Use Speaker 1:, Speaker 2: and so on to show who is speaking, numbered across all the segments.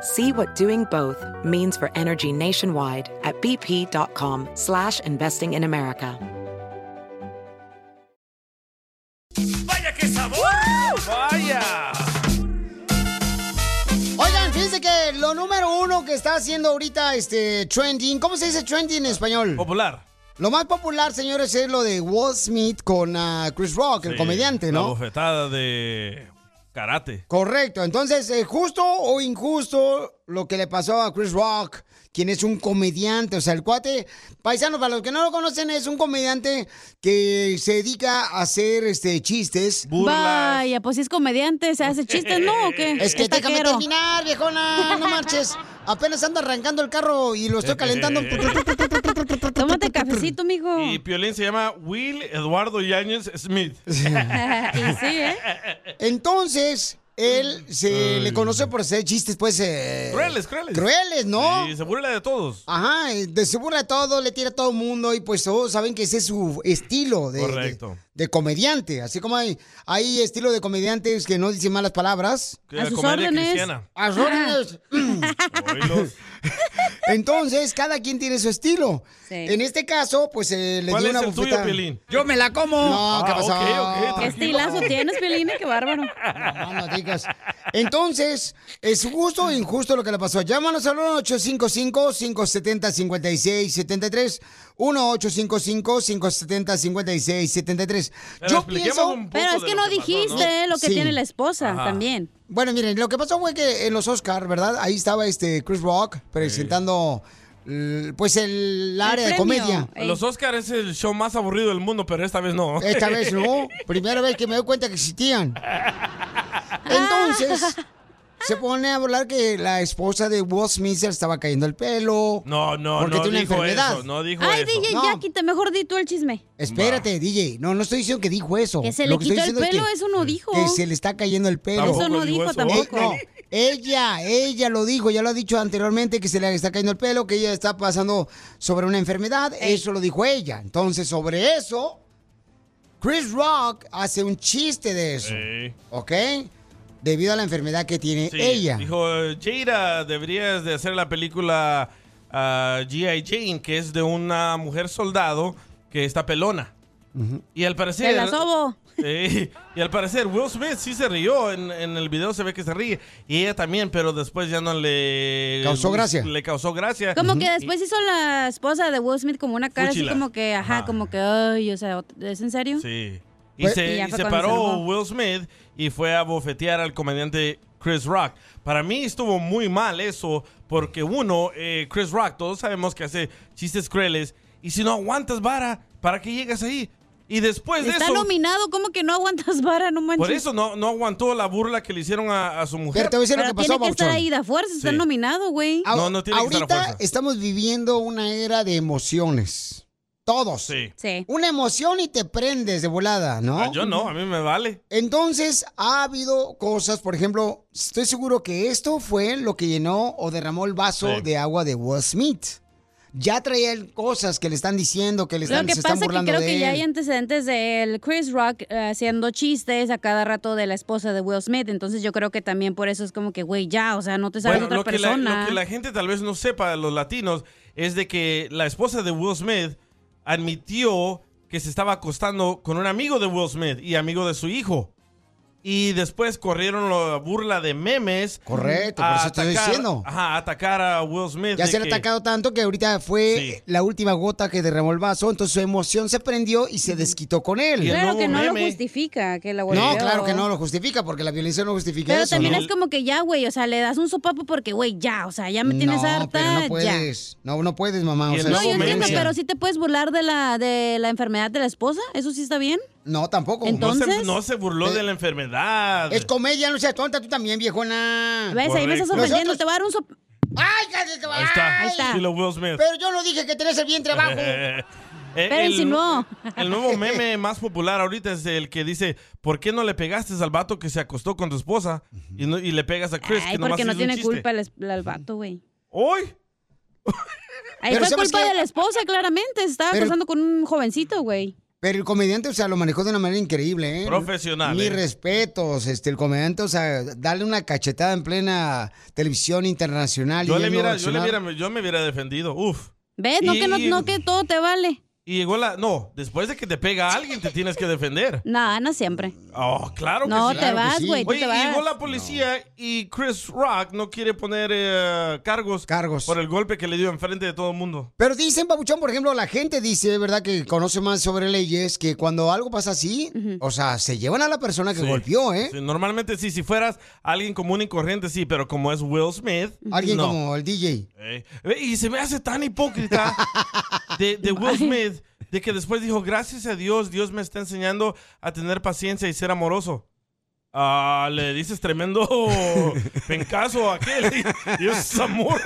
Speaker 1: See what doing both means for energy nationwide at bp.com slash investing in America.
Speaker 2: ¡Vaya qué sabor! ¡Vaya!
Speaker 3: Oigan, fíjense que lo número uno que está haciendo ahorita este trending, ¿cómo se dice trending en español?
Speaker 2: Popular.
Speaker 3: Lo más popular, señores, es lo de Will Smith con ah, Chris Rock, el
Speaker 2: Sí,
Speaker 3: comediante,
Speaker 2: La
Speaker 3: ¿no?
Speaker 2: bofetada de karate.
Speaker 3: Correcto, entonces, eh, justo o injusto lo que le pasó a Chris Rock, quien es un comediante, o sea, el cuate, paisano, para los que no lo conocen, es un comediante que se dedica a hacer este chistes.
Speaker 4: Vaya, pues si es comediante, se hace chistes, ¿no? ¿O qué?
Speaker 3: Es que déjame
Speaker 4: taquero.
Speaker 3: terminar, viejona, Ah, no marches. Apenas ando arrancando el carro y lo estoy calentando.
Speaker 4: Tómate cafecito, mijo.
Speaker 2: Y Piolín se llama Will Eduardo Yáñez Smith.
Speaker 4: Y sí, ¿eh?
Speaker 3: Entonces, él se le conoció por hacer chistes, pues... eh,
Speaker 2: Crueles, crueles.
Speaker 3: Crueles, ¿no?
Speaker 2: Y se burla de todos.
Speaker 3: Ajá, eh, de se burla de todo, le tira a todo el mundo y pues todos saben que ese es su estilo de,
Speaker 2: Correcto.
Speaker 3: de, de comediante. Así como hay, hay estilo de comediantes que no dicen malas palabras.
Speaker 2: Que la
Speaker 4: sus
Speaker 2: comedia
Speaker 4: órdenes.
Speaker 2: cristiana.
Speaker 3: A sus órdenes.
Speaker 2: Oílos.
Speaker 3: Entonces, cada quien tiene su estilo.
Speaker 4: Sí.
Speaker 3: En este caso, pues eh, le
Speaker 2: ¿Cuál
Speaker 3: dio
Speaker 2: es
Speaker 3: una
Speaker 2: el tuyo,
Speaker 3: bofetada.
Speaker 2: Piolín?
Speaker 5: Yo me la como.
Speaker 3: No, ¿qué
Speaker 2: Ah,
Speaker 3: pasó?
Speaker 2: ok, ok,
Speaker 4: ¿Qué estilazo tienes, Pelín? Qué bárbaro.
Speaker 3: No, no digas. Entonces, ¿es justo o injusto lo que le pasó? Llámanos al 1-855-570-5673. 1-855-570-5673.
Speaker 2: Pero
Speaker 3: Yo
Speaker 2: expliquemos
Speaker 3: pienso...
Speaker 2: un poco
Speaker 4: Pero es
Speaker 2: de
Speaker 4: que
Speaker 2: lo
Speaker 4: no
Speaker 2: pasó,
Speaker 4: dijiste eh, lo que
Speaker 3: Sí.
Speaker 4: tiene la esposa también.
Speaker 3: Bueno, miren, lo que pasó fue que en los Oscars, ¿verdad? Ahí estaba este Chris Rock presentando... l- Pues el área de
Speaker 4: premio.
Speaker 3: comedia.
Speaker 4: Ey.
Speaker 2: Los Oscars es el show más aburrido del mundo, pero esta vez no.
Speaker 3: Esta vez no. Primera vez que me doy cuenta que existían. Entonces, se pone a hablar que la esposa de Will Smith se le estaba cayendo el pelo.
Speaker 2: No, no,
Speaker 3: Porque
Speaker 2: no
Speaker 3: tiene una
Speaker 2: dijo
Speaker 3: enfermedad.
Speaker 2: eso. No dijo
Speaker 4: Ay,
Speaker 2: eso.
Speaker 4: DJ
Speaker 3: No.
Speaker 4: Jackie, te mejor di tú el chisme.
Speaker 3: Espérate, DJ. No, no estoy diciendo que dijo eso.
Speaker 4: Que se
Speaker 3: Lo
Speaker 4: le
Speaker 3: estoy
Speaker 4: quitó el
Speaker 3: diciendo es
Speaker 4: pelo,
Speaker 3: que-
Speaker 4: eso no dijo.
Speaker 3: Que se le está cayendo el pelo.
Speaker 2: Tampoco
Speaker 4: Eso no
Speaker 2: digo
Speaker 4: dijo
Speaker 2: eso.
Speaker 3: Eh,
Speaker 4: tampoco.
Speaker 3: no, ella, ella lo dijo, ya lo ha dicho anteriormente que se le está cayendo el pelo, que ella está pasando sobre una enfermedad,
Speaker 4: Eh.
Speaker 3: eso lo dijo ella. Entonces, sobre eso, Chris Rock hace un chiste de eso,
Speaker 2: Sí.
Speaker 3: ¿ok? Debido a la enfermedad que tiene
Speaker 2: Eh. Sí,
Speaker 3: ella.
Speaker 2: Dijo, Jada, deberías de hacer la película ah, G.I. Jane, que es de una mujer soldado que está pelona. Y al parecer...
Speaker 4: Te la sobo.
Speaker 2: Sí, y al parecer Will Smith sí se rió, en, en el video se ve que se ríe, y ella también, pero después ya no le...
Speaker 3: Causó gracia.
Speaker 2: Le causó gracia.
Speaker 4: Como que después hizo la esposa de Will Smith como una cara
Speaker 2: Fúchila.
Speaker 4: así como que, ajá,
Speaker 2: Ajá.
Speaker 4: como que, ay, o sea, ¿es en serio?
Speaker 2: Sí. Y
Speaker 3: Pues-
Speaker 2: se,
Speaker 4: Y ya
Speaker 2: y
Speaker 4: fue
Speaker 2: se
Speaker 4: cuando se
Speaker 2: paró
Speaker 4: enojó.
Speaker 2: Will Smith y fue a bofetear al comediante Chris Rock. Para mí estuvo muy mal eso, porque uno, eh, Chris Rock, todos sabemos que hace chistes crueles, y si no aguantas vara, ¿para qué llegas ahí? Y después de
Speaker 4: Está
Speaker 2: eso,
Speaker 4: nominado, ¿cómo que no aguantas vara? No manches.
Speaker 2: por eso no, no aguantó la burla que le hicieron a, a su
Speaker 3: Pero
Speaker 2: mujer.
Speaker 3: te voy a decir
Speaker 4: Pero
Speaker 3: lo que pasó,
Speaker 4: tiene que estar
Speaker 3: Papuchón.
Speaker 4: ahí de fuerza, está
Speaker 2: Sí.
Speaker 4: nominado, güey.
Speaker 3: Au-
Speaker 2: No, no tiene que estar a
Speaker 3: Ahorita
Speaker 2: fuerza.
Speaker 3: estamos viviendo una era de emociones. Todos.
Speaker 2: Sí.
Speaker 4: Sí.
Speaker 3: Una emoción y te prendes de volada, ¿no?
Speaker 2: Ah, yo no, a mí me vale.
Speaker 3: Entonces, ha habido cosas, por ejemplo, estoy seguro que esto fue lo que llenó o derramó el vaso
Speaker 2: Sí.
Speaker 3: de agua de Will Smith. Ya traía él cosas que le están diciendo, que le
Speaker 4: Lo
Speaker 3: están,
Speaker 4: que
Speaker 3: se están
Speaker 4: pasa que
Speaker 3: burlando
Speaker 4: creo
Speaker 3: de
Speaker 4: que ya
Speaker 3: él.
Speaker 4: hay antecedentes del Chris Rock eh, haciendo chistes a cada rato de la esposa de Will Smith, entonces yo creo que también por eso es como que, güey, ya, o sea, no te sabes
Speaker 2: Bueno,
Speaker 4: otra
Speaker 2: lo, que la,
Speaker 4: persona.
Speaker 2: lo que la gente tal vez no sepa, los latinos, es de que la esposa de Will Smith admitió que se estaba acostando con un amigo de Will Smith y amigo de su hijo. Y después corrieron la burla de memes.
Speaker 3: Correcto, por
Speaker 2: a
Speaker 3: eso estoy diciendo.
Speaker 2: Ajá, a atacar a Will Smith.
Speaker 3: Ya
Speaker 2: de
Speaker 3: se han
Speaker 2: que-
Speaker 3: atacado tanto que ahorita fue la última gota que derramó el vaso, entonces su emoción se prendió y se desquitó con él.
Speaker 4: Claro que no lo justifica, que la
Speaker 3: No,
Speaker 4: golpeó.
Speaker 3: claro que no lo justifica, porque la violencia no justifica
Speaker 4: Pero
Speaker 3: eso,
Speaker 4: también
Speaker 3: ¿no?
Speaker 4: es como que ya, güey, o sea, le das un sopapo porque, güey, ya, o sea, ya me tienes
Speaker 3: no,
Speaker 4: harta,
Speaker 3: pero no
Speaker 4: ya.
Speaker 3: puedes. No, no puedes,
Speaker 2: Ah,
Speaker 3: mamá. o sea,
Speaker 4: No,
Speaker 3: es
Speaker 4: yo entiendo,
Speaker 3: violencia.
Speaker 4: pero sí te puedes burlar de la, de la enfermedad de la esposa, ¿eso sí está bien?
Speaker 3: No, tampoco.
Speaker 2: No se-
Speaker 4: Entonces-
Speaker 2: No se, burló de la enfermedad.
Speaker 3: Es comedia, no seas tonta tú también, viejona.
Speaker 2: ¿Ves? Ahí me estás Correcto. sorprendiendo,
Speaker 3: te
Speaker 4: voy a dar un sop...
Speaker 3: ¡Ay, cállate,
Speaker 2: Ahí está.
Speaker 3: ay!
Speaker 2: Sí, lo Will Smith.
Speaker 3: Pero yo no dije que tenías el vientre abajo.
Speaker 2: Eh,
Speaker 3: Pero
Speaker 2: el-
Speaker 3: insinuó.
Speaker 2: El nuevo meme más popular ahorita es el que dice, ¿por qué no le pegaste al vato que se acostó con tu esposa y, no- y le pegas a Chris?
Speaker 4: Ay,
Speaker 2: que nomás
Speaker 4: porque no
Speaker 2: hizo un
Speaker 4: tiene
Speaker 2: chiste"?
Speaker 4: culpa el, es- el vato, güey.
Speaker 2: ¡Hoy!
Speaker 4: Ahí
Speaker 3: Pero
Speaker 4: fue
Speaker 3: ¿sabes
Speaker 4: culpa
Speaker 3: qué?
Speaker 4: de la esposa, claramente. Se estaba
Speaker 3: Pero-
Speaker 4: casando con un jovencito, güey.
Speaker 3: Pero el comediante, o sea, lo manejó de una manera increíble, ¿eh?
Speaker 2: Profesional,
Speaker 3: Mis
Speaker 2: ¿eh?
Speaker 3: respetos, este, el comediante, o sea, darle una cachetada en plena televisión internacional. y
Speaker 2: Yo le,
Speaker 3: él no
Speaker 2: hubiera- yo, le
Speaker 3: reaccionar.
Speaker 2: hubiera- yo me hubiera defendido. Uf.
Speaker 4: ¿Ves? No,
Speaker 2: Y-
Speaker 4: que no, no que todo te vale.
Speaker 2: Y llegó la... No, después de que te pega a alguien te tienes que defender.
Speaker 4: Nah, no siempre.
Speaker 2: Oh, claro que
Speaker 4: No,
Speaker 2: sí.
Speaker 4: te
Speaker 2: Claro que
Speaker 4: vas,
Speaker 2: sí.
Speaker 4: güey, tú
Speaker 2: Oye,
Speaker 4: te
Speaker 2: y
Speaker 4: vas.
Speaker 2: llegó la policía y Chris Rock no quiere poner eh, cargos,
Speaker 3: cargos
Speaker 2: por el golpe que le dio enfrente de todo el mundo.
Speaker 3: Pero dicen, Papuchón, por ejemplo, la gente dice, ¿verdad? Que conoce más sobre leyes, que cuando algo pasa así, o sea, se llevan a la persona que
Speaker 2: Sí.
Speaker 3: golpeó, ¿eh?
Speaker 2: Sí, normalmente sí, si fueras alguien común y corriente, sí, pero como es Will Smith.
Speaker 3: Alguien
Speaker 2: no.
Speaker 3: como el DJ.
Speaker 2: Eh, y se me hace tan hipócrita de, de Will Smith de que después dijo, gracias a Dios, Dios me está enseñando a tener paciencia y ser amoroso. Ah, le dices tremendo pencazo a aquel. Y eso es amor.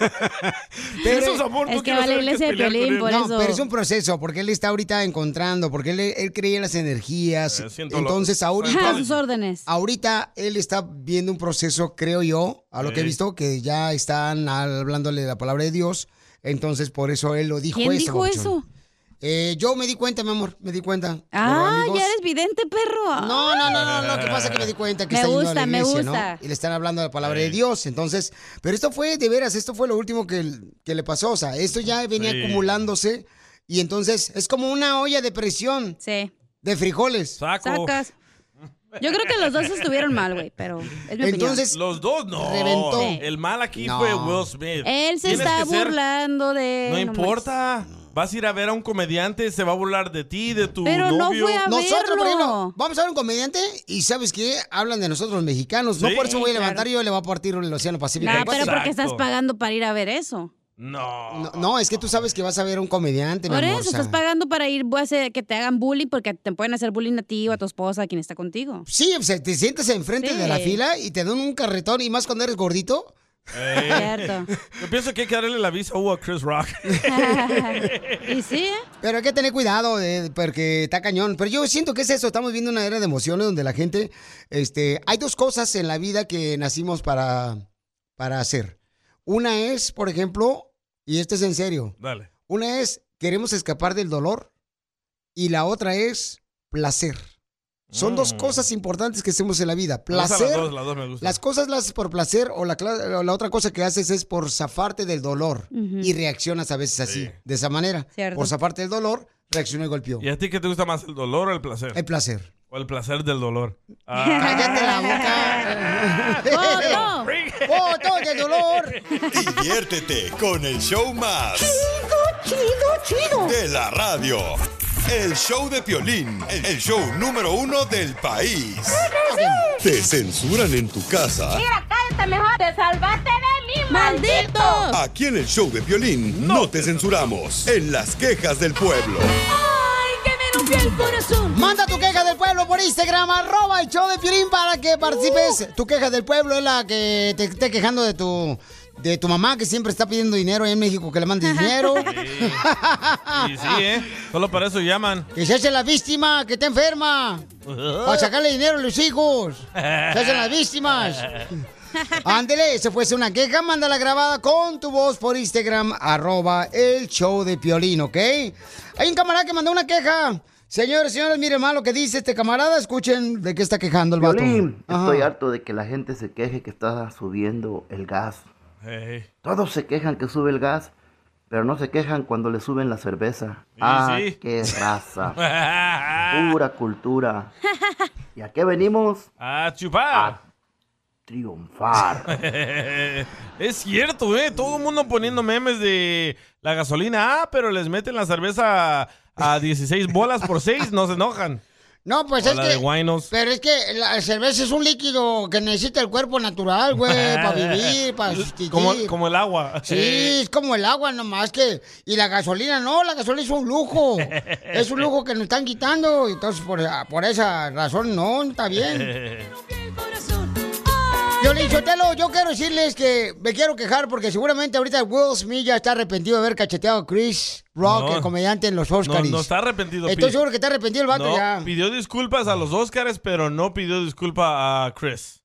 Speaker 2: eso es amor. no quiero saber qué pelear con él.
Speaker 3: No, pero es un proceso, porque él está ahorita encontrando, porque él, él creía en las energías.
Speaker 2: Eh, siento lo-
Speaker 3: Entonces, ahorita.
Speaker 4: A sus órdenes.
Speaker 3: Ahorita él está viendo un proceso, creo yo, a lo que he
Speaker 2: Sí.
Speaker 3: visto, que ya están hablándole de la palabra de Dios. Entonces, por eso él lo dijo
Speaker 4: ¿Quién
Speaker 3: eso,
Speaker 4: dijo
Speaker 3: babuchón.
Speaker 4: eso?
Speaker 3: Eh, yo me di cuenta, mi amor, me di cuenta. Los
Speaker 4: Ah,
Speaker 3: amigos-
Speaker 4: ya eres vidente, perro.
Speaker 3: No, no, no, no, no, ¿qué pasa? Que me di cuenta que
Speaker 4: me
Speaker 3: está
Speaker 4: gusta,
Speaker 3: yendo a la
Speaker 4: me
Speaker 3: iglesia,
Speaker 4: gusta.
Speaker 3: ¿no? Y le están hablando de la palabra de Dios, entonces... Pero esto fue, de veras, esto fue lo último que, que le pasó, o sea, esto ya venía
Speaker 2: Sí.
Speaker 3: acumulándose y entonces es como una olla de presión.
Speaker 4: Sí.
Speaker 3: De frijoles.
Speaker 4: Sacas. Yo creo que los dos estuvieron mal, güey, pero es mi
Speaker 3: Entonces,
Speaker 4: opinión.
Speaker 2: Los dos no.
Speaker 4: Reventó.
Speaker 2: El mal aquí
Speaker 4: No.
Speaker 2: fue Will Smith.
Speaker 4: Él se
Speaker 2: Tienes
Speaker 4: está
Speaker 2: que ser-
Speaker 4: burlando de...
Speaker 2: No
Speaker 4: manches.
Speaker 2: importa. Vas a ir a ver a un comediante, se va a burlar de ti, de tu novio.
Speaker 3: Nosotros, por ejemplo, vamos a ver un comediante y ¿sabes qué? Hablan de nosotros los mexicanos. No
Speaker 2: Sí.
Speaker 3: por eso voy a
Speaker 2: Sí, claro.
Speaker 3: levantar yo le voy a partir el Océano Pacífico.
Speaker 4: Nah,
Speaker 3: en cuatro.
Speaker 4: pero porque estás pagando para ir a ver eso.
Speaker 2: No.
Speaker 3: no. es que tú sabes que vas a ver a un comediante, mi
Speaker 4: Por
Speaker 3: amor,
Speaker 4: eso,
Speaker 3: o sea.
Speaker 4: estás pagando para ir voy a hacer que te hagan bullying porque te pueden hacer bullying a ti o a tu esposa, a quien está contigo.
Speaker 3: Sí, o sea, te sientas enfrente
Speaker 4: Sí.
Speaker 3: de la fila y te dan un carretón y más cuando eres gordito.
Speaker 2: Eh,
Speaker 4: Cierto.
Speaker 2: Yo pienso que hay que darle la visa uh, a Chris Rock.
Speaker 4: y sí, ¿eh?
Speaker 3: Pero hay que tener cuidado eh, porque está cañón. Pero yo siento que es eso, estamos viendo una era de emociones donde la gente, este, hay dos cosas en la vida que nacimos para, para hacer. Una es, por ejemplo, y esto es en serio,
Speaker 2: Dale.
Speaker 3: Una es queremos escapar del dolor y la otra es placer. Son dos cosas importantes que hacemos en la vida.
Speaker 2: Me gustan
Speaker 3: Placer.
Speaker 2: Mm. Las dos, las dos me gustan.
Speaker 3: las cosas las haces por placer o la, cla- o la otra cosa que haces es por zafarte del dolor
Speaker 2: Ujú.
Speaker 3: y reaccionas a veces así, de esa manera.
Speaker 2: Cierto.
Speaker 3: Por zafarte del dolor, reaccionó y golpeó.
Speaker 2: ¿Y a ti qué te gusta más, el dolor o el placer?
Speaker 3: El placer.
Speaker 2: O el placer del dolor. Ah.
Speaker 3: Cállate la boca.
Speaker 5: ¡Foto!
Speaker 3: ¡Foto de dolor!
Speaker 5: Diviértete con el show más.
Speaker 3: Chido, chido, chido.
Speaker 5: De la radio. El show de Piolín, el show número uno del país. ¿Te censuran en tu casa?
Speaker 4: cállate mejor. Te salvaste de mí,
Speaker 2: Ah,
Speaker 4: maldito.
Speaker 5: Aquí en el show de Piolín no te censuramos. En las quejas del pueblo.
Speaker 3: ¡Ay, que me rompió el corazón! Manda tu queja del pueblo por Instagram, arroba el show de Piolín para que participes. Tu queja del pueblo es la que te esté quejando de tu... De tu mamá que siempre está pidiendo dinero ahí en México, que le mande dinero.
Speaker 2: Y sí, ¿eh? Solo para eso llaman.
Speaker 3: que se hace la víctima, que está enferma.
Speaker 2: Ah.
Speaker 3: Para sacarle dinero a los hijos. Se hacen las víctimas. Ándele, se fuese una queja, mándala grabada con tu voz por Instagram, arroba el show de Piolín, ¿ok? Hay un camarada que mandó una queja. Señores, señores, miren más lo que dice este camarada. Escuchen de qué está quejando el vato.
Speaker 6: Piolín,
Speaker 3: Ajá.
Speaker 6: estoy harto de que la gente se queje que está subiendo el gas. Todos se quejan que sube el gas, pero no se quejan cuando le suben la cerveza.
Speaker 2: Y
Speaker 6: Ah,
Speaker 2: sí. Ah.
Speaker 6: qué raza. Pura cultura. ¿Y a qué venimos?
Speaker 2: A chupar.
Speaker 6: Triunfar.
Speaker 2: es cierto, ¿eh? Todo el mundo poniendo memes de la gasolina. Ah, pero les meten la cerveza a 16 bolas por 6, no se enojan.
Speaker 3: No, pues
Speaker 2: O
Speaker 3: es
Speaker 2: la
Speaker 3: que.
Speaker 2: de Guaynos.
Speaker 3: Pero es que la cerveza es un líquido que necesita el cuerpo natural, güey, para vivir, para existir.
Speaker 2: como, como el agua. Eh,
Speaker 3: Sí, es como el agua nomás que... Y la gasolina, no, la gasolina es un lujo. es un lujo que nos están quitando. Entonces, por, por esa razón, no, está bien. Yo le yo quiero decirles que me quiero quejar porque seguramente ahorita Will Smith ya está arrepentido de haber cacheteado a Chris Rock,
Speaker 2: No.
Speaker 3: el comediante en los
Speaker 2: No,
Speaker 3: Oscars.
Speaker 2: no está arrepentido.
Speaker 3: Estoy
Speaker 2: Pi.
Speaker 3: seguro que está arrepentido el vato
Speaker 2: No,
Speaker 3: ya.
Speaker 2: pidió disculpas a los Oscars, pero no pidió disculpa a Chris.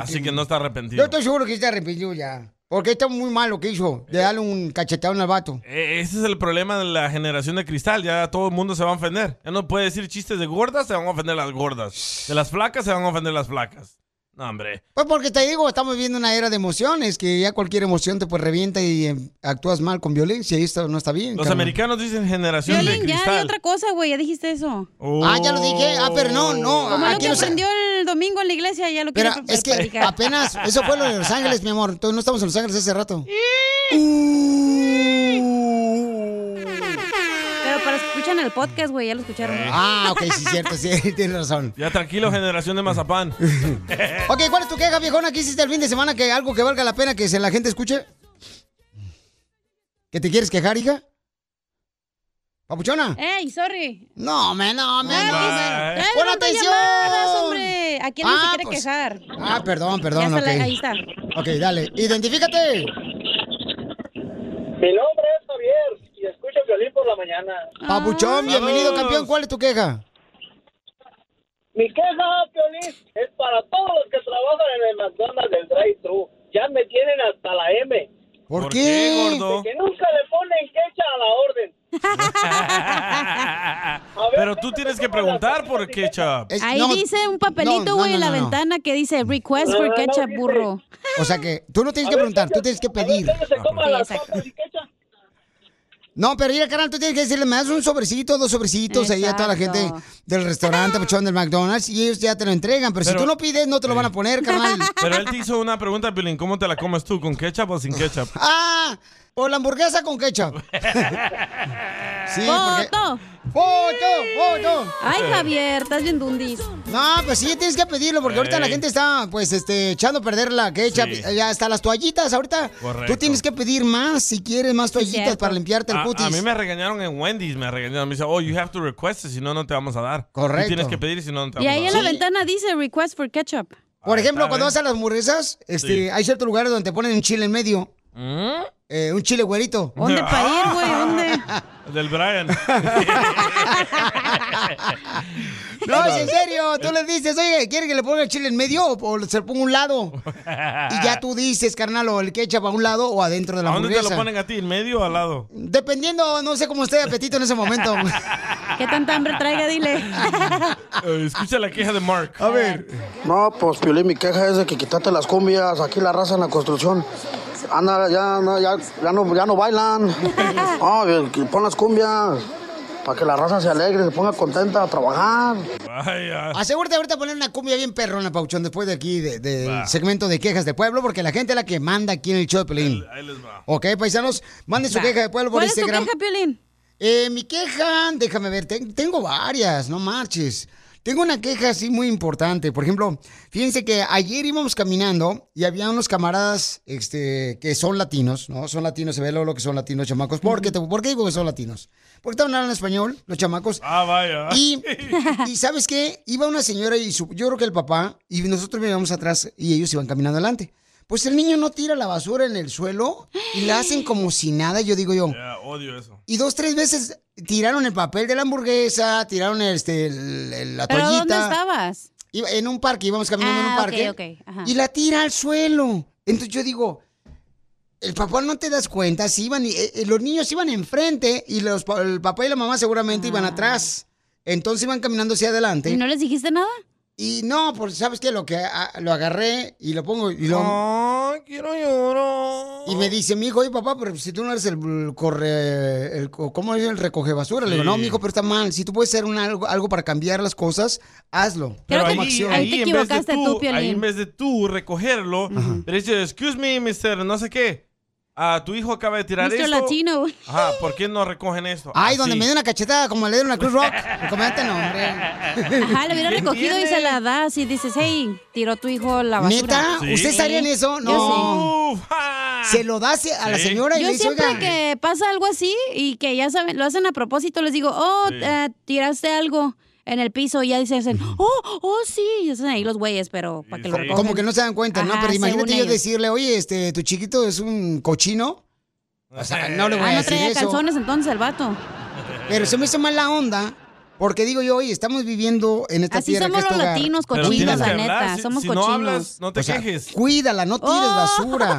Speaker 2: Así que no
Speaker 3: Mm, Yo
Speaker 2: está arrepentido.
Speaker 3: estoy seguro que está arrepentido ya. Porque está muy mal lo que hizo, de darle un cachetado al vato.
Speaker 2: E- Ese es el problema de la generación de cristal. Ya todo el mundo se va a ofender. Ya no puede decir chistes de gordas, se van a ofender las gordas. De las flacas, se van a ofender las flacas. No, hombre.
Speaker 3: Pues porque te digo, estamos viviendo una era de emociones, que ya cualquier emoción te pues revienta y eh, actúas mal con violencia y esto no está bien.
Speaker 2: Los
Speaker 3: carnal.
Speaker 2: americanos dicen generación de
Speaker 4: Violín, ya, di
Speaker 2: cristal.
Speaker 4: otra cosa, güey, ya dijiste eso.
Speaker 3: Ah, ya lo dije. Ah, pero no, no.
Speaker 4: Como lo
Speaker 3: aquí
Speaker 4: que
Speaker 3: no se-
Speaker 4: aprendió el domingo en la iglesia, ya lo quiere
Speaker 3: Mira,
Speaker 4: pra-
Speaker 3: es que
Speaker 4: practicar.
Speaker 3: apenas, eso fue lo de Los Ángeles, mi amor. Entonces, no estamos en Los Ángeles hace rato.
Speaker 4: Pero para escuchan el podcast, güey, ya lo escucharon.
Speaker 3: Ah, ok, sí, cierto, sí, tienes razón.
Speaker 2: Ya tranquilo, generación de mazapán.
Speaker 3: Ok, ¿cuál es tu queja, viejona? ¿Qué hiciste el fin de semana que algo que valga la pena que se la gente escuche? ¿Que te quieres quejar, hija? ¿Papuchona?
Speaker 4: ¡Ey, sorry!
Speaker 3: No, me, no, me. no,
Speaker 4: Ah,
Speaker 3: me.
Speaker 4: que-
Speaker 3: ¡Pon
Speaker 4: ¡Ay, no
Speaker 3: atención!
Speaker 4: llamadas, hombre! ¿A quién no se
Speaker 3: Ah,
Speaker 4: quiere
Speaker 3: pues.
Speaker 4: quejar?
Speaker 3: Ah, perdón,
Speaker 4: Ya
Speaker 3: perdón,
Speaker 4: está
Speaker 3: ok.
Speaker 4: la- ahí está.
Speaker 3: Ok, dale. Identifícate.
Speaker 7: Mi nombre es Javier y escucho violín por la mañana.
Speaker 3: Papuchón, bienvenido,
Speaker 2: Vamos.
Speaker 3: campeón. ¿Cuál es tu queja?
Speaker 7: Mi queja, violín, es para todos los que trabajan en el McDonald's del drive-thru. Ya me tienen hasta la M.
Speaker 3: ¿Por, qué?
Speaker 2: gordo?
Speaker 7: Que nunca le ponen quecha a la orden.
Speaker 2: pero tú tienes que preguntar por qué, Chap.
Speaker 3: Es-
Speaker 4: Ahí
Speaker 3: no,
Speaker 4: dice
Speaker 3: no, no,
Speaker 4: un papelito, güey,
Speaker 3: no,
Speaker 4: en la
Speaker 3: no, no.
Speaker 4: ventana que dice Request for
Speaker 7: No, no,
Speaker 4: Ketchup,
Speaker 7: dice-
Speaker 4: burro.
Speaker 3: O sea que tú no tienes que preguntar, tú tienes que pedir.
Speaker 7: A ver, se coman
Speaker 4: Sí,
Speaker 7: las
Speaker 4: exacto.
Speaker 7: papas y quecha.
Speaker 3: No, pero mira, carnal, tú tienes que decirle, me das un sobrecito, dos sobrecitos ahí a toda la gente
Speaker 4: Exacto.
Speaker 3: del restaurante, papuchón, del McDonald's, y ellos ya te lo entregan. Pero,
Speaker 2: Pero-
Speaker 3: si tú no pides, no te lo van a poner, carnal.
Speaker 2: Pero él te hizo una pregunta, Pilín, ¿cómo te la comes tú? ¿Con ketchup o sin ketchup?
Speaker 3: ¡Ah! O la hamburguesa con ketchup. sí, porque...
Speaker 4: ¡Foto!
Speaker 3: ¡Foto! ¡Foto!
Speaker 4: Ay, Javier, estás bien dundis.
Speaker 3: No, pues sí, tienes que pedirlo, porque ahorita la
Speaker 2: Ey.
Speaker 3: gente está, pues, este, echando a perder la ketchup.
Speaker 2: Sí.
Speaker 3: Ya hasta las toallitas ahorita.
Speaker 2: Correcto. Ah,
Speaker 3: Tú tienes que pedir más si quieres más toallitas
Speaker 4: cierto.
Speaker 3: para limpiarte el
Speaker 2: A,
Speaker 3: cutis.
Speaker 2: a mí me regañaron en Wendy's, me regañaron. Me dice, oh, you have to request it, si no, no te vamos a dar. Tú
Speaker 3: Correcto.
Speaker 2: tienes que pedir, si no, no te
Speaker 4: Y
Speaker 2: vamos
Speaker 4: ahí
Speaker 2: a
Speaker 4: en
Speaker 2: dar.
Speaker 4: la ventana dice Request for Ketchup.
Speaker 3: Por ejemplo,
Speaker 2: Ah,
Speaker 3: cuando
Speaker 2: ¿eh?
Speaker 3: vas a las hamburguesas, este,
Speaker 2: Sí. ¿Mm?
Speaker 3: hay ciertos lugares donde te ponen un chile en medio. Eh, un chile güerito.
Speaker 4: ¿Dónde para ir, güey? ¿Dónde?
Speaker 2: Del Brian.
Speaker 3: No, es en serio. Tú le dices, oye, ¿quiere que le ponga el chile en medio o, o se lo ponga a un lado? Y ya tú dices, carnal, o el ketchup a un lado o adentro de la
Speaker 2: ¿A dónde te
Speaker 3: hamburguesa.
Speaker 2: lo ponen a ti? ¿En medio o al lado?
Speaker 3: Dependiendo, no sé cómo esté de apetito en ese momento.
Speaker 4: ¿Qué tanta hambre traiga? Dile.
Speaker 2: Eh, escucha la queja de Mark.
Speaker 3: Ah. a ver.
Speaker 8: No, pues Piolín, mi queja es de que quitaste las cumbias, aquí la raza en la construcción. Anda, ya, no, ya, ya no, ya no bailan. No, que pon las cumbias para que la raza se alegre, se ponga contenta a trabajar.
Speaker 2: Vaya.
Speaker 3: Asegúrate ahorita de poner una cumbia bien perrona, Pauchón, después de aquí, de- del
Speaker 2: Va.
Speaker 3: segmento de quejas de pueblo, porque la gente es la que manda aquí en el show de Pelín.
Speaker 2: Ahí les va.
Speaker 3: Ok, paisanos, manden su queja de pueblo por
Speaker 4: ¿Cuál es tu
Speaker 3: Instagram.
Speaker 4: queja, Piolín?
Speaker 3: Eh, mi queja, déjame ver, ten- tengo varias, no marches. Tengo una queja así muy importante. Por ejemplo, fíjense que ayer íbamos caminando y había unos camaradas este, que son latinos, ¿no? Son latinos, se ve lo que son latinos, chamacos. ¿Por qué, te- ¿Por qué digo que son latinos? Porque estaban hablando español, los chamacos.
Speaker 2: Ah, vaya.
Speaker 3: Y, y ¿sabes qué? Iba una señora y su- yo creo que el papá, y nosotros íbamos atrás y ellos iban caminando adelante. Pues el niño no tira la basura en el suelo y la hacen como si nada, yo digo yo.
Speaker 2: Ya, odio eso.
Speaker 3: Y dos, tres veces tiraron el papel de la hamburguesa, tiraron este, el- el- la
Speaker 4: ¿Pero
Speaker 3: toallita.
Speaker 4: dónde estabas?
Speaker 3: Iba- en un parque, íbamos caminando en un
Speaker 4: Ah, ok,
Speaker 3: parque.
Speaker 4: ok, ajá.
Speaker 3: Y la tira al suelo. Entonces yo digo, el papá no te das cuenta, si iban, eh, eh, los niños iban enfrente y los, pa- el papá y la mamá seguramente iban atrás. Entonces iban caminando hacia adelante.
Speaker 4: ¿Y no Ah. les dijiste nada?
Speaker 3: Y, Y no, porque sabes que lo que a- lo agarré y lo pongo y lo.
Speaker 2: quiero llorar.
Speaker 3: Y me dice, mi hijo, oye papá, pero si tú no eres el corre, el co- ¿cómo es el recoge basura? Le digo,
Speaker 2: Sí.
Speaker 3: no, mi hijo, pero está mal. Si tú puedes hacer un algo, algo para cambiar las cosas, hazlo.
Speaker 2: Pero
Speaker 3: Toma
Speaker 2: ahí,
Speaker 3: acción.
Speaker 2: ahí en vez de Ahí en vez de tú recogerlo, le dices, excuse me, mister, no sé qué. Ah, tu hijo acaba de tirar
Speaker 3: Mr.
Speaker 2: esto.
Speaker 3: Latino.
Speaker 2: Ajá, ¿por qué no recogen esto?
Speaker 3: Ay, donde
Speaker 2: Así.
Speaker 3: me dio una cachetada como le dieron a Cruz Rock. este El comediante no, hombre.
Speaker 4: Ajá, lo hubiera recogido y se la das y dices, hey, tiró tu hijo la basura.
Speaker 3: ¿Neta? ¿Ustedes harían eso?
Speaker 4: Yo
Speaker 3: No. Se lo das a la
Speaker 4: Sí.
Speaker 3: señora y
Speaker 4: Yo
Speaker 3: le dice,
Speaker 4: siempre
Speaker 3: oiga.
Speaker 4: que pasa algo así y que ya saben, lo hacen a propósito, les digo, oh,
Speaker 3: Sí.
Speaker 4: eh, tiraste algo en el piso y ya dicen, oh, oh, sí. Y hacen ahí los güeyes, pero para que lo recojan.
Speaker 3: Como que no se dan cuenta, ¿no?
Speaker 4: Ajá,
Speaker 3: Pero imagínate
Speaker 4: según
Speaker 3: yo
Speaker 4: ellos.
Speaker 3: decirle, oye, este, tu chiquito es un cochino. O sea, no le voy
Speaker 4: Ah,
Speaker 3: a
Speaker 4: no
Speaker 3: decir
Speaker 4: traía
Speaker 3: eso.
Speaker 4: calzones entonces el vato.
Speaker 3: Pero se me hizo mal la onda. Porque digo yo, oye, estamos viviendo en esta
Speaker 4: Así
Speaker 3: tierra que
Speaker 4: somos
Speaker 3: es tu
Speaker 4: los
Speaker 3: hogar.
Speaker 4: latinos, Pero cochinos, tienes la que hablar, neta, si- somos si no cochinos. Oh. hablas, no te
Speaker 3: O sea,
Speaker 2: quejes.
Speaker 3: cuídala, no tires basura.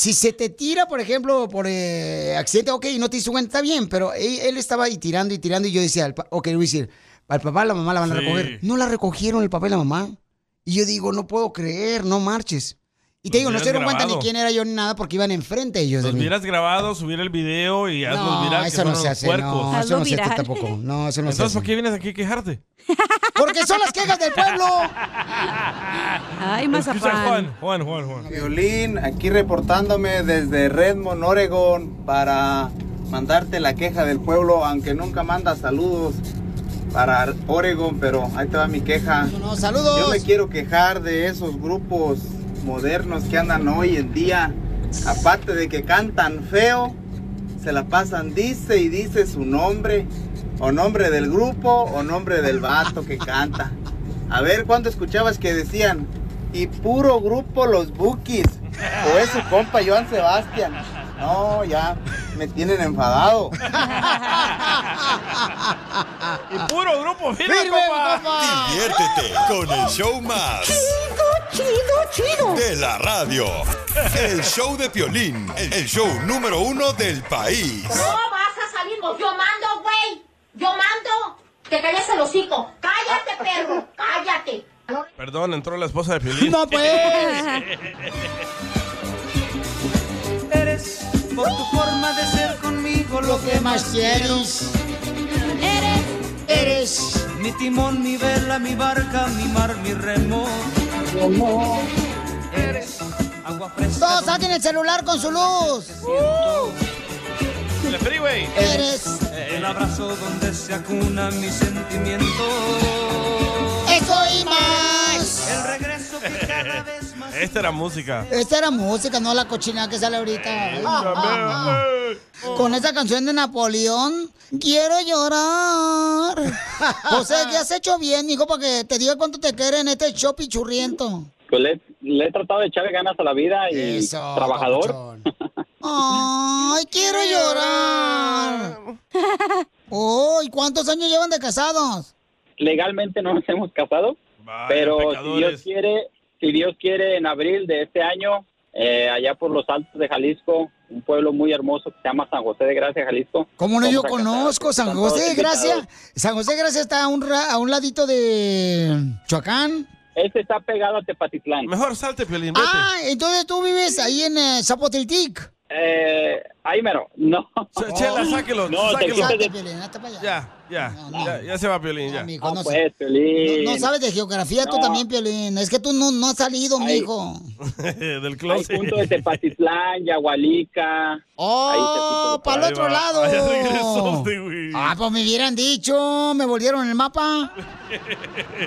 Speaker 3: Si se te tira, por ejemplo, por eh, accidente, ok, no te hizo cuenta, está bien, pero él, él estaba ahí tirando y tirando y yo decía, al pa- ok, voy a decir, al papá, la mamá la van a
Speaker 9: Sí.
Speaker 3: recoger. No la recogieron el papá y la mamá. Y yo digo, no puedo creer, no marches. Y te
Speaker 2: Los
Speaker 3: digo, no se
Speaker 2: hubieras
Speaker 3: dieron cuenta ni
Speaker 2: grabado.
Speaker 3: quién era yo ni nada porque iban enfrente ellos de
Speaker 2: Los
Speaker 3: mí.
Speaker 2: hubieras grabado, subir el video y hazlos
Speaker 3: No,
Speaker 2: viral. que
Speaker 3: eso
Speaker 2: son
Speaker 3: no se
Speaker 2: unos
Speaker 3: hace, no,
Speaker 2: puercos.
Speaker 3: eso no se hace tampoco. No, eso no se
Speaker 2: Entonces,
Speaker 3: hace.
Speaker 2: ¿por qué vienes aquí a quejarte?
Speaker 3: Porque son las quejas del pueblo.
Speaker 4: Ay,
Speaker 2: Escucha, Juan, Juan, Juan, Juan.
Speaker 10: Violín, aquí reportándome desde Redmond, Oregon, para mandarte la queja del pueblo, aunque nunca manda saludos para Oregon, pero ahí te va mi queja.
Speaker 3: No, saludos.
Speaker 10: Yo me quiero quejar de esos grupos modernos que andan hoy en día. Aparte de que cantan feo, se la pasan, dice y dice su nombre, o nombre del grupo, o nombre del vato que canta. A ver, ¿cuándo escuchabas que decían? Y puro grupo los Bookies, o es su compa Joan Sebastián. No, ya, me tienen enfadado.
Speaker 2: Y puro grupo firme, compa.
Speaker 5: Diviértete con el show más. Chido, chido, chido. De la radio. El show de Piolín. El show número uno del país.
Speaker 11: No vas a salir, vos. yo mando, güey. Yo mando. Te calles el hocico. Cállate, perro. Cállate.
Speaker 2: Perdón, entró la esposa de Piolín.
Speaker 11: No, pues.
Speaker 12: Eres por tu forma de ser conmigo lo que más quieres. Eres, eres mi timón, mi vela, mi barca, mi mar, mi remo. Eres agua fresca.
Speaker 3: Todos saquen el celular con su luz.
Speaker 2: El freeway.
Speaker 3: Eres.
Speaker 12: El abrazo donde se acuna mi sentimiento.
Speaker 3: Eso y más.
Speaker 12: El regreso que cada vez más.
Speaker 2: Esta era música.
Speaker 3: Esta era música, no la cochina que sale ahorita. Con esa canción de Napoleón, quiero llorar. José, ¿qué has hecho bien, hijo? Para que te diga cuánto te quiere en este show pichurriento.
Speaker 13: Pues le, le he tratado de echarle ganas a la vida y trabajador.
Speaker 3: Ay, quiero llorar. Oh, ¿y cuántos años llevan de casados?
Speaker 13: Legalmente no nos hemos casado, pero si Dios
Speaker 2: pecadores.
Speaker 13: quiere, si Dios quiere, en abril de este año, eh, allá por los altos de Jalisco, un pueblo muy hermoso que se llama San José de Gracia, Jalisco.
Speaker 3: ¿Cómo no
Speaker 13: vamos
Speaker 3: yo
Speaker 13: a casar.
Speaker 3: conozco San
Speaker 13: están todos
Speaker 3: José de Gracia?
Speaker 13: invitados.
Speaker 3: San José de Gracia está a un, ra- a un ladito de Choacán.
Speaker 13: Este está pegado a Tepatitlán.
Speaker 2: Mejor salte, Piolín, vete.
Speaker 3: Ah, entonces tú vives ahí en eh, Zapotiltic.
Speaker 13: Eh, ahí mero, no.
Speaker 2: Chela, sáquelo,
Speaker 13: No, te
Speaker 2: sáquelo.
Speaker 13: quites de-
Speaker 2: Ya, ya, ya, ya se va Piolín, ya.
Speaker 13: No, pues, Piolín.
Speaker 3: No, no sabes de geografía tú
Speaker 13: No.
Speaker 3: también, Piolín. Es que tú no, no has salido,
Speaker 13: Ay.
Speaker 3: mijo.
Speaker 2: Del
Speaker 13: Hay
Speaker 2: closet.
Speaker 13: punto de Tepatitlán, Yagualica.
Speaker 3: ¡Oh, para el otro lado! ah,
Speaker 13: Ah,
Speaker 3: pues me hubieran dicho, me volvieron el mapa.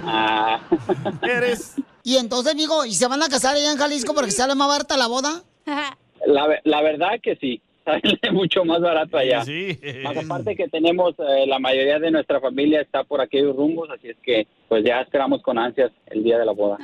Speaker 11: Ah.
Speaker 12: Ah.
Speaker 2: Eres.
Speaker 3: Y entonces, mijo, ¿y se van a casar allá en Jalisco porque sale más barata la boda?
Speaker 13: la, ve- la verdad que sí, sale mucho más barato allá.
Speaker 2: Sí.
Speaker 13: Más aparte que tenemos, eh, la mayoría de nuestra familia está por aquellos rumbos, así es que pues ya esperamos con ansias el día de la boda.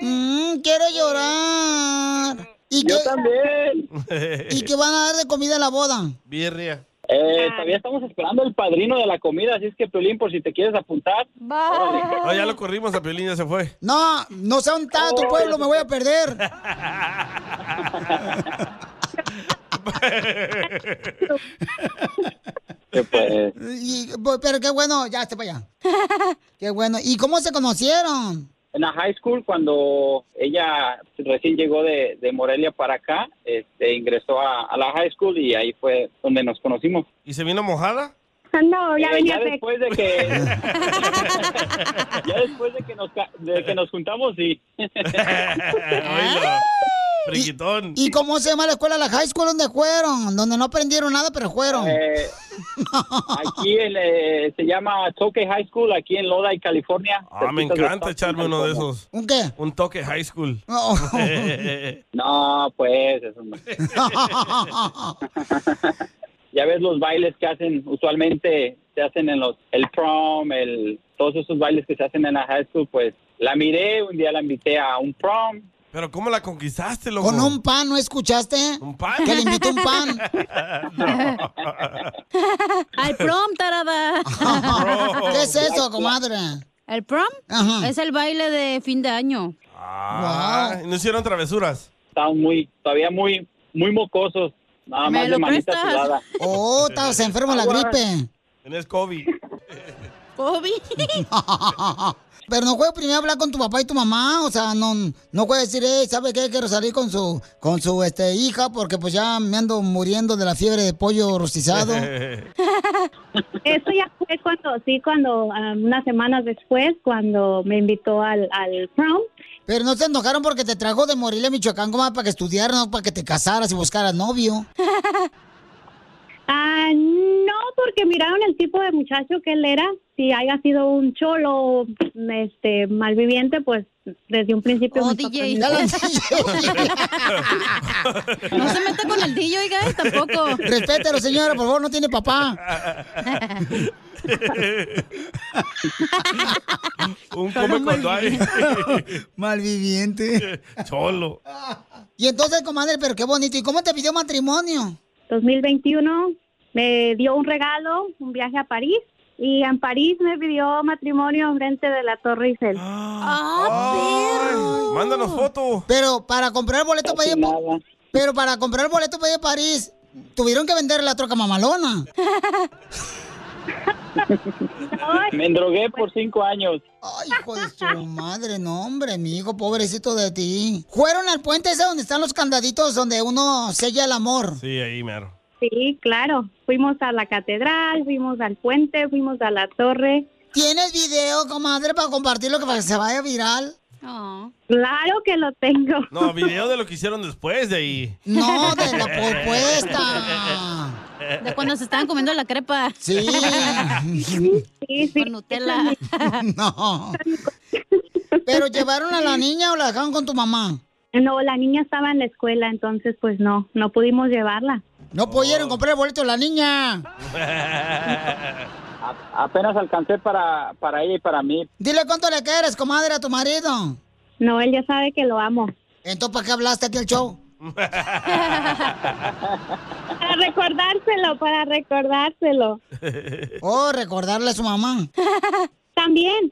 Speaker 3: Mm, quiero llorar. ¿Y
Speaker 13: Yo
Speaker 3: qué-
Speaker 13: también.
Speaker 3: ¿Y qué van a dar de comida a la boda?
Speaker 2: Birria.
Speaker 13: Eh, todavía estamos esperando el padrino de la comida, así es que Piolín, por si te quieres apuntar.
Speaker 2: Ah, ya lo corrimos a Piolín, ya se fue.
Speaker 3: No, no sé dónde está
Speaker 13: Oh.
Speaker 3: tu pueblo, me voy a perder.
Speaker 13: que pues
Speaker 3: Y, bu- pero qué bueno, ya está para allá. Qué bueno. ¿Y cómo se conocieron?
Speaker 13: en la high school cuando ella recién llegó de, de Morelia para acá, este, ingresó a, a la high school y ahí fue donde nos conocimos.
Speaker 2: ¿Y se vino mojada?
Speaker 9: No, ya
Speaker 13: Eh,
Speaker 9: venía
Speaker 13: ya
Speaker 9: seca.
Speaker 13: después de que ya después de que nos ca- de que nos juntamos y
Speaker 2: Oílo, friquitón.
Speaker 3: ¿Y cómo se llama la escuela, la high school donde fueron? Donde no aprendieron nada, pero fueron.
Speaker 13: Eh, aquí en, eh, se llama Toque High School aquí en Lodi, California.
Speaker 2: Ah, me
Speaker 13: cerquita de
Speaker 2: encanta echarme uno de esos.
Speaker 3: ¿Un qué?
Speaker 2: Un toque high school.
Speaker 3: No.
Speaker 13: No, pues eso no. Ya ves los bailes que hacen, usualmente se hacen en los el prom, el todos esos bailes que se hacen en la high school, pues la miré, un día la invité a un prom.
Speaker 2: Pero ¿cómo la conquistaste, loco?
Speaker 3: Con un pan, ¿no escuchaste? ¿Un
Speaker 2: pan?
Speaker 3: Que le invitó un pan.
Speaker 4: Al prom, tarada.
Speaker 3: ¿Qué es eso, comadre?
Speaker 4: ¿El prom? Es el baile de fin de año.
Speaker 2: Ah, ¿No hicieron travesuras?
Speaker 13: Estaban muy, todavía muy, muy mocosos. Nada
Speaker 3: ¿Me
Speaker 13: más
Speaker 3: lo
Speaker 13: de manita
Speaker 3: prestas?
Speaker 13: sudada.
Speaker 3: Oh, estabas enfermo de la
Speaker 13: Agua.
Speaker 3: gripe.
Speaker 2: Tenés COVID.
Speaker 3: COVID. Pero no fue primero hablar con tu papá y tu mamá, o sea, no, no puede decir, eh, ¿sabe qué? Quiero salir con su, con su, este, hija, porque pues ya me ando muriendo de la fiebre de pollo rostizado.
Speaker 9: Eso ya fue cuando, sí, cuando ah, unas semanas después, cuando me invitó al, al prom.
Speaker 3: Pero no se enojaron porque te trajo de Morelia, Michoacán, como para que estudiaras, no para que te casaras y buscaras novio.
Speaker 9: Ah, no, porque miraron el tipo de muchacho que él era. Si haya sido un cholo, este, malviviente, pues desde un principio.
Speaker 4: Oh,
Speaker 9: nosotros
Speaker 4: DJ.
Speaker 9: no-
Speaker 4: No se meta con el DJ, oiga, eh, tampoco.
Speaker 3: Respétalo, señora, por favor, no tiene papá.
Speaker 2: Un come cuando hay.
Speaker 3: Malviviente.
Speaker 2: Cholo.
Speaker 3: Y entonces, comadre, pero qué bonito. ¿Y cómo te pidió matrimonio?
Speaker 9: 2021 me dio un regalo, un viaje a París. Y en París me pidió matrimonio enfrente de la Torre Eiffel.
Speaker 13: Ah,
Speaker 2: Mándanos foto.
Speaker 3: Pero para comprar el boleto para ir a Pa- Pero para comprar el boleto para ir a París, tuvieron que vender la troca mamalona.
Speaker 13: Me endrogué por cinco años.
Speaker 3: Ay, hijo de su madre, no, hombre, mi hijo, pobrecito de ti. Fueron al puente ese donde están los candaditos donde uno sella el amor.
Speaker 2: Sí, ahí, mero.
Speaker 9: Sí, claro. Fuimos a la catedral, fuimos al puente, fuimos a la torre.
Speaker 3: ¿Tienes video, comadre, para compartirlo que para que se vaya viral?
Speaker 9: Claro que lo tengo.
Speaker 2: No, video de lo que hicieron después de ahí.
Speaker 3: No, de
Speaker 4: la
Speaker 3: propuesta.
Speaker 4: De cuando se estaban comiendo la crepa.
Speaker 3: Sí.
Speaker 9: Sí,
Speaker 4: Con Nutella.
Speaker 3: No. ¿Pero llevaron a la niña o la dejaron con tu mamá?
Speaker 9: No, la niña estaba en la escuela, entonces pues no, no pudimos llevarla.
Speaker 3: No
Speaker 2: Oh.
Speaker 3: pudieron comprar el boleto de la niña.
Speaker 13: A- apenas alcancé para, para ella y para mí.
Speaker 3: Dile cuánto le quieres, comadre, a tu marido.
Speaker 9: No, él ya sabe que lo amo.
Speaker 3: Entonces, ¿para qué hablaste aquí al show?
Speaker 9: Para recordárselo, para recordárselo.
Speaker 3: Oh, recordarle a su mamá.
Speaker 9: También.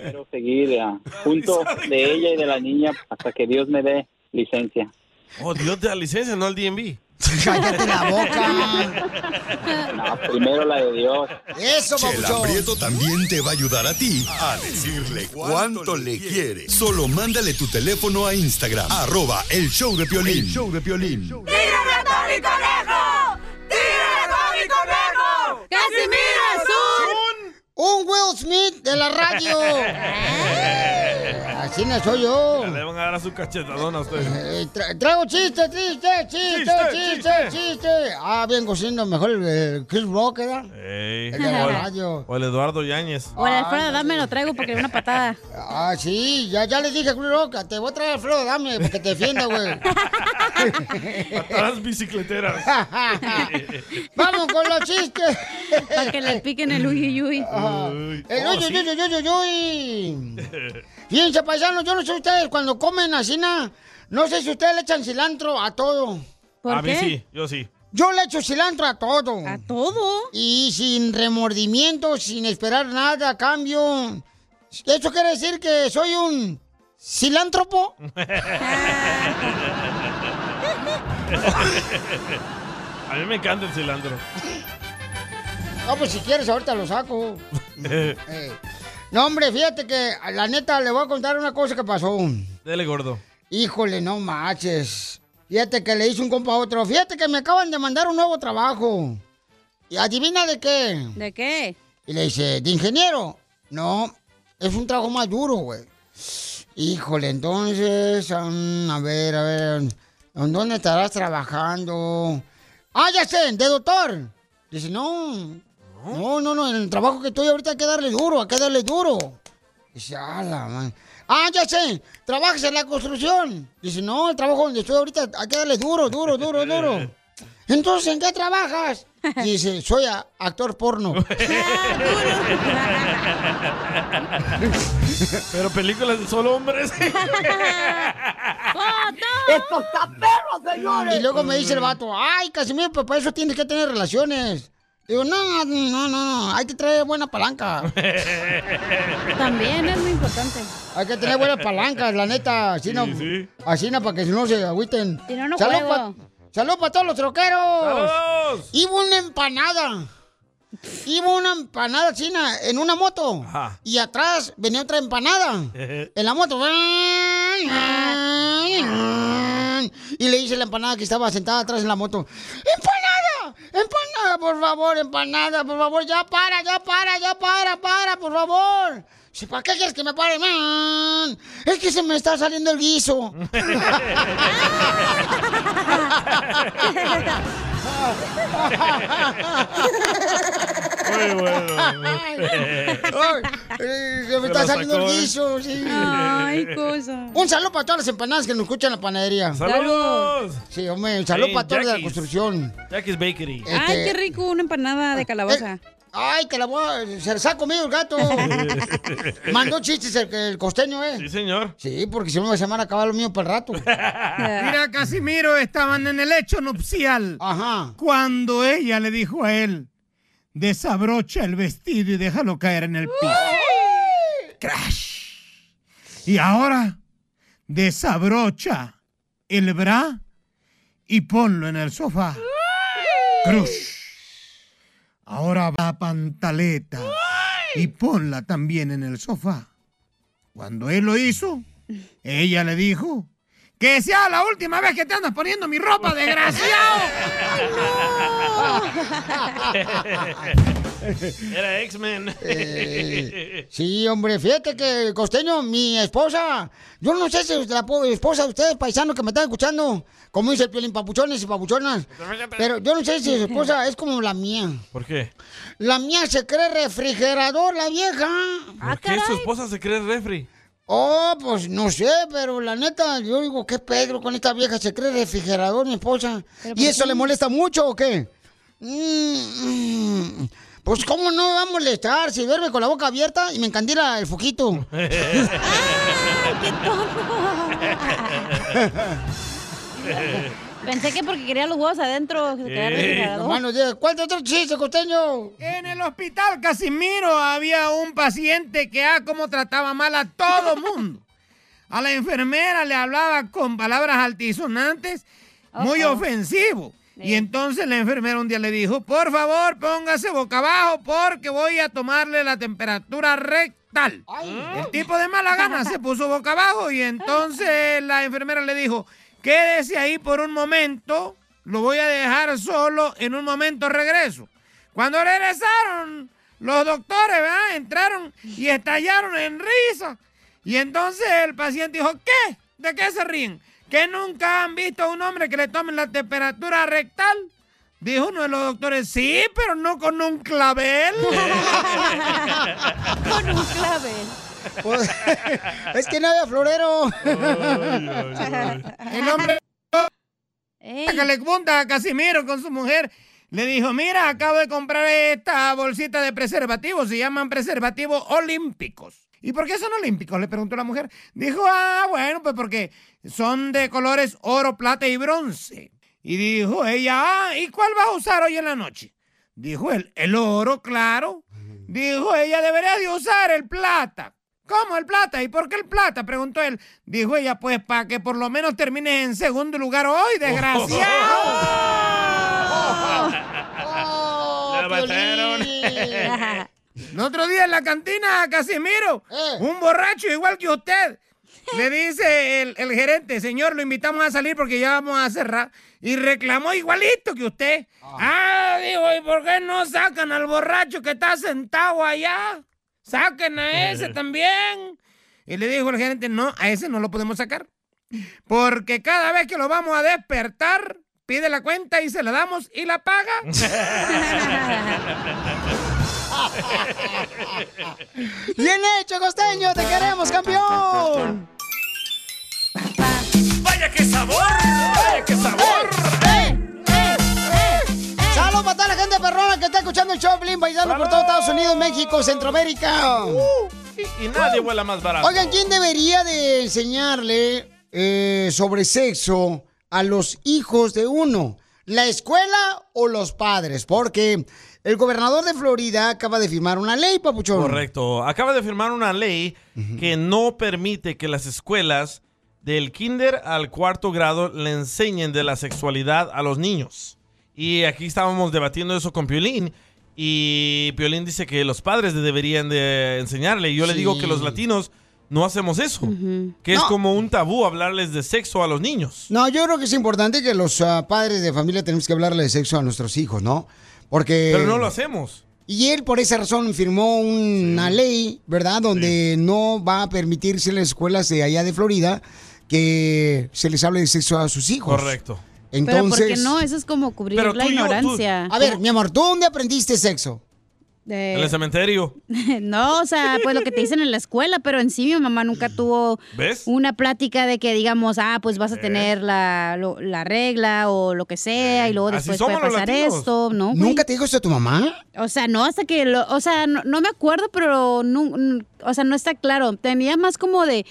Speaker 13: Quiero seguir
Speaker 11: eh,
Speaker 13: ah, junto de ella y de la niña hasta que Dios me dé licencia.
Speaker 2: Oh, Dios te da licencia, no al DMV.
Speaker 3: Cállate la
Speaker 13: No, Ah, primero la de Dios.
Speaker 3: Eso,
Speaker 5: El aprieto también te va a ayudar a ti a decirle cuánto le quiere. Solo mándale tu teléfono a Instagram, arroba el show de Piolín. show de Piolín.
Speaker 12: ¡Tírame a Tony Conejo! ¡Tírame a Tony Conejo!
Speaker 3: ¡Casimiro es Un Will Smith de la radio.
Speaker 12: ¡Eh!
Speaker 3: Así no soy yo.
Speaker 2: Le van a dar a su cachetadona a ustedes.
Speaker 3: Tra- traigo chiste, chiste, chiste,
Speaker 2: Chiste,
Speaker 3: chiste,
Speaker 2: chiste.
Speaker 3: chiste, Ah, bien cociendo mejor el, el Chris Rock, ¿verdad?
Speaker 2: Ey.
Speaker 3: Eh, El de la
Speaker 2: O el-
Speaker 3: radio.
Speaker 2: O el Eduardo Yáñez.
Speaker 4: O el Alfredo, dame, lo traigo porque una patada.
Speaker 3: Ah, sí, ya, ya les dije a Chris Rock, te voy a traer a Alfredo, dame, para que te defienda, güey.
Speaker 2: Patadas bicicleteras.
Speaker 3: Vamos con los chistes.
Speaker 4: Para que le piquen el uy, uy, uy.
Speaker 3: El uy, Oh, uy, uy, uy, uy, uy. Fíjense, paisanos, yo no sé ustedes, cuando comen así, na, no sé si ustedes le echan cilantro a todo.
Speaker 2: a mí sí, yo sí.
Speaker 3: Yo le echo cilantro a todo. ¿A todo? Y sin remordimiento, sin esperar nada a cambio. ¿Eso quiere decir que soy un cilántropo?
Speaker 2: A mí me encanta el cilantro.
Speaker 3: No, pues si quieres, ahorita lo saco. Eh. No, hombre, fíjate que la neta le voy a contar una cosa que pasó.
Speaker 2: Dele gordo.
Speaker 3: Híjole, no maches. Fíjate que le hice un compa a otro. Fíjate que me acaban de mandar un nuevo trabajo. ¿Y adivina de qué?
Speaker 4: ¿De qué?
Speaker 3: Y le dice, ¿de ingeniero? No, es un trabajo más duro, güey. Híjole, entonces, mm, a ver, a ver, ¿en dónde estarás trabajando? ¡Ah, ya sé! ¡De doctor! Dice, no, no, no, no, en el trabajo que estoy ahorita hay que darle duro, hay que darle duro. Dice, ala, man. Ah, ya sé, trabajas en la construcción. Dice, no, el trabajo donde estoy ahorita hay que darle duro, duro, duro, duro. Entonces, ¿en qué trabajas? Dice, soy a- actor porno.
Speaker 2: Pero películas de solo hombres.
Speaker 3: ¡Estos taperos, señores! Y luego me dice el vato, ay, Casimiro, papá, eso tienes que tener relaciones. Digo, no, no, no, no, hay que traer buena palanca.
Speaker 4: También es muy importante.
Speaker 3: Hay que tener buenas palancas, la neta. Así no, así no, para que no se agüiten.
Speaker 4: Si no, no
Speaker 3: Salud
Speaker 4: juego.
Speaker 3: pa- salud para todos los troqueros.
Speaker 2: ¡Saludos!
Speaker 3: Iba una empanada. Iba una empanada china en una moto. Y atrás venía otra empanada. En la moto. Y le dice la empanada que estaba sentada atrás en la moto. ¡Empanada! ¡Empanada, por favor! ¡Empanada, por favor! ¡Ya para, ya para, ya para, para, por favor! Dice, ¿Para qué quieres que me pare? man? Es que se me está saliendo el guiso.
Speaker 12: Muy bueno.
Speaker 3: Ay, eh, se me
Speaker 12: Se
Speaker 3: está
Speaker 12: lo
Speaker 3: saliendo
Speaker 12: sacó,
Speaker 3: el
Speaker 12: ¿eh?
Speaker 3: guiso, sí.
Speaker 12: Ay, cosa.
Speaker 3: Un saludo para todas las empanadas que nos escuchan en la panadería.
Speaker 2: ¡Saludos!
Speaker 3: Sí, hombre, un saludo
Speaker 2: Sí,
Speaker 3: para todos de la
Speaker 2: Jackie's.
Speaker 3: construcción. Este, eh,
Speaker 2: Jackie's Bakery.
Speaker 4: Ay, qué rico una empanada de calabaza.
Speaker 3: Ay, que la voy a... Se la saco medio el gato. Mandó chistes el, el costeño, ¿eh? Sí,
Speaker 2: señor.
Speaker 3: Sí, porque si no me semana acaba lo mío para el rato.
Speaker 14: Mira, Casimiro, estaban en el hecho nupcial.
Speaker 3: Ajá.
Speaker 14: Cuando ella le dijo a él, desabrocha el vestido y déjalo caer en el piso. Crash. Y ahora, desabrocha el bra y ponlo en el sofá. Crush. Ahora va pantaleta y ponla también en el sofá. Cuando él lo hizo, ella le dijo, que sea la última vez que te andas poniendo mi ropa, desgraciado.
Speaker 2: Era X-Men. Eh.
Speaker 3: Sí, hombre, fíjate que costeño, mi esposa, yo no sé si es la po- esposa de ustedes, paisanos que me están escuchando, como dice el piolín, papuchones y papuchonas, pero yo no sé si su esposa es como la mía.
Speaker 2: ¿Por qué?
Speaker 3: La mía se cree refrigerador, la vieja.
Speaker 12: Ah,
Speaker 2: ¿Por
Speaker 3: Ah,
Speaker 2: qué su esposa se cree refri?
Speaker 3: Oh, pues no sé, pero la neta, yo digo, ¿qué Pedro con esta vieja? Se cree refrigerador, mi esposa.
Speaker 12: Pero
Speaker 3: ¿Y
Speaker 12: ¿por
Speaker 3: eso
Speaker 12: qué?
Speaker 3: le molesta mucho o qué? Mm, mm, pues, ¿cómo no va a molestar? Si duerme con la boca abierta y me encandila el foquito.
Speaker 12: ¡Qué
Speaker 4: Pensé que porque quería los huevos adentro. que se quedara refrigerador.
Speaker 3: ¿Cuánto otro chiste, costeño?
Speaker 14: En el hospital Casimiro había un paciente que, ah, cómo trataba mal a todo mundo. A la enfermera le hablaba con palabras altisonantes, muy
Speaker 12: Uh-oh.
Speaker 14: ofensivo. Y entonces la enfermera un día le dijo, por favor, póngase boca abajo porque voy a tomarle la temperatura rectal. El tipo de mala gana se puso boca abajo y entonces la enfermera le dijo, quédese ahí por un momento, lo voy a dejar solo, en un momento regreso. Cuando regresaron, los doctores ¿verdad? entraron y estallaron en risa. Y entonces el paciente dijo, ¿qué? ¿De qué se ríen? ¿Que nunca han visto a un hombre que le tomen la temperatura rectal? Dijo uno de los doctores, sí, pero no con un clavel.
Speaker 4: Con un clavel.
Speaker 3: Pues, es que no había florero.
Speaker 14: El hombre que le cuenta a Casimiro con su mujer le dijo, mira, acabo de comprar esta bolsita de preservativos, se llaman preservativos olímpicos. ¿Y por qué son olímpicos? Le preguntó la mujer. Dijo, ah, bueno, pues porque son de colores oro, plata y bronce. Y dijo ella, ah, ¿y cuál vas a usar hoy en la noche? Dijo él, el oro, claro. Dijo ella, debería de usar el plata. ¿Cómo el plata? ¿Y por qué el plata? Preguntó él. Dijo ella, pues para que por lo menos termines en segundo lugar hoy, desgraciado.
Speaker 2: La mataron.
Speaker 14: El otro día en la cantina, Casimiro,
Speaker 15: Eh.
Speaker 14: un borracho igual que usted, le dice el, el gerente, señor, lo invitamos a salir porque ya vamos a cerrar. Y reclamó igualito que usted. Ah, digo, ¿y por qué no sacan al borracho que está sentado allá? Saquen a ese
Speaker 15: Eh.
Speaker 14: también. Y le dijo el gerente, no, a ese no lo podemos sacar. Porque cada vez que lo vamos a despertar, pide la cuenta y se la damos y la paga.
Speaker 3: Bien hecho, costeño, te queremos, campeón.
Speaker 12: ¡Vaya qué sabor! ¡Vaya qué sabor! Eh,
Speaker 3: Saludos para toda la gente perrona que está escuchando el show, Blin, paisano por todo Estados Unidos, México, Centroamérica.
Speaker 2: Y nadie vuela más barato.
Speaker 3: Oigan, ¿quién debería de enseñarle eh, sobre sexo a los hijos de uno? ¿La escuela o los padres? Porque el gobernador de Florida acaba de firmar una ley, papuchón.
Speaker 2: Correcto. Acaba de firmar una ley que no permite que las escuelas del kinder al cuarto grado le enseñen de la sexualidad a los niños. Y aquí estábamos debatiendo eso con Piolín. Y Piolín dice que los padres deberían de enseñarle. Y yo le
Speaker 16: Sí.
Speaker 2: digo que los latinos no hacemos eso. Que es
Speaker 3: No.
Speaker 2: como un tabú hablarles de sexo a los niños.
Speaker 3: No, yo creo que es importante que los ah, padres de familia tenemos que hablarle de sexo a nuestros hijos, ¿no? Porque...
Speaker 2: Pero no lo hacemos.
Speaker 3: Y él por esa razón firmó una ley, ¿verdad? Donde no va a permitirse en las escuelas de allá de Florida que se les hable de sexo a sus hijos.
Speaker 2: Correcto.
Speaker 4: Pero ¿por
Speaker 3: Entonces...
Speaker 4: qué no? Eso es como cubrir la ignorancia.
Speaker 3: A ver, mi amor, ¿tú dónde aprendiste sexo?
Speaker 4: Eh,
Speaker 2: En el cementerio.
Speaker 4: No, o sea, pues lo que te dicen en la escuela, pero en sí mi mamá nunca
Speaker 3: Mm.
Speaker 4: tuvo
Speaker 2: ¿Ves?
Speaker 4: una plática de que digamos, ah, pues
Speaker 3: Eh.
Speaker 4: vas a tener la, lo- la regla o lo que sea y luego
Speaker 3: Así
Speaker 4: después
Speaker 3: somos
Speaker 4: puede
Speaker 3: los
Speaker 4: pasar
Speaker 3: latinos.
Speaker 4: esto, ¿no? Pues güey?
Speaker 3: ¿Nunca te dijo eso tu mamá?
Speaker 4: O sea, no, hasta que, lo- o sea, no, no me acuerdo, pero, nu- n- o sea, no está claro. Tenía más como de,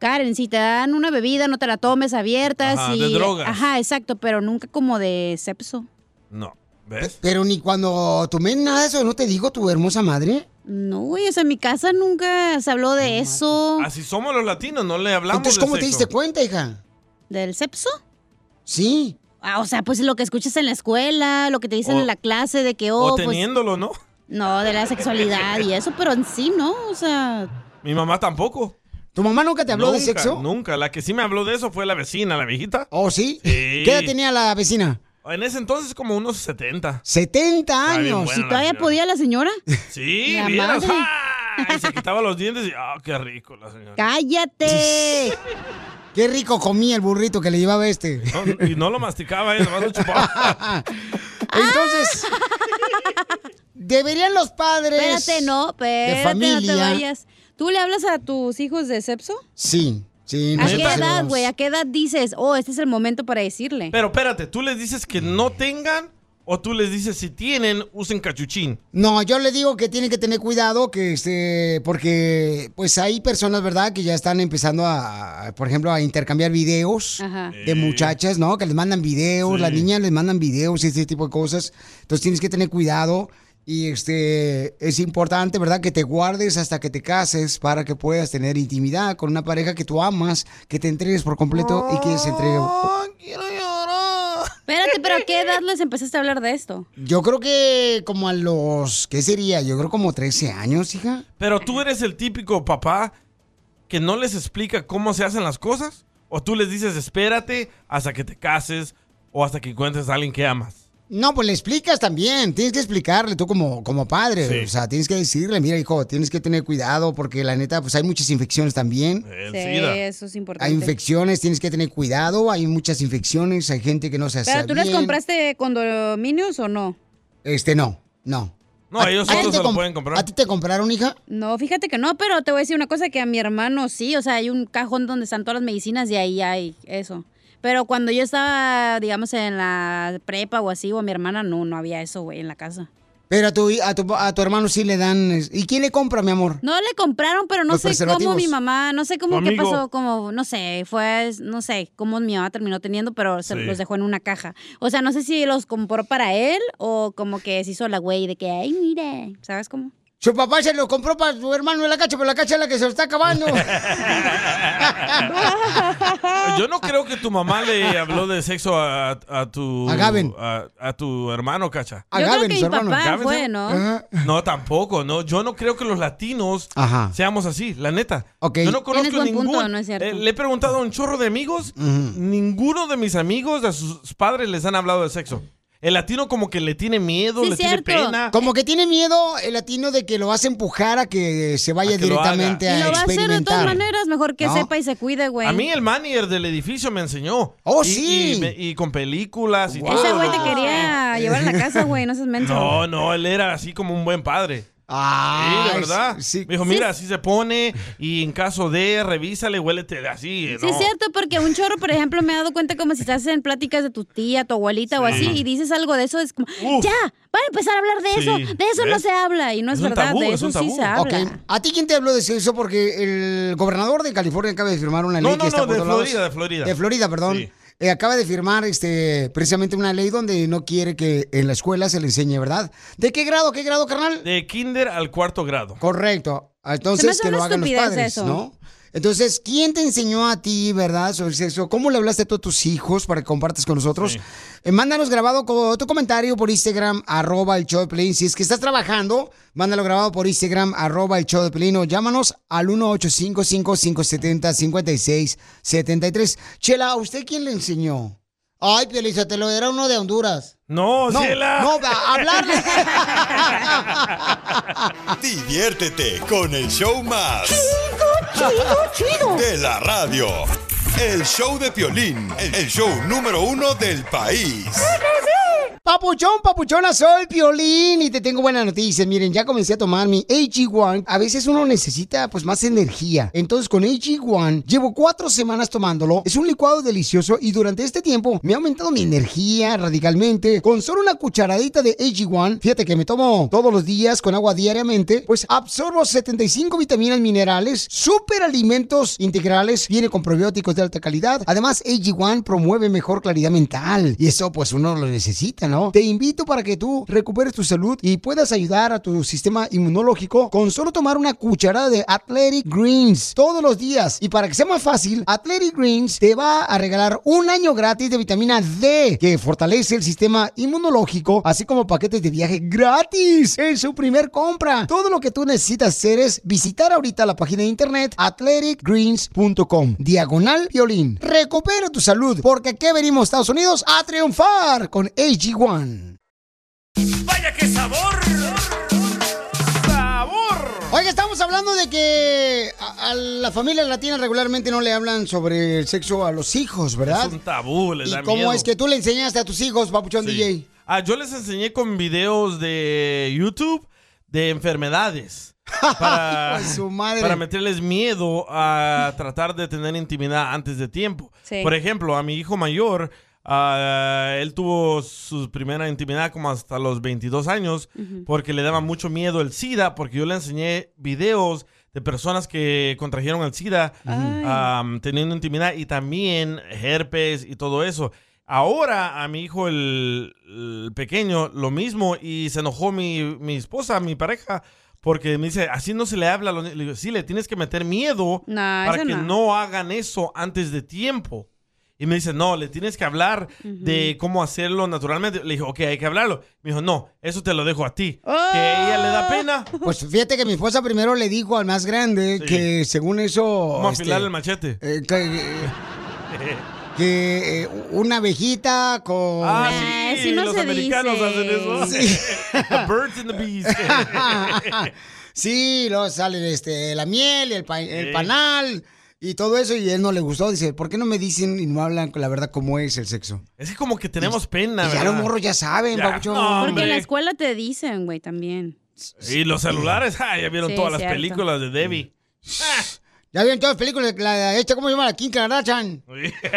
Speaker 4: Karen, si te dan una bebida, no te la tomes abierta.
Speaker 3: Ajá,
Speaker 4: si-
Speaker 3: de drogas.
Speaker 4: Ajá, exacto, pero nunca como de sexo.
Speaker 2: No. ¿Ves?
Speaker 3: Pero ni cuando tomé nada de eso, ¿no te dijo tu hermosa madre?
Speaker 4: No, güey, o sea, en mi casa nunca se habló de eso.
Speaker 2: Así somos los latinos, no le hablamos
Speaker 3: Entonces,
Speaker 2: de
Speaker 3: ¿cómo te
Speaker 2: sexo.
Speaker 3: diste cuenta, hija?
Speaker 4: ¿Del sexo?
Speaker 3: Sí.
Speaker 4: Ah, o sea, pues lo que escuchas en la escuela, lo que te dicen
Speaker 2: O-
Speaker 4: en la clase de que, oh,
Speaker 2: O
Speaker 4: pues...
Speaker 2: teniéndolo, ¿no?
Speaker 4: No, de la sexualidad y eso, pero en sí, ¿no? O sea...
Speaker 2: Mi mamá tampoco.
Speaker 3: ¿Tu mamá nunca te habló de
Speaker 2: Nunca,
Speaker 3: sexo?
Speaker 2: Nunca. La que sí me habló de eso fue la vecina, la viejita.
Speaker 3: ¿Oh, sí? ¿Qué edad tenía la vecina?
Speaker 2: En ese entonces como unos 70.
Speaker 3: 70
Speaker 2: Está bien
Speaker 3: años.
Speaker 2: buena ¿Y la todavía señora.
Speaker 4: ¿Podía la señora?
Speaker 2: Sí,
Speaker 4: La
Speaker 2: vieras,
Speaker 4: madre.
Speaker 2: ¡ay! se quitaba los dientes y ¡ah, qué rico la señora!
Speaker 4: ¡Cállate!
Speaker 3: Qué rico comía el burrito que le llevaba este.
Speaker 2: No, y no lo masticaba, ella nomás lo chupaba.
Speaker 3: Entonces, deberían los padres.
Speaker 4: Espérate, no, espérate, no
Speaker 3: familia.
Speaker 4: te vayas. ¿Tú le hablas a tus hijos de sexo?
Speaker 3: Sí, sí.
Speaker 4: ¿A
Speaker 3: nosotros
Speaker 4: qué
Speaker 3: se
Speaker 4: edad,
Speaker 3: los-
Speaker 4: güey? ¿A qué edad dices, oh, este es el momento para decirle?
Speaker 2: Pero espérate, ¿tú les dices que no tengan o tú les dices si tienen, usen cachuchín?
Speaker 3: No, yo le digo que tienen que tener cuidado, que este, porque pues hay personas, ¿verdad? Que ya están empezando a, a, por ejemplo, a intercambiar videos
Speaker 4: Ajá.
Speaker 3: de muchachas, ¿no? Que les mandan videos,
Speaker 17: Sí.
Speaker 3: las niñas les mandan videos y este tipo de cosas. Entonces tienes que tener cuidado y este, es importante, ¿verdad? Que te guardes hasta que te cases para que puedas tener intimidad con una pareja que tú amas, que te entregues por completo y que se entregue.
Speaker 4: Espérate, pero ¿a qué edad les empezaste a hablar de esto?
Speaker 3: Yo creo que como a los, ¿qué sería? Yo creo como 13 años, hija.
Speaker 2: Pero tú eres el típico papá que no les explica cómo se hacen las cosas o tú les dices espérate hasta que te cases o hasta que encuentres a alguien que amas.
Speaker 3: No, pues le explicas también, tienes que explicarle tú como, como padre,
Speaker 2: Sí.
Speaker 3: o sea, tienes que decirle, mira hijo, tienes que tener cuidado porque la neta, pues hay muchas infecciones también.
Speaker 4: Sí, eso es importante.
Speaker 3: Hay infecciones, tienes que tener cuidado, hay muchas infecciones, hay gente que no se hace
Speaker 4: ¿Pero tú les
Speaker 3: bien.
Speaker 4: compraste condominios o no?
Speaker 3: Este, no, no.
Speaker 2: No, ellos
Speaker 3: a ti
Speaker 2: solos
Speaker 3: te
Speaker 2: se lo
Speaker 3: comp-
Speaker 2: pueden comprar.
Speaker 3: ¿A ti te compraron, hija?
Speaker 4: No, fíjate que no, pero te voy a decir una cosa que a mi hermano sí, o sea, hay un cajón donde están todas las medicinas y ahí hay eso. Pero cuando yo estaba, digamos, en la prepa o así, o a mi hermana, no, no había eso, güey, en la casa.
Speaker 3: Pero a tu, a, tu, a tu hermano sí le dan... es- ¿Y quién le compra, mi amor?
Speaker 4: No le compraron, pero no
Speaker 3: Los
Speaker 4: sé cómo
Speaker 3: preservativos.
Speaker 4: mi mamá, no sé cómo
Speaker 3: Tu
Speaker 4: qué
Speaker 3: amigo.
Speaker 4: pasó, como, no sé, fue, no sé cómo mi mamá terminó teniendo, pero se
Speaker 3: Sí.
Speaker 4: los dejó en una caja. O sea, no sé si los compró para él o como que se hizo la güey de que, ay, mira, ¿sabes cómo?
Speaker 3: Su papá se lo compró para su hermano de la cacha, pero la cacha es la que se lo está acabando.
Speaker 2: Yo no creo que tu mamá le habló de sexo a, a tu.
Speaker 3: A Gavin.
Speaker 2: A, a tu hermano, cacha.
Speaker 4: Yo creo que mi papá
Speaker 2: ¿Gavin,
Speaker 4: fue,
Speaker 2: sí?
Speaker 4: ¿no?
Speaker 2: No, tampoco, no. Yo no creo que los latinos
Speaker 3: Ajá.
Speaker 2: seamos así, la neta. Yo no
Speaker 4: Tienes
Speaker 2: conozco
Speaker 4: buen
Speaker 2: ningún.
Speaker 4: punto, ¿no es cierto?
Speaker 2: eh, le he preguntado a un chorro de amigos, ninguno de mis amigos, a sus padres les han hablado de sexo. El latino como que le tiene miedo, le tiene pena.
Speaker 3: Como que tiene miedo el latino de que lo vas a empujar a que se vaya
Speaker 2: A que lo
Speaker 3: directamente
Speaker 2: haga.
Speaker 3: a
Speaker 2: Lo va a hacer de todas
Speaker 3: experimentar.
Speaker 2: maneras.
Speaker 4: Maneras mejor que
Speaker 2: No.
Speaker 4: sepa y se cuide, güey.
Speaker 2: A mí el manager del edificio me enseñó.
Speaker 3: ¡Oh,
Speaker 2: Y-
Speaker 4: sí!
Speaker 2: Y, me- y con películas y todo.
Speaker 4: Ese güey te quería llevar a la casa, güey, no seas menso.
Speaker 2: No, no, él era así como un buen padre.
Speaker 3: Ah,
Speaker 2: sí, de verdad. Me dijo,
Speaker 4: Sí.
Speaker 2: mira, así se pone y en caso de, revísale, huélete de así.
Speaker 4: Sí,
Speaker 2: ¿no?
Speaker 4: es cierto, porque un chorro, por ejemplo, me he dado cuenta como si estás en pláticas de tu tía, tu abuelita o
Speaker 2: Sí.
Speaker 4: así, y dices algo de eso, es como, ya, van a empezar a hablar de
Speaker 3: Sí,
Speaker 4: eso, de eso no
Speaker 3: ¿ves?
Speaker 4: se habla, y no es, verdad, de eso sí se habla.
Speaker 3: Ok, ¿A ti quién te habló de eso? Porque el gobernador de California acaba de firmar una
Speaker 2: No,
Speaker 3: ley
Speaker 2: no,
Speaker 3: que está
Speaker 2: no,
Speaker 3: por
Speaker 2: de
Speaker 3: todos lados.
Speaker 2: Florida, de Florida.
Speaker 3: De Florida, perdón.
Speaker 2: Sí.
Speaker 3: Eh, acaba de firmar este precisamente una ley donde no quiere que en la escuela se le enseñe, ¿verdad? ¿De qué grado, qué grado, carnal?
Speaker 2: De kinder al cuarto grado.
Speaker 3: Correcto. Ah,
Speaker 4: Se me
Speaker 3: Entonces
Speaker 4: hace
Speaker 3: que lo
Speaker 4: una
Speaker 3: hagan los
Speaker 4: estupidez
Speaker 3: padres,
Speaker 4: eso.
Speaker 3: ¿no? Entonces, ¿quién te enseñó a ti, verdad, sobre el sexo? ¿Cómo le hablaste tú a tus hijos para que compartas con nosotros? Eh, mándanos grabado co- tu comentario por Instagram, arroba el show de Pelín. Si es que estás trabajando, mándalo grabado por Instagram, arroba el show de Pelín o llámanos al 1-855-570-5673. Chela, ¿a usted quién le enseñó? Ay, te lo era uno de Honduras.
Speaker 12: Oh,
Speaker 2: No,
Speaker 3: no,
Speaker 5: Chela.
Speaker 3: No, a- hablarle.
Speaker 5: Diviértete con el show más. Chido, chido, chido. De la radio. El show de Piolín, el el show número uno del país.
Speaker 3: Papuchón, papuchona, soy Piolín y te tengo buenas noticias. Miren, ya comencé a tomar mi AG1. A veces uno necesita pues más energía. Entonces con AG1 llevo cuatro semanas tomándolo. Es un licuado delicioso y durante este tiempo me ha aumentado mi energía radicalmente. Con solo una cucharadita de AG1, fíjate que me tomo todos los días con agua diariamente, pues absorbo 75 vitaminas, minerales, superalimentos integrales, viene con probióticos de alta calidad. Además, AG1 promueve mejor claridad mental y eso pues uno lo necesita, ¿no? Te invito para que tú recuperes tu salud y puedas ayudar a tu sistema inmunológico con solo tomar una cucharada de Athletic Greens todos los días. Y para que sea más fácil, Athletic Greens te va a regalar un año gratis de vitamina D que fortalece el sistema inmunológico, así como paquetes de viaje gratis en su primer compra. Todo lo que tú necesitas hacer es visitar ahorita la página de internet athleticgreens.com, diagonal violín. Recupera tu salud, porque aquí venimos, Estados Unidos, a triunfar con AG1.
Speaker 12: ¡Vaya qué sabor! ¡Sabor!
Speaker 3: Oiga, estamos hablando de que a, a la familia latina regularmente no le hablan sobre el sexo a los hijos, ¿verdad?
Speaker 2: Es un tabú, les
Speaker 3: ¿Y
Speaker 2: da
Speaker 3: cómo
Speaker 2: miedo.
Speaker 3: es que tú le enseñaste a tus hijos, papuchón
Speaker 2: Sí.
Speaker 3: DJ?
Speaker 2: Ah, yo les enseñé con videos de YouTube de enfermedades. Para,
Speaker 3: Hijo de su madre.
Speaker 2: para meterles miedo a tratar de tener intimidad antes de tiempo.
Speaker 3: Sí.
Speaker 2: Por ejemplo, a mi hijo mayor, ah, él tuvo su primera intimidad como hasta los 22 años
Speaker 16: Ujú.
Speaker 2: porque le daba mucho miedo el SIDA, porque yo le enseñé videos de personas que contrajeron el SIDA
Speaker 16: Ay.
Speaker 2: am, teniendo intimidad y también herpes y todo eso. Ahora a mi hijo el, el pequeño lo mismo y se enojó mi, mi esposa, mi pareja, porque me dice, así no se le habla a los niños". Le digo, sí, le tienes que meter miedo
Speaker 4: No,
Speaker 2: para
Speaker 4: eso
Speaker 2: que
Speaker 4: no.
Speaker 2: no hagan eso antes de tiempo. Y me dice, no, le tienes que hablar de cómo hacerlo naturalmente. Le dije, ok, hay que hablarlo. Me dijo, no, eso te lo dejo a ti.
Speaker 4: Oh.
Speaker 2: Que ella le da pena.
Speaker 3: Pues fíjate que mi esposa primero le dijo al más grande que según eso...
Speaker 2: Vamos a
Speaker 3: este,
Speaker 2: afilar el machete.
Speaker 3: eh, que, que, eh, una abejita con... eh,
Speaker 2: Ah, sí, los americanos hacen eso. Birds and the bees.
Speaker 3: sí, luego sale este, la miel, el, pa- el panal y todo eso. Y él no le gustó. Dice, ¿por qué no me dicen y no hablan la verdad cómo es el sexo?
Speaker 2: Es que como que tenemos pena,
Speaker 3: y ya
Speaker 2: ¿verdad?
Speaker 3: los morros ya saben,
Speaker 2: Ya,
Speaker 3: papuchón.
Speaker 2: no,
Speaker 4: Porque en la
Speaker 2: hombre.
Speaker 4: escuela te dicen, güey, también.
Speaker 2: Y los celulares, ah, ya vieron
Speaker 4: Sí,
Speaker 2: todas las
Speaker 4: cierto.
Speaker 2: películas de Debbie.
Speaker 3: Ya vieron todas las películas, la, esta, ¿cómo se llama? La Kim Kardashian.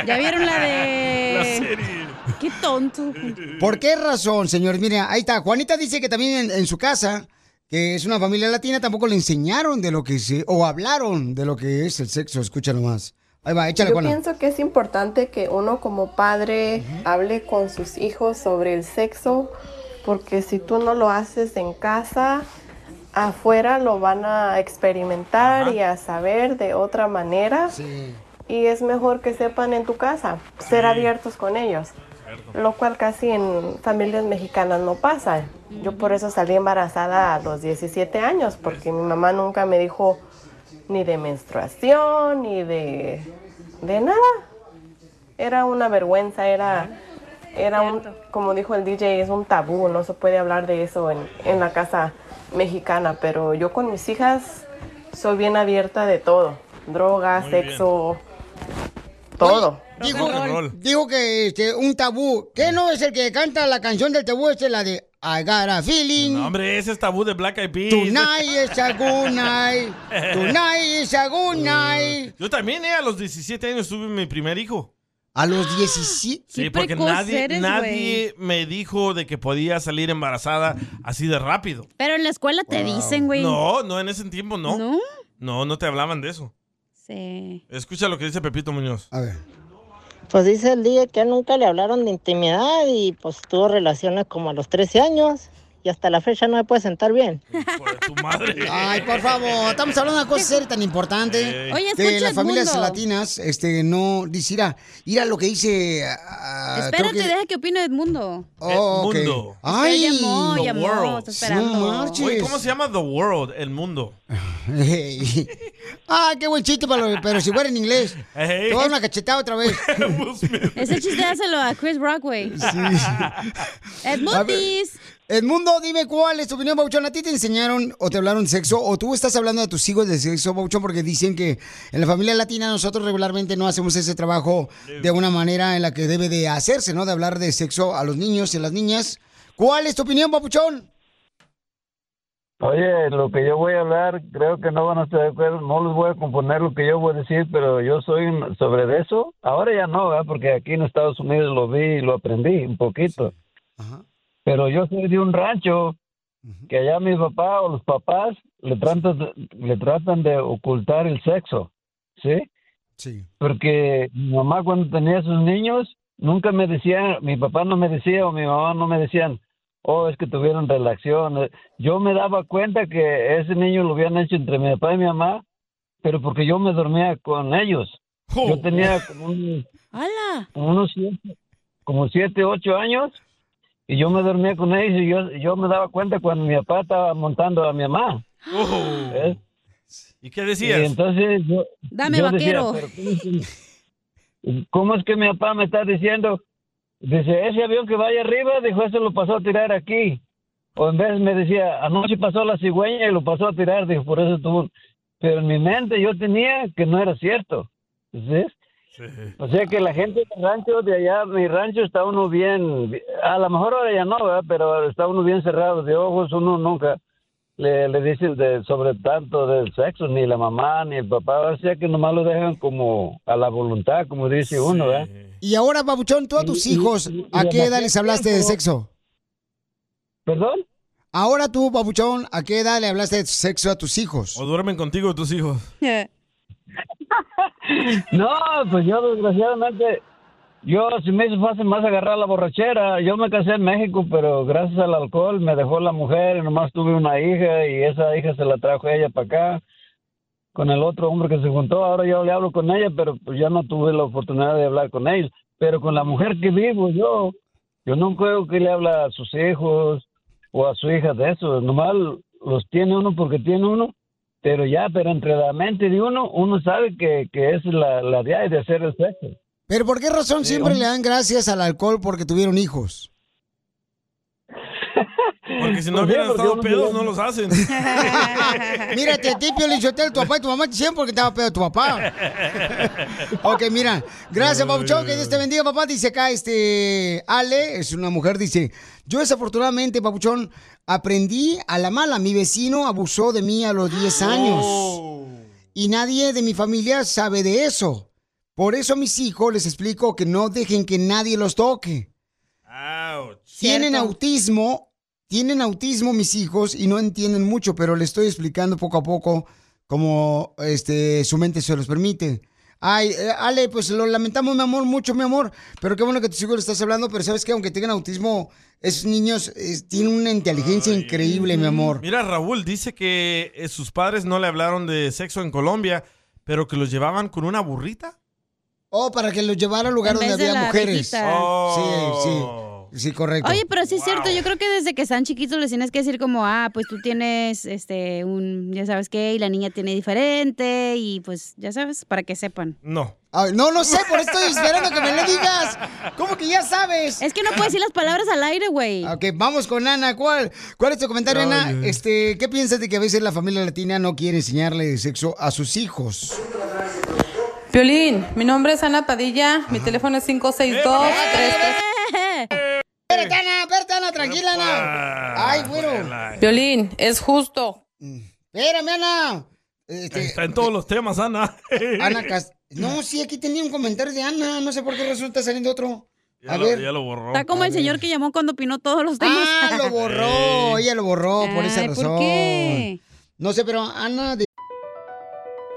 Speaker 4: Ya vieron la de-
Speaker 2: La serie.
Speaker 4: Qué tonto.
Speaker 3: ¿Por qué razón, señores? Mira, ahí está. Juanita dice que también en, en su casa, que es una familia latina, tampoco le enseñaron de lo que se... o hablaron de lo que es el sexo. Escúchalo más. Ahí va, échale,
Speaker 17: Yo
Speaker 3: Juana.
Speaker 17: pienso que es importante que uno como padre hable con sus hijos sobre el sexo, porque si tú no lo haces en casa, afuera lo van a experimentar y a saber de otra manera. Y es mejor que sepan en tu casa, ser
Speaker 16: Sí.
Speaker 17: abiertos con ellos. Lo cual casi en familias mexicanas no pasa. Yo por eso salí embarazada a los 17 años, porque mi mamá nunca me dijo ni de menstruación, ni de, de nada. Era una vergüenza, era, era un, como dijo el DJ, es un tabú, no se puede hablar de eso en, en la casa mexicana, pero yo con mis hijas soy bien abierta de todo, droga, sexo, todo.
Speaker 3: Dijo, dijo que este, un tabú. ¿Qué no es el que canta la canción del tabú? Este, la de I got a feeling.
Speaker 2: No, hombre, ese es tabú de Black Eyed Peas.
Speaker 3: Tonight is a good night. Tonight is a good night.
Speaker 2: Yo también, eh, a los 17 años tuve mi primer hijo.
Speaker 3: A los 17.
Speaker 2: Sí,
Speaker 3: Qué
Speaker 2: porque
Speaker 3: precoz
Speaker 2: nadie,
Speaker 4: eres,
Speaker 2: nadie me dijo de que podía salir embarazada así de rápido.
Speaker 4: Pero en la escuela te dicen, güey.
Speaker 2: No, no, en ese tiempo no.
Speaker 4: ¿No?
Speaker 2: No, no te hablaban de eso.
Speaker 4: Sí.
Speaker 2: Escucha lo que dice Pepito Muñoz.
Speaker 3: A ver.
Speaker 18: Pues dice el día que a él nunca le hablaron de intimidad y pues tuvo relaciones como a los 13 años y hasta la fecha no me puede sentar bien.
Speaker 3: Ay, por favor, estamos hablando de una cosa seria tan importante.
Speaker 18: Ey. Oye,
Speaker 3: que
Speaker 18: escucha,
Speaker 3: las familias
Speaker 4: Edmundo.
Speaker 3: latinas este, no dicen, mira, mira lo que dice. ah, creo
Speaker 4: Espérate,
Speaker 3: que-
Speaker 4: deja que opine Edmundo.
Speaker 3: Oh, ok.
Speaker 2: Edmundo.
Speaker 3: Ay,
Speaker 4: Él llamó, llamó, está esperando.
Speaker 3: No marches.
Speaker 2: Oye, ¿cómo se llama The World? El mundo.
Speaker 3: Ey. Ah, qué buen chiste, para lo- pero si fuera en inglés. Te voy a dar una cachetada otra vez.
Speaker 4: Ese chiste dáselo a Chris Rockway.
Speaker 3: A ver,
Speaker 4: Edmundis.
Speaker 3: Edmundo, dime cuál es tu opinión, Bauchón. ¿A ti te enseñaron o te hablaron sexo? ¿O tú estás hablando de tus hijos de sexo, Bauchón? Porque dicen que en la familia latina nosotros regularmente no hacemos ese trabajo de una manera en la que debe de hacerse, ¿no? De hablar de sexo a los niños y a las niñas. ¿Cuál es tu opinión, Bauchón?
Speaker 19: Oye, lo que yo voy a hablar, creo que no van a estar de acuerdo, no les voy a componer lo que yo voy a decir, pero yo soy un- sobre de eso. Ahora ya no, ¿verdad? porque aquí en Estados Unidos lo vi y lo aprendí un poquito. Pero yo soy de un rancho que allá mis papás o los papás le tratan, de- le tratan de ocultar el sexo, ¿sí?
Speaker 3: Sí.
Speaker 19: Porque mi mamá cuando tenía sus niños, nunca me decía, mi papá no me decía o mi mamá no me decían, oh, es que tuvieron relación. Yo me daba cuenta que ese niño lo habían hecho entre mi papá y mi mamá, pero porque yo me dormía con ellos. Yo tenía como unos, como unos siete, como siete, ocho años y yo me dormía con ellos y yo, yo me daba cuenta cuando mi papá estaba montando a mi mamá. ¿Ves?
Speaker 2: Oh. ¿Y qué decías?
Speaker 19: Y entonces yo,
Speaker 4: Dame,
Speaker 19: yo decía,
Speaker 4: vaquero.
Speaker 19: "Pero ¿cómo es que- ¿Cómo es que mi papá me está diciendo? Dice, ese avión que vaya arriba, dijo, ese lo pasó a tirar aquí. O en vez me decía, anoche pasó la cigüeña y lo pasó a tirar, dijo, por eso tuvo... un-". Pero en mi mente yo tenía que no era cierto. ¿Ves? O sea que la gente del rancho de allá, mi rancho está uno bien, a lo mejor ahora ya no, ¿verdad? pero está uno bien cerrado de ojos, uno nunca le, le dice de, sobre tanto del sexo, ni la mamá, ni el papá, o sea que nomás lo dejan como a la voluntad, como dice uno, ¿verdad?
Speaker 3: Y ahora, Babuchón, tú a tus
Speaker 19: Y- y-
Speaker 3: hijos,
Speaker 19: y- y
Speaker 3: ¿a qué
Speaker 19: demasiado
Speaker 3: edad les hablaste de
Speaker 19: tiempo.
Speaker 3: sexo?
Speaker 19: ¿Perdón?
Speaker 3: Ahora tú, Babuchón, ¿a qué edad le hablaste de sexo a tus hijos?
Speaker 2: ¿O duermen contigo tus hijos?
Speaker 19: No, pues yo desgraciadamente, yo si me hizo fácil más agarrar la borrachera. Yo me casé en México, pero gracias al alcohol me dejó la mujer y nomás tuve una hija y esa hija se la trajo ella para acá con el otro hombre que se juntó. Ahora yo le hablo con ella, pero pues ya no tuve la oportunidad de hablar con él. Pero con la mujer que vivo yo, yo no creo que le habla a sus hijos o a su hija de eso. Nomás los tiene uno porque tiene uno. Pero ya, pero entre la mente de uno, uno sabe que, que es la, la de de hacer el sexo.
Speaker 3: ¿Pero por qué razón
Speaker 19: Sí,
Speaker 3: siempre
Speaker 19: hombre.
Speaker 3: le dan gracias al alcohol porque tuvieron hijos?
Speaker 2: Porque si no
Speaker 3: Pues
Speaker 2: hubieran
Speaker 3: bien, porque
Speaker 2: estado
Speaker 3: uno
Speaker 2: pedos,
Speaker 3: no-
Speaker 2: no los hacen.
Speaker 3: Mírate, a ti, Piolín Sotelo, tu papá y tu mamá te hicieron porque estaba pedo tu papá. Ok, mira. Gracias, Papuchón. Que Dios te bendiga, papá. Dice acá, este, Ale, es una mujer, dice, yo desafortunadamente, Papuchón, aprendí a la mala. Mi vecino abusó de mí a los 10 años. Y nadie de mi familia sabe de eso. Por eso a mis hijos les explico que no dejen que nadie los toque. Tienen autismo, tienen autismo mis hijos y no entienden mucho, pero le estoy explicando poco a poco como este, su mente se los permite. Ay, eh, Ale, pues lo lamentamos, mi amor, mucho, mi amor. Pero qué bueno que tu hijo le estás hablando. Pero sabes que aunque tengan autismo, esos niños eh, tienen una inteligencia increíble, mi amor.
Speaker 2: Mira, Raúl dice que eh, sus padres no le hablaron de sexo en Colombia, pero que los llevaban con una burrita.
Speaker 3: Oh, para que los llevara al lugar
Speaker 4: En vez
Speaker 3: donde
Speaker 4: de
Speaker 3: había
Speaker 4: la
Speaker 3: mujeres.
Speaker 4: viejita.
Speaker 2: Oh.
Speaker 3: Sí, sí. Sí, correcto.
Speaker 4: Oye, pero sí es cierto, yo creo que desde que están chiquitos les tienes que decir como, ah, pues tú tienes, este, un, ya sabes qué, y la niña tiene diferente, y pues, ya sabes, para que sepan.
Speaker 2: No.
Speaker 3: Ay, no, no sé, por eso estoy esperando que me lo digas. ¿Cómo que ya sabes?
Speaker 4: Es que no puedes decir las palabras al aire, güey.
Speaker 3: Ok, vamos con Ana. ¿Cuál, cuál es tu comentario,
Speaker 4: Ay,
Speaker 3: Ana?
Speaker 4: ay.
Speaker 3: Este, ¿Qué piensas de que a veces la familia latina no quiere enseñarle de sexo a sus hijos?
Speaker 16: Piolín, mi nombre es Ana Padilla, mi teléfono es 562
Speaker 3: Espérate, Ana, espérate, Ana, tranquila,
Speaker 2: Ah,
Speaker 3: Ana. Ay, bueno.
Speaker 16: Piolín, es justo.
Speaker 3: Espérame, Ana. Este,
Speaker 2: Está en todos los temas, Ana.
Speaker 3: Ana Cas-
Speaker 2: Mm.
Speaker 3: No, sí, aquí tenía un comentario de Ana. No sé por qué resulta saliendo otro.
Speaker 2: Ya,
Speaker 3: a
Speaker 2: lo,
Speaker 3: ver.
Speaker 2: ya lo borró.
Speaker 4: Está como el señor que llamó cuando opinó todos los temas.
Speaker 3: Ah, lo borró. Ella lo borró por esa
Speaker 4: Ay, ¿por
Speaker 3: razón.
Speaker 4: qué?
Speaker 3: No sé, pero Ana de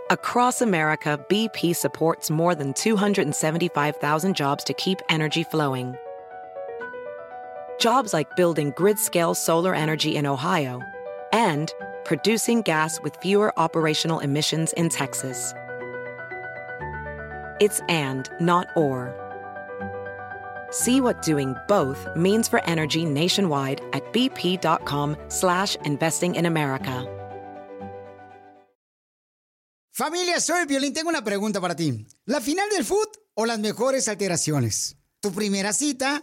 Speaker 1: Across America, BP supports more than 275,000 jobs to keep energy flowing. Jobs like building grid scale solar energy in Ohio and producing gas with fewer operational emissions in Texas. It's and, not or. See what doing both means for energy nationwide at bp.com slash investing in America.
Speaker 3: Familia, soy Violín. Tengo una pregunta para ti. ¿La final del foot o las mejores alteraciones? ¿Tu primera cita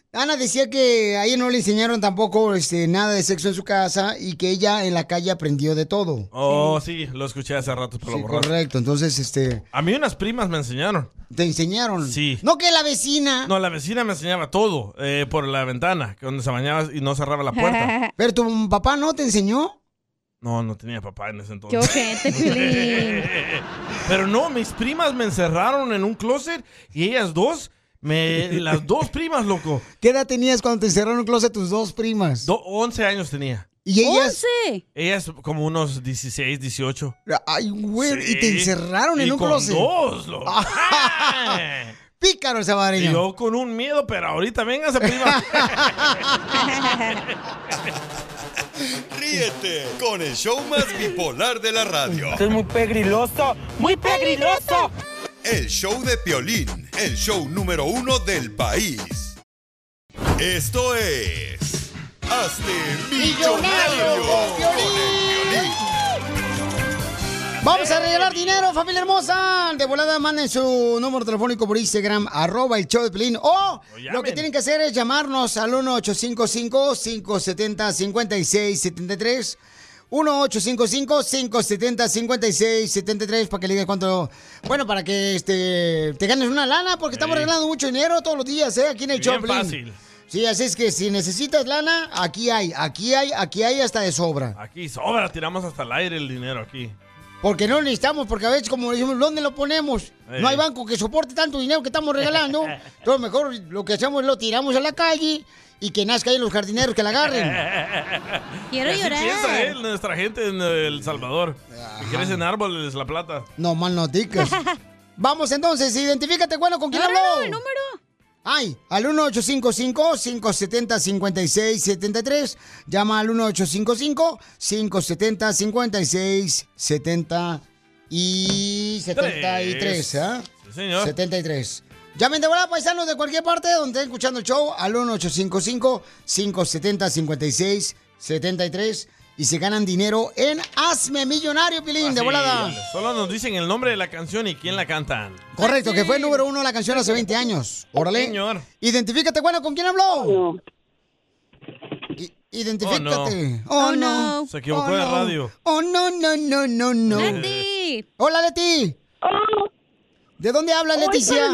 Speaker 3: Ana decía que a ella no le enseñaron tampoco este, nada de sexo en su casa y que ella en la calle aprendió de todo.
Speaker 2: Oh, sí, lo escuché hace rato, pero
Speaker 3: Sí,
Speaker 2: lo borró.
Speaker 3: correcto, entonces este.
Speaker 2: A mí unas primas me enseñaron.
Speaker 3: ¿Te enseñaron?
Speaker 2: Sí.
Speaker 3: No que la vecina.
Speaker 2: No, la vecina me enseñaba todo eh, por la ventana, que donde se bañaba y no cerraba la puerta.
Speaker 3: Pero tu papá no te enseñó.
Speaker 2: No, no tenía papá en ese
Speaker 4: Qué
Speaker 2: entonces.
Speaker 4: ojete, Piolín.
Speaker 2: Pero no, mis primas me encerraron en un closet y ellas dos, me, las dos primas, loco.
Speaker 3: ¿Qué edad tenías cuando te encerraron en un closet tus dos primas?
Speaker 2: Do- 11 años tenía.
Speaker 3: ¿Y ellas?
Speaker 2: Ellas como unos 16, 18.
Speaker 3: Ay, güey,
Speaker 2: Sí.
Speaker 3: y te encerraron en
Speaker 2: Y
Speaker 3: un
Speaker 2: con
Speaker 3: closet. Ah.
Speaker 2: dos, loco.
Speaker 3: Pícaro el
Speaker 2: Y
Speaker 3: sabareño.
Speaker 2: yo con un miedo, pero ahorita véngase, prima.
Speaker 5: Ríete con el show más bipolar de la radio.
Speaker 15: es muy pegriloso, muy pegriloso.
Speaker 5: El show de Piolín, el show número uno del país. Esto es... Hazte millonario con el Piolín.
Speaker 12: Oh
Speaker 3: Vamos a regalar dinero, familia hermosa. De volada, manden su número telefónico por Instagram, arroba el show de Pelín. O lo que tienen que hacer es llamarnos al 1-855-570-5673. 1-855-570-5673 para que le digas cuánto. Bueno, para que este, te ganes una lana, porque estamos
Speaker 2: Sí.
Speaker 3: regalando mucho dinero todos los días, ¿eh? Aquí en el
Speaker 2: Bien
Speaker 3: show de Pelín.
Speaker 2: fácil.
Speaker 3: Sí, así es que si necesitas lana, aquí hay, aquí hay, aquí hay hasta de sobra.
Speaker 2: Aquí sobra, tiramos hasta el aire el dinero aquí.
Speaker 3: Porque no necesitamos, porque a veces como decimos, ¿dónde lo ponemos?
Speaker 2: Ey.
Speaker 3: No hay banco que soporte tanto dinero que estamos regalando. Entonces mejor lo que hacemos es lo tiramos a la calle y que nazca ahí los jardineros que la agarren. Quiero
Speaker 2: Así
Speaker 3: llorar.
Speaker 2: piensa eh, nuestra gente en El Salvador. Que crecen árboles la plata.
Speaker 3: No mal no digas. Vamos entonces, identifícate, bueno, ¿con quién habló? el número. Ay, al 1855-570-5673. Llama al 1855-570-5673. Y ¿Ah? 73, ¿ah?
Speaker 2: Sí, señor.
Speaker 3: 73. Llamen de volada, paisanos de cualquier parte donde estén escuchando el show al 1855-570-5673 y se ganan dinero en Hazme Millonario, Pilín, de
Speaker 2: Así,
Speaker 3: volada.
Speaker 2: Solo nos dicen el nombre de la canción y quién la canta.
Speaker 3: Correcto, que fue el número uno de la canción hace 20 años. Órale.
Speaker 2: Señor.
Speaker 3: Identifícate, bueno, ¿con quién habló? I- Identifícate. Oh,
Speaker 2: Oh, no.
Speaker 3: no.
Speaker 2: Se equivocó de
Speaker 3: no.
Speaker 2: radio.
Speaker 3: Oh, no, no, no, no, no.
Speaker 2: Leti.
Speaker 3: Hola, Leti.
Speaker 20: Oh.
Speaker 3: ¿De dónde hablas, Leticia?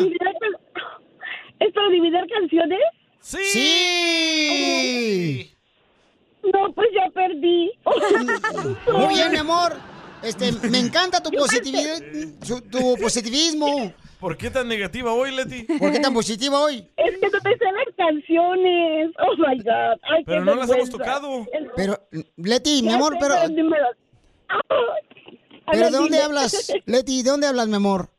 Speaker 20: ¿Es para dividir canciones?
Speaker 2: ¡Sí!
Speaker 20: No, pues ya perdí.
Speaker 3: Muy bien, mi amor. Este, me encanta tu positividad, su- tu positivismo.
Speaker 2: ¿Por qué tan negativa hoy, Leti?
Speaker 3: ¿Por qué tan positiva hoy?
Speaker 20: Es que no me sé las canciones. Oh my God. Ay, qué
Speaker 2: Pero no las hemos
Speaker 20: vergüenza.
Speaker 2: tocado.
Speaker 3: Pero, Leti, mi
Speaker 20: Ya
Speaker 3: amor,
Speaker 20: sé,
Speaker 3: pero.
Speaker 20: pero dímelo.
Speaker 3: ¿Pero de
Speaker 20: ver,
Speaker 3: dónde
Speaker 20: dime.
Speaker 3: hablas? Leti, ¿de dónde hablas, mi amor?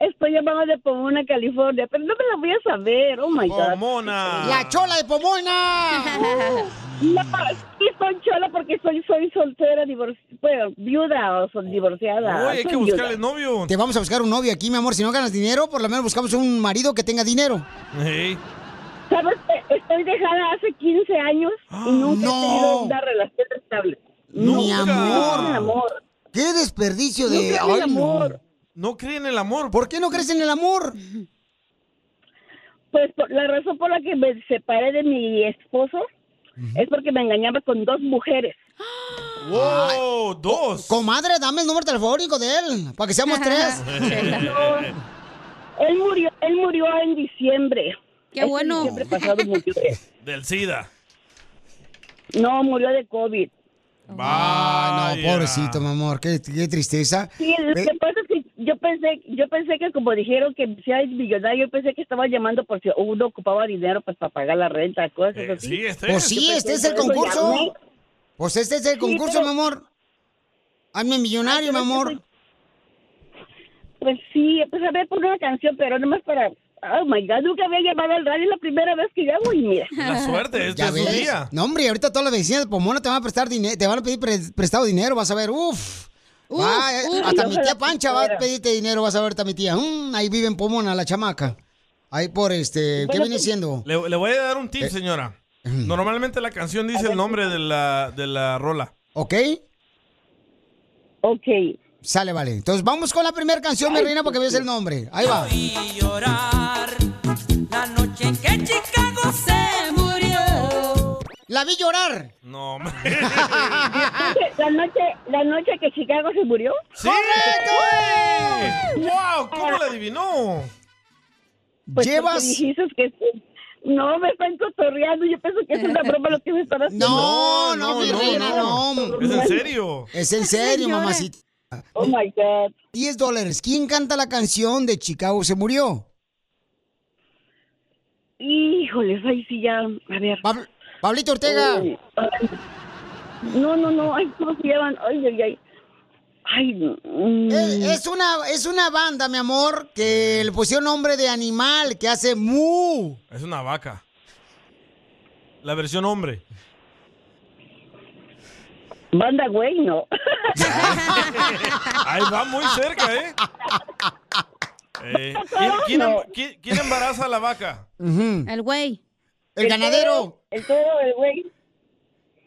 Speaker 20: Estoy llamada de Pomona, California, pero no me la voy a saber. Oh my God.
Speaker 2: Pomona.
Speaker 3: La chola de Pomona.
Speaker 20: No, sí soy chola porque soy soy soltera, divorci bueno, viuda o sol- divorciada.
Speaker 3: Oye, hay
Speaker 20: Soy
Speaker 3: que buscarle
Speaker 20: viuda.
Speaker 2: novio.
Speaker 3: Te vamos a buscar un novio aquí, mi amor. Si no ganas dinero, por lo menos buscamos un marido que tenga dinero.
Speaker 20: ¿Sabes? qué? Estoy dejada hace 15 años
Speaker 2: Ah.
Speaker 20: y nunca
Speaker 3: ¡No!
Speaker 20: he tenido una relación estable.
Speaker 3: Mi amor.
Speaker 20: Mi amor.
Speaker 3: Qué desperdicio de.
Speaker 20: No creo en el
Speaker 3: Ay, no.
Speaker 20: amor.
Speaker 2: No cree en el amor.
Speaker 3: ¿Por qué no crees en el amor?
Speaker 20: Pues por- la razón por la que me separé de mi esposo es porque me engañaba con dos mujeres.
Speaker 2: ¡Wow! ¡Dos!
Speaker 3: Comadre, dame el número telefónico de él, para que seamos tres.
Speaker 20: Él murió, él murió en diciembre.
Speaker 4: Qué
Speaker 20: Este
Speaker 4: bueno.
Speaker 20: diciembre pasado murió.
Speaker 2: Del SIDA.
Speaker 20: No, murió de COVID.
Speaker 3: Ah, no, pobrecito, mi amor. Qué, qué tristeza.
Speaker 20: Sí, lo que pasa es que yo pensé, yo pensé que como dijeron que si eres millonario, yo pensé que estaba llamando por si uno ocupaba dinero pues para pagar la renta, cosas así.
Speaker 2: Sí, este
Speaker 3: Pues sí,
Speaker 20: Yo
Speaker 3: este es
Speaker 20: pensé
Speaker 3: el
Speaker 20: eso, llamé.
Speaker 3: concurso. Pues este es el concurso,
Speaker 20: pero-
Speaker 3: mi amor. Hazme millonario, mi amor.
Speaker 20: Pues sí, pues a ver, por una canción, pero nomás para... Oh, my God, nunca había llamado al radio, es la primera vez que llamo y mira.
Speaker 3: Ya ves. No, hombre, ahorita todas las vecinas de Pomona te van a prestar dinero, te van a pedir pre- prestado dinero, vas a ver, uff.
Speaker 20: Uf, uf.
Speaker 3: hasta
Speaker 20: Yo
Speaker 3: mi
Speaker 20: ojalá
Speaker 3: tía Pancha va a
Speaker 20: quisiera.
Speaker 3: pedirte dinero, vas a ver, hasta mi tía. Mm, ahí vive en Pomona, la chamaca. Ahí por este, ¿qué
Speaker 2: Bueno,
Speaker 3: viene
Speaker 2: pues-
Speaker 3: siendo?
Speaker 2: Le, le voy a dar un tip,
Speaker 3: Eh.
Speaker 2: señora.
Speaker 3: Mm.
Speaker 2: Normalmente la canción dice el nombre de la, de la rola.
Speaker 3: ¿Ok?
Speaker 20: Ok.
Speaker 3: Sale, vale. Entonces vamos con la primera canción, mi reina, para que veas el nombre. Ahí va.
Speaker 12: La noche en que Chicago se murió.
Speaker 3: La vi llorar.
Speaker 2: No,
Speaker 20: la noche, la noche que Chicago se murió.
Speaker 2: ¡Sí! ¡Wow! ¿Cómo la adivinó?
Speaker 20: Pues
Speaker 3: Llevas-
Speaker 20: porque dijiste que sí. No, me están cotorreando. Yo pienso que es una broma lo que me están haciendo.
Speaker 3: No, no, mi reina, no. Es en serio,
Speaker 20: Señora.
Speaker 3: mamacita.
Speaker 20: Oh my God.
Speaker 3: 10 dólares. ¿Quién canta la canción de Chicago se murió?
Speaker 20: Híjoles, ahí sí ya. A ver.
Speaker 3: Pablito Ortega.
Speaker 20: Ay, ay. No, no, no. Ay, ¿cómo se llaman? Ay, ay, ay. Ay, mm.
Speaker 3: Eh, Es una, es una banda, mi amor, que le pusieron nombre de animal, que hace mu.
Speaker 2: Es una vaca. La versión hombre.
Speaker 20: Banda güey, no.
Speaker 2: Ahí va muy
Speaker 3: Ah.
Speaker 2: cerca, ¿eh? Eh, ¿quién, quién em- quién- quién embaraza a la vaca?
Speaker 4: El güey.
Speaker 3: El
Speaker 20: Este,
Speaker 3: ganadero.
Speaker 20: El toro, el Este güey.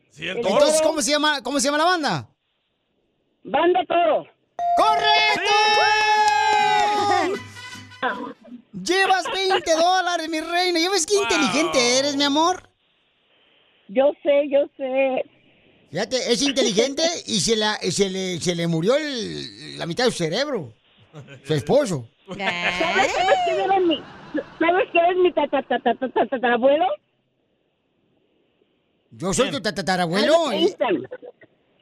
Speaker 2: Sí, el toro.
Speaker 3: Entonces, ¿cómo se llama, cómo se llama la banda?
Speaker 20: Banda Toro.
Speaker 3: ¡Correcto! Llevas 20 dólares, mi reina. ¿Ya ves qué inteligente eres, mi amor?
Speaker 20: Yo sé, yo sé.
Speaker 3: Fíjate, es inteligente y se, la- se le, se le murió el- la mitad de su cerebro. Su esposo.
Speaker 20: ¿Sabes,
Speaker 3: ¿Eh?
Speaker 20: sabes quién era mi, ¿sabes quién es mi tatarabuelo?
Speaker 3: Yo soy tu tatarabuelo. ¿eh?
Speaker 20: Albert Einstein.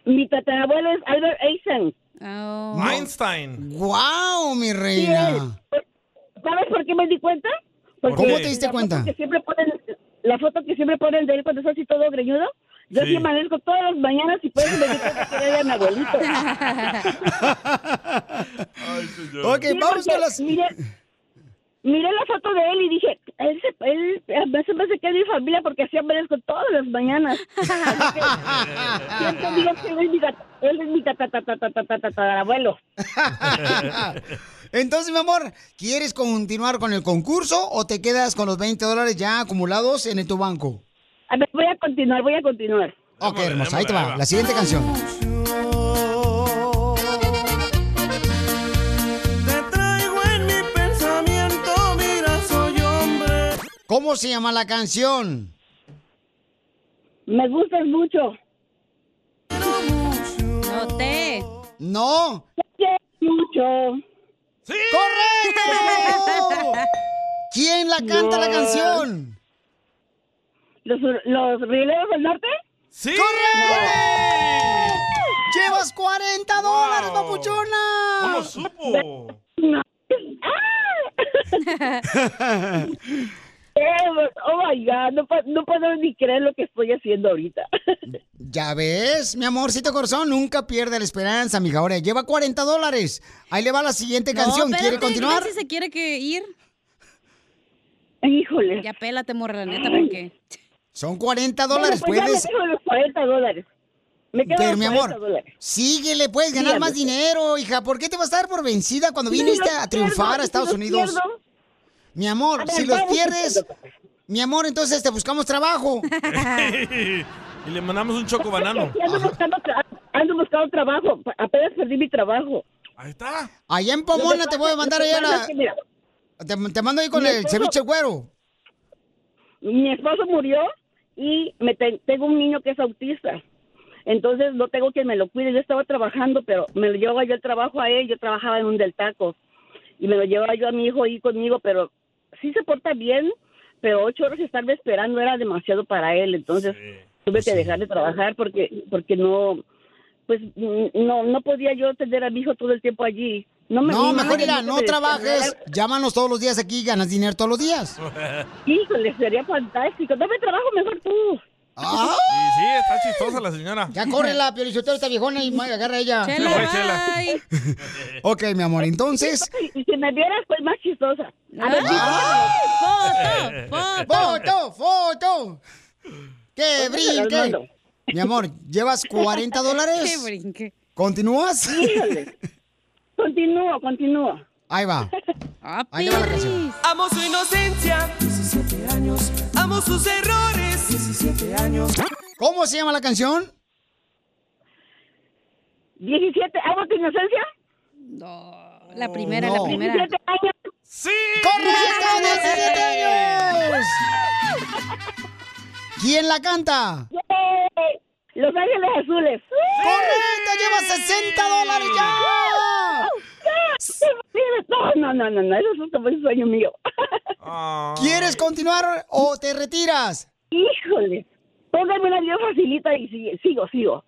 Speaker 20: Mi tatarabuelo es Albert Einstein.
Speaker 2: Oh. Einstein.
Speaker 3: ¡Wow, mi
Speaker 20: Sí, eh,
Speaker 3: reina!
Speaker 20: ¿Sabes por qué me di cuenta?
Speaker 3: ¿Por
Speaker 20: Porque
Speaker 3: ¿Cómo te diste
Speaker 20: la foto
Speaker 3: cuenta?
Speaker 20: que siempre ponen- la foto que siempre ponen de él cuando es así todo greñudo. Yo
Speaker 3: Sí.
Speaker 20: sí amanezco todas las mañanas y por eso me di cuenta que era mi abuelito.
Speaker 3: Ok,
Speaker 20: Sí,
Speaker 3: vamos
Speaker 20: porque
Speaker 3: con las...
Speaker 20: Miré, miré la foto de él y dije, él, se, él a veces me hace que es mi familia porque así amanezco todas las mañanas. Así que Siempre digo que él es mi, gat- él es mi tata- tata- tata- tata- tatarabuelo.
Speaker 3: Entonces, mi amor, ¿quieres continuar con el concurso o te quedas con los 20 dólares ya acumulados en tu banco?
Speaker 20: A ver, voy a continuar, voy a continuar.
Speaker 3: Ok, hermosa, ahí te va. La siguiente canción.
Speaker 12: Te traigo en mi pensamiento, mira, soy hombre.
Speaker 3: ¿Cómo se llama la canción?
Speaker 20: Me gustas mucho.
Speaker 4: No te.
Speaker 3: No.
Speaker 20: Mucho.
Speaker 2: ¡Sí!
Speaker 3: ¡Correcto! ¿Quién la canta la
Speaker 20: No.
Speaker 3: canción?
Speaker 20: ¿Los, los rieleros del norte?
Speaker 2: ¡Sí!
Speaker 3: ¡Correcto! ¡Llevas 40 dólares, papuchona!
Speaker 2: ¿Cómo supo?
Speaker 20: Eh, oh my God, no, pa- no puedo ni creer lo que estoy haciendo ahorita.
Speaker 3: Ya ves, mi amorcito corazón, nunca pierde la esperanza, mija. Ahora lleva 40 dólares. Ahí le va la siguiente canción.
Speaker 4: No,
Speaker 3: ¿Quiere
Speaker 4: espérate, ¿qué
Speaker 3: continuar?
Speaker 4: tal si se quiere que ir?
Speaker 20: Híjole.
Speaker 4: Ya pélate, morra, la neta, porque...
Speaker 3: Son 40
Speaker 4: Bueno,
Speaker 3: dólares,
Speaker 4: pues ya
Speaker 3: puedes.
Speaker 4: me
Speaker 20: dejo los 40 dólares. Me
Speaker 4: quedo
Speaker 3: Pero,
Speaker 4: los
Speaker 3: mi amor,
Speaker 4: 40 dólares.
Speaker 3: síguele, puedes ganar
Speaker 4: Sí,
Speaker 3: más
Speaker 4: Andrés.
Speaker 3: dinero, hija. ¿Por qué te vas a dar por vencida cuando
Speaker 4: Si
Speaker 3: viniste
Speaker 4: los
Speaker 3: a triunfar
Speaker 4: pierdo,
Speaker 3: a
Speaker 4: si
Speaker 3: Estados
Speaker 4: los
Speaker 3: Unidos?
Speaker 4: pierdo.
Speaker 3: Mi amor,
Speaker 4: A ver,
Speaker 3: si los
Speaker 4: vamos,
Speaker 3: pierdes, mi amor, entonces te buscamos trabajo.
Speaker 2: y le mandamos un choco banano.
Speaker 20: Ando buscando, tra- ando buscando trabajo. pa- Apenas perdí mi trabajo.
Speaker 2: Ahí está.
Speaker 3: Allá en Pomona
Speaker 20: Lo que
Speaker 3: te voy a
Speaker 20: pasa-
Speaker 3: mandar
Speaker 20: lo que
Speaker 3: allá
Speaker 20: pasa
Speaker 3: la-
Speaker 20: es que, mira,
Speaker 3: Te, te mando ahí con
Speaker 20: Mi
Speaker 3: el
Speaker 20: esposo-
Speaker 3: ceviche güero.
Speaker 20: mi esposo murió y me te- tengo un niño que es autista. Entonces no tengo quien me lo cuide. Yo estaba trabajando, pero me lo llevaba yo el trabajo a él. Yo trabajaba en un del taco y me lo llevaba yo a mi hijo ahí conmigo, pero sí se porta bien, pero ocho horas estarme esperando era demasiado para él. Entonces tuve que dejar de trabajar porque porque no pues mm, no no podía yo atender a mi hijo todo el tiempo allí. No, me,
Speaker 3: No,
Speaker 20: me-
Speaker 3: mejor mira,
Speaker 20: me-
Speaker 3: no
Speaker 20: me-
Speaker 3: trabajes. Llámanos todos los días aquí y ganas dinero todos los días.
Speaker 20: Híjole, sería fantástico. Dame trabajo mejor tú.
Speaker 3: ¡Ah!
Speaker 2: Sí, sí, está chistosa la señora.
Speaker 3: Ya corre la piolichotera esta viejona y ma- agarra a ella.
Speaker 2: Chela, Sí, güey, chela.
Speaker 3: Ok, mi amor, entonces.
Speaker 20: Y si me vieras, pues más chistosa.
Speaker 3: A ver,
Speaker 2: sí,
Speaker 3: ¡Foto! ¡Foto! ¡Foto! ¡Que
Speaker 20: Pónmela al Pues mando.
Speaker 3: brinque! Mi amor, ¿llevas 40 dólares?
Speaker 20: Que
Speaker 4: brinque.
Speaker 3: ¿Continúas?
Speaker 20: Continúo, continúo. Ah,
Speaker 3: Ahí va. Ahí le va la canción.
Speaker 12: Amo su inocencia. 17 años. Amo sus errores. 17 años.
Speaker 3: ¿Cómo se llama la canción?
Speaker 20: 17. ¿Amo tu inocencia?
Speaker 4: No. La primera,
Speaker 3: no.
Speaker 4: la primera.
Speaker 2: ¡Sí!
Speaker 3: ¡Correcto! ¡17 años! ¿Quién la canta?
Speaker 20: Los Ángeles Azules.
Speaker 3: ¡Correcto! ¡Llevas 60 dólares ya!
Speaker 20: No, no, no, no, no. Eso es como un sueño mío.
Speaker 3: ¿Quieres continuar o te retiras?
Speaker 20: Híjole. Póngame una bien facilita y sigue- sigo, sigo.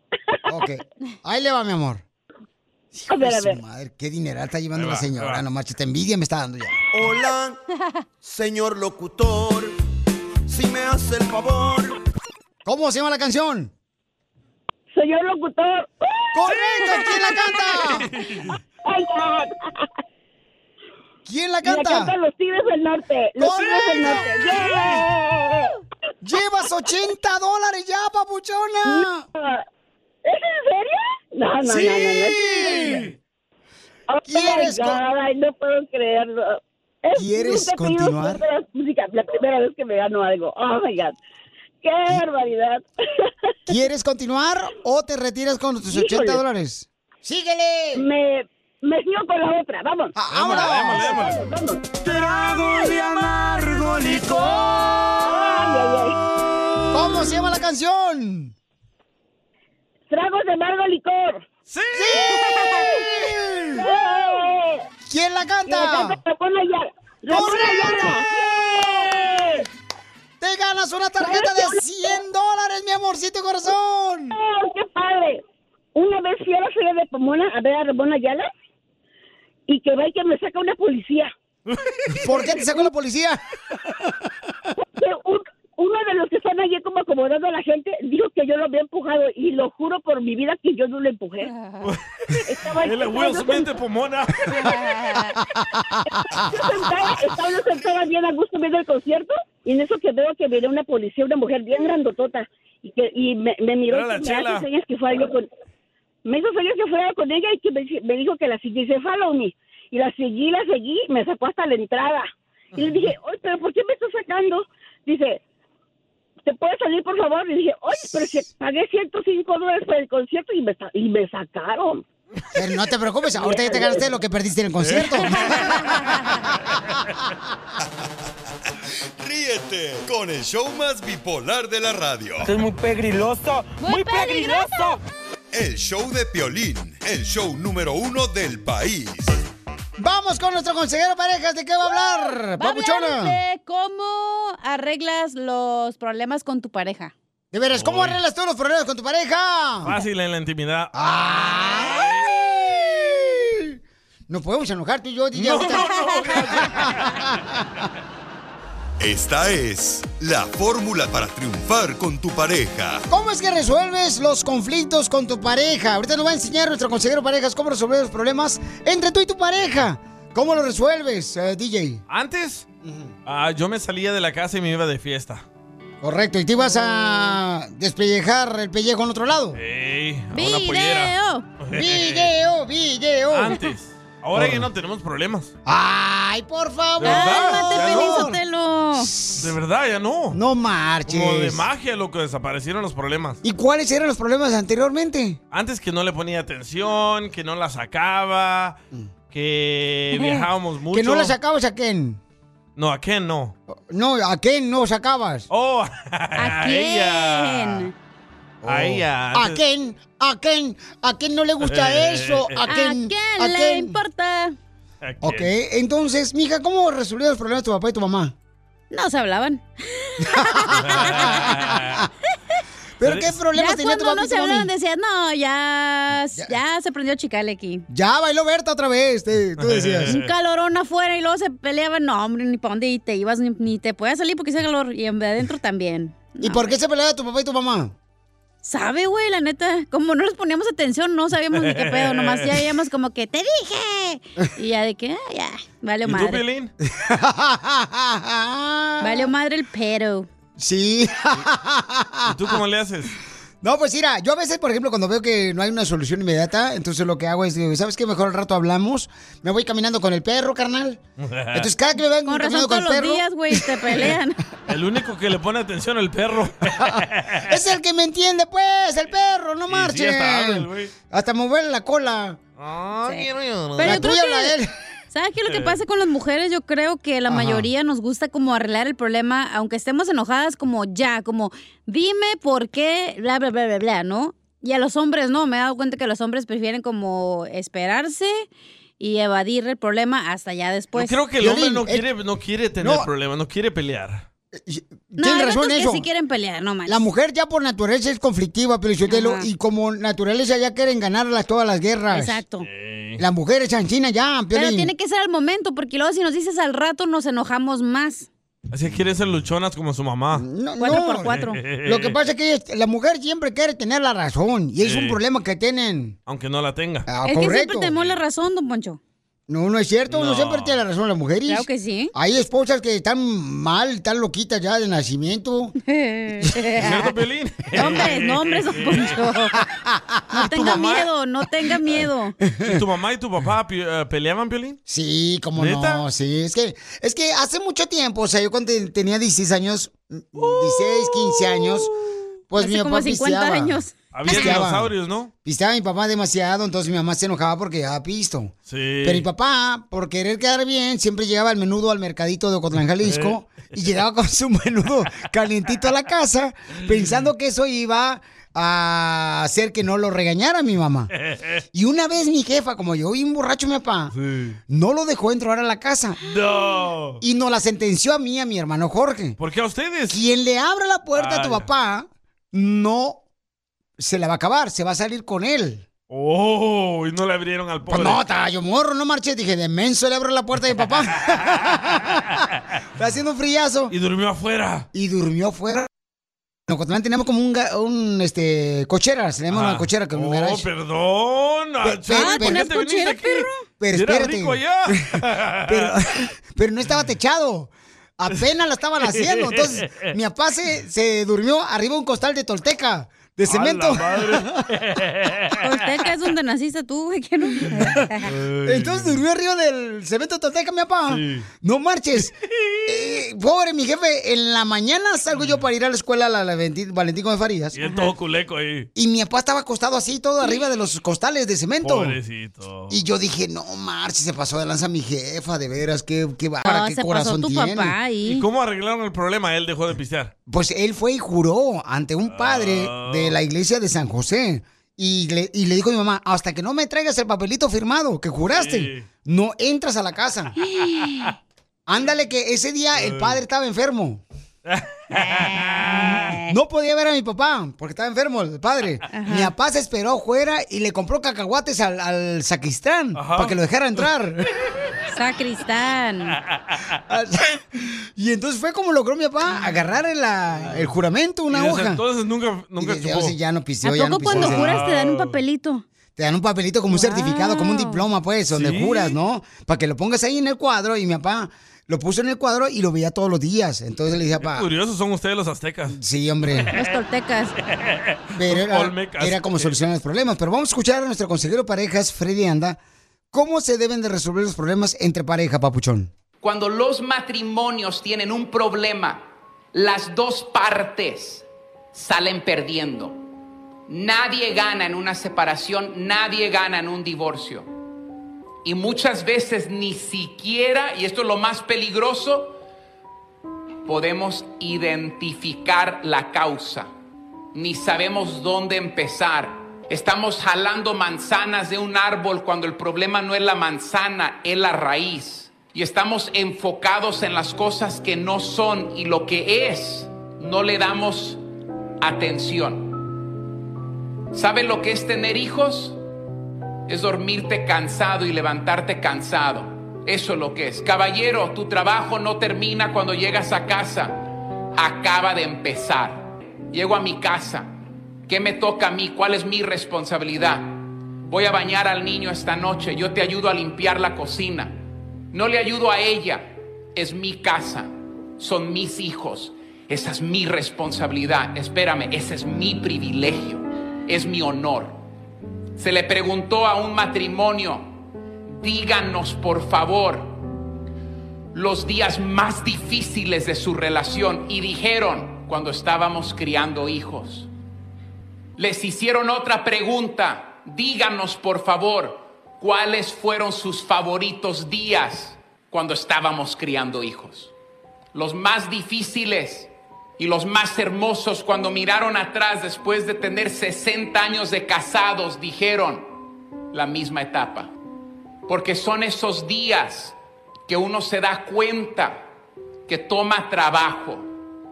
Speaker 3: Ok. Ahí le va, mi amor.
Speaker 20: A ver, a
Speaker 3: Su
Speaker 20: ver.
Speaker 3: madre, qué dineral está llevando
Speaker 12: Ahí
Speaker 3: la
Speaker 12: va, ahí
Speaker 3: señora.
Speaker 12: va.
Speaker 3: No marches, te envidia me está dando ya.
Speaker 12: Hola, señor locutor. Si me hace el favor.
Speaker 3: ¿Cómo se llama la canción?
Speaker 20: Señor locutor.
Speaker 3: ¡Correcto! ¿Quién la
Speaker 12: canta?
Speaker 20: ¡Ay, God!
Speaker 3: ¿Quién la
Speaker 20: canta? La cantan los Tigres del Norte. Los Tigres del Norte. ¡Yeah!
Speaker 3: ¡Llevas 80 dólares ya, papuchona!
Speaker 20: ¿Es en serio? No, no, no, no, no.
Speaker 3: ¡Sí!
Speaker 20: Oh, my
Speaker 3: ¿Quieres
Speaker 20: God,
Speaker 3: con-
Speaker 20: ay, no puedo creerlo. Es
Speaker 3: ¿Quieres
Speaker 20: nunca he tenido
Speaker 3: continuar?
Speaker 20: tantas músicas, La primera vez que me gano algo. Oh my God. ¡Qué barbaridad!
Speaker 3: ¿Quieres continuar o te retiras con tus 80
Speaker 20: Híjole.
Speaker 3: dólares? ¡Síguele! Ah,
Speaker 20: Me, me sigo con la otra. ¡Vamos!
Speaker 3: vámonos. Démosle,
Speaker 12: Tragos de amargo licor.
Speaker 3: ¿Cómo se llama la canción?
Speaker 20: ¡Tragos de amargo licor!
Speaker 2: ¡Sí!
Speaker 3: ¿Quién la canta?
Speaker 20: Eh. La canta Ramón Ayala. Ramón Ayala.
Speaker 3: ¡Correcto! ¡Te ganas una tarjeta de 100 dólares, mi amorcito corazón!
Speaker 20: ¡Oh, qué padre! Una vez fui a la feria de Pomona a ver a Ramón Ayala y que va y que me saca una policía.
Speaker 3: ¿Por qué te sacó la policía?
Speaker 20: Que un- uno de los que están allí como acomodando a la gente dijo que yo lo había empujado y lo juro por mi vida que yo no lo empujé. Estaba
Speaker 2: Él es Will Smith de Pomona.
Speaker 20: Yo sentada, estaba yo sentada bien a gusto viendo el concierto y en eso que veo que viene una policía, una mujer bien grandotota y que y me, me miró
Speaker 21: Era la
Speaker 20: y me
Speaker 21: Chela.
Speaker 20: hace señas que fuera yo con me hizo señas que fuera con ella y que me, dice- me dijo que la seguí, dice follow me y la seguí, la seguí, me sacó hasta la entrada y le dije, oye, pero ¿por qué me estás sacando? Dice, ¿te puedes salir por favor? Y dije, oye, pero si pagué 105 dólares por el concierto y me, sa- y me sacaron.
Speaker 3: Pero no te preocupes, ahorita ya te ganaste lo que perdiste en el concierto.
Speaker 5: Ríete con el show más bipolar de la radio.
Speaker 15: Esto es muy pegriloso, muy, pegriloso.
Speaker 5: El show de Piolín, el show número uno del país.
Speaker 3: Vamos con nuestro consejero parejas, ¿de qué va a hablar?
Speaker 4: Va a hablar
Speaker 3: Papuchona.
Speaker 4: de cómo arreglas los problemas con tu pareja.
Speaker 3: De veras, ¿cómo arreglas todos los problemas con tu pareja?
Speaker 2: Fácil en la intimidad.
Speaker 3: ¡Ah! No podemos enojar tú y yo, DJ.
Speaker 2: No,
Speaker 3: ahorita.
Speaker 5: Esta es la fórmula para triunfar con tu pareja.
Speaker 3: ¿Cómo es que resuelves los conflictos con tu pareja? Ahorita nos va a enseñar nuestro consejero parejas cómo resolver los problemas entre tú y tu pareja. ¿Cómo lo resuelves, eh, DJ?
Speaker 2: Antes, ah, yo me salía de la casa y me iba de fiesta.
Speaker 3: Correcto, y te ibas a despellejar el pellejo en otro lado.
Speaker 2: Ey, a una pollera.
Speaker 3: Video, video. Ah,
Speaker 2: Antes. Ahora ya no tenemos problemas.
Speaker 3: Ay, por favor.
Speaker 2: ¿De verdad? Ya no.
Speaker 3: Shh,
Speaker 2: De verdad, ya no.
Speaker 3: No marches.
Speaker 2: Como de magia, loco, desaparecieron los problemas.
Speaker 3: ¿Y cuáles eran los problemas anteriormente?
Speaker 2: Antes que no le ponía atención, que no la sacaba, que viajábamos
Speaker 3: Mm.
Speaker 2: mucho.
Speaker 3: ¿Que no la sacabas a quién?
Speaker 2: No, ¿a quién no?
Speaker 3: No, ¿a quién no sacabas?
Speaker 2: Oh, a ella. A ella.
Speaker 3: Oh. ¿A
Speaker 2: Antes- Eh,
Speaker 3: quién? ¿A quién? ¿A quién no le gusta eso? ¿A quién?
Speaker 4: ¿A quién le importa?
Speaker 2: ¿A
Speaker 3: Ok, entonces, mija, ¿cómo resolvieron los problemas tu papá y tu mamá?
Speaker 4: No se hablaban.
Speaker 3: ¿Pero qué problemas
Speaker 4: ya
Speaker 3: tenía tu
Speaker 4: cuando
Speaker 3: papi y
Speaker 4: no
Speaker 3: tu
Speaker 4: se hablaban
Speaker 3: mami?
Speaker 4: decías, no, ya, ya. se prendió chicale aquí.
Speaker 3: Ya bailó Berta otra vez, te- tú decías. "Eh".
Speaker 4: Un calorón afuera y luego se peleaban. No, hombre, ni para dónde y te ibas, ni, ni te podías salir porque hacía calor. Y en- de adentro también.
Speaker 3: ¿Y por qué se peleaba tu papá y tu mamá?
Speaker 4: ¿Sabe, güey? La neta, como no les poníamos atención, no sabíamos ni qué pedo. Nomás ya íbamos como que, ¡te dije! Y ya de que, ah, ya, vale
Speaker 2: ¿Y tú,
Speaker 4: madre.
Speaker 2: Piolín?
Speaker 4: Vale madre el pero.
Speaker 3: Sí.
Speaker 2: ¿Y tú cómo le haces?
Speaker 3: No, pues mira, yo a veces, por ejemplo, cuando veo que no hay una solución inmediata, entonces lo que hago es, digo, ¿sabes qué? Mejor al rato hablamos. Me voy caminando con el perro, carnal.
Speaker 2: Ah.
Speaker 3: Entonces cada que me ven
Speaker 4: Con
Speaker 3: caminando
Speaker 4: razón
Speaker 3: con
Speaker 4: todos
Speaker 3: el
Speaker 4: los
Speaker 3: perro...
Speaker 4: días, güey, te pelean.
Speaker 2: El único que le pone atención el perro.
Speaker 3: Es el que me entiende, pues, el perro, no
Speaker 2: Y sí,
Speaker 3: marche.
Speaker 2: hasta habla el güey.
Speaker 3: Hasta mover la cola.
Speaker 4: Sí. Pero
Speaker 3: La
Speaker 4: yo creo
Speaker 3: tuya habla
Speaker 4: que-
Speaker 3: él.
Speaker 4: ¿Sabes qué es
Speaker 2: Eh.
Speaker 4: lo que pasa con las mujeres? Yo creo que la
Speaker 3: Ajá.
Speaker 4: mayoría nos gusta como arreglar el problema, aunque estemos enojadas, como ya, como dime por qué, bla, bla, bla, bla, bla, ¿no? Y a los hombres no, me he dado cuenta que los hombres prefieren como esperarse y evadir el problema hasta ya después.
Speaker 2: Yo creo que el hombre
Speaker 3: eh,
Speaker 2: no quiere, no quiere tener problemas, no quiere pelear.
Speaker 4: No,
Speaker 3: Tienes
Speaker 4: hay
Speaker 3: razón
Speaker 4: vatos
Speaker 3: en eso.
Speaker 4: que sí quieren pelear, no manches.
Speaker 3: La mujer ya por naturaleza es conflictiva, pero Sotelo,
Speaker 4: Ajá.
Speaker 3: y como naturaleza ya quieren ganar las- todas las guerras.
Speaker 4: Exacto.
Speaker 2: Eh.
Speaker 3: Las mujeres chanchinas ya,
Speaker 4: Pero
Speaker 3: Piolín.
Speaker 4: tiene que ser al momento, porque luego si nos dices al rato nos enojamos más.
Speaker 2: Así que quiere ser luchonas como su mamá.
Speaker 4: Cuatro no. por cuatro.
Speaker 2: Eh.
Speaker 3: Lo que pasa es que ellas- la mujer siempre quiere tener la razón y es
Speaker 2: Sí.
Speaker 3: un problema que tienen.
Speaker 2: Aunque no la tenga.
Speaker 3: Ah,
Speaker 4: es que siempre
Speaker 3: correcto.
Speaker 4: tenemos la razón, don Poncho.
Speaker 3: No, no es cierto, no,
Speaker 2: No.
Speaker 3: siempre tiene la razón las mujeres.
Speaker 4: Claro que sí.
Speaker 3: Hay esposas que están mal, están loquitas ya de nacimiento.
Speaker 4: ¿Cierto,
Speaker 2: Piolín?
Speaker 4: Nombres, nombres, don Poncho. No tenga
Speaker 2: mamá?
Speaker 4: miedo, no tenga miedo.
Speaker 2: ¿Y tu mamá y tu papá pi- eh, peleaban, Piolín?
Speaker 3: Sí, como
Speaker 2: ¿Neta?
Speaker 3: no, sí, es que, es que hace mucho tiempo, o sea, yo cuando te- tenía 16 años, mm, 16, 15 años, pues
Speaker 4: Hace
Speaker 3: mi
Speaker 4: como
Speaker 3: papá
Speaker 4: 50
Speaker 3: pisteaba.
Speaker 4: años.
Speaker 2: Había
Speaker 3: Pisteaba.
Speaker 2: dinosaurios, ¿no?
Speaker 3: Pisteaba mi papá demasiado, entonces mi mamá se enojaba porque ya pisto.
Speaker 2: Sí.
Speaker 3: Pero mi papá, por querer quedar bien, siempre llegaba al menudo al mercadito de Ocotlán, Jalisco, y llegaba con su menudo calientito a la casa, pensando que eso iba a hacer que no lo regañara mi mamá. Y una vez mi jefa, como yo vi un borracho mi papá, no lo dejó entrar a la casa.
Speaker 2: No.
Speaker 3: Y nos la sentenció a mí, a mi hermano Jorge.
Speaker 2: ¿Por qué a ustedes?
Speaker 3: Quien le abra la puerta a tu
Speaker 2: Ala.
Speaker 3: papá, no se la va a acabar, se va a salir con él.
Speaker 2: Oh, y no le abrieron al
Speaker 3: Pues
Speaker 2: pobre.
Speaker 3: no, estaba yo morro, no marché. Dije, de menso le abro la puerta de mi papá. Está haciendo un frillazo.
Speaker 2: Y durmió afuera.
Speaker 3: Y durmió afuera. En Ocotlán teníamos como un, ga- un este, cochera, se llama una
Speaker 2: Ajá.
Speaker 3: cochera con un
Speaker 2: Oh,
Speaker 3: garage.
Speaker 2: perdón.
Speaker 3: Pe-
Speaker 2: Chela,
Speaker 3: pe-
Speaker 2: ¿por qué
Speaker 3: ¿tenías
Speaker 2: te viniste
Speaker 3: cochera,
Speaker 2: aquí?
Speaker 3: perro? Pero
Speaker 2: Si era
Speaker 3: espérate.
Speaker 2: rico allá.
Speaker 3: Pero, pero no estaba techado. Apenas la estaban haciendo. Entonces, mi papá se, se durmió arriba de un costal de tolteca, de cemento.
Speaker 4: Tolteca es donde naciste tú, güey. que no-
Speaker 3: Entonces durmió arriba del cemento tolteca, mi papá. No marches. Eh, pobre mi jefe, en la mañana salgo yo para ir a la escuela a la, la Valentí- Valentín Gómez Farías.
Speaker 2: Y él todo culeco ahí.
Speaker 3: Y mi papá estaba acostado así, todo arriba de los costales de cemento.
Speaker 2: Pobrecito.
Speaker 3: Y yo dije, no, marches, se pasó de lanza mi jefa, de veras, qué, qué bárbara, qué corazón tiene.
Speaker 2: ¿Y cómo arreglaron el problema? Él dejó de pistear.
Speaker 3: Pues él fue y juró ante un padre de
Speaker 2: Ah.
Speaker 3: la iglesia de San José. Y le, y le dijo a mi mamá, hasta que no me traigas el papelito firmado que juraste,
Speaker 2: Sí.
Speaker 3: no entras a la casa. Ándale, que ese día el padre estaba enfermo. No podía ver a mi papá porque estaba enfermo el padre. Mi papá se esperó afuera y le compró cacahuates al, al sacristán para que lo dejara entrar.
Speaker 4: Sacristán.
Speaker 3: y entonces fue como logró mi papá agarrar el, la- el juramento, una
Speaker 2: Ah. Y desde
Speaker 3: hoja.
Speaker 2: Entonces nunca, nunca
Speaker 3: Y desde
Speaker 2: chupó.
Speaker 3: entonces ya no
Speaker 4: ¿A
Speaker 3: piseó, ya
Speaker 4: poco
Speaker 3: no piseó.
Speaker 4: cuando juras te dan un papelito?
Speaker 3: Te dan un papelito como un certificado, como un diploma, pues, donde
Speaker 4: Sí.
Speaker 3: juras, ¿no? Para que lo pongas ahí en el cuadro. Y mi papá lo puso en el cuadro y lo veía todos los días. Entonces le dije, papá,
Speaker 2: Curiosos son ustedes los aztecas.
Speaker 3: Ah. Sí, hombre.
Speaker 4: Los toltecas.
Speaker 3: pero era,
Speaker 2: Olmecas.
Speaker 3: era como solucionar los problemas. Pero vamos a escuchar a nuestro consejero parejas, Freddy Anda, cómo se deben de resolver los problemas entre pareja, papuchón.
Speaker 21: Cuando los matrimonios tienen un problema, las dos partes salen perdiendo. Nadie gana en una separación, nadie gana en un divorcio. Y muchas veces ni siquiera, y esto es lo más peligroso, podemos identificar la causa. Ni sabemos dónde empezar. Estamos jalando manzanas de un árbol cuando el problema no es la manzana, es la raíz. Y estamos enfocados en las cosas que no son y lo que es, no le damos atención. ¿Saben lo que es tener hijos? Es dormirte cansado y levantarte cansado. Eso es lo que es. Caballero, tu trabajo no termina cuando llegas a casa. Acaba de empezar. Llego a mi casa. ¿Qué me toca a mí? ¿Cuál es mi responsabilidad? Voy a bañar al niño esta noche. Yo te ayudo a limpiar la cocina. No le ayudo a ella. Es mi casa. Son mis hijos. Esa es mi responsabilidad. Espérame, ese es mi privilegio. Es mi honor. Se le preguntó a un matrimonio, díganos por favor los días más difíciles de su relación y dijeron cuando estábamos criando hijos. Les hicieron otra pregunta, díganos por favor cuáles fueron sus favoritos días cuando estábamos criando hijos. Los más difíciles y los más hermosos cuando miraron atrás después de tener 60 años de casados dijeron la misma etapa. Porque son esos días que uno se da cuenta que toma trabajo,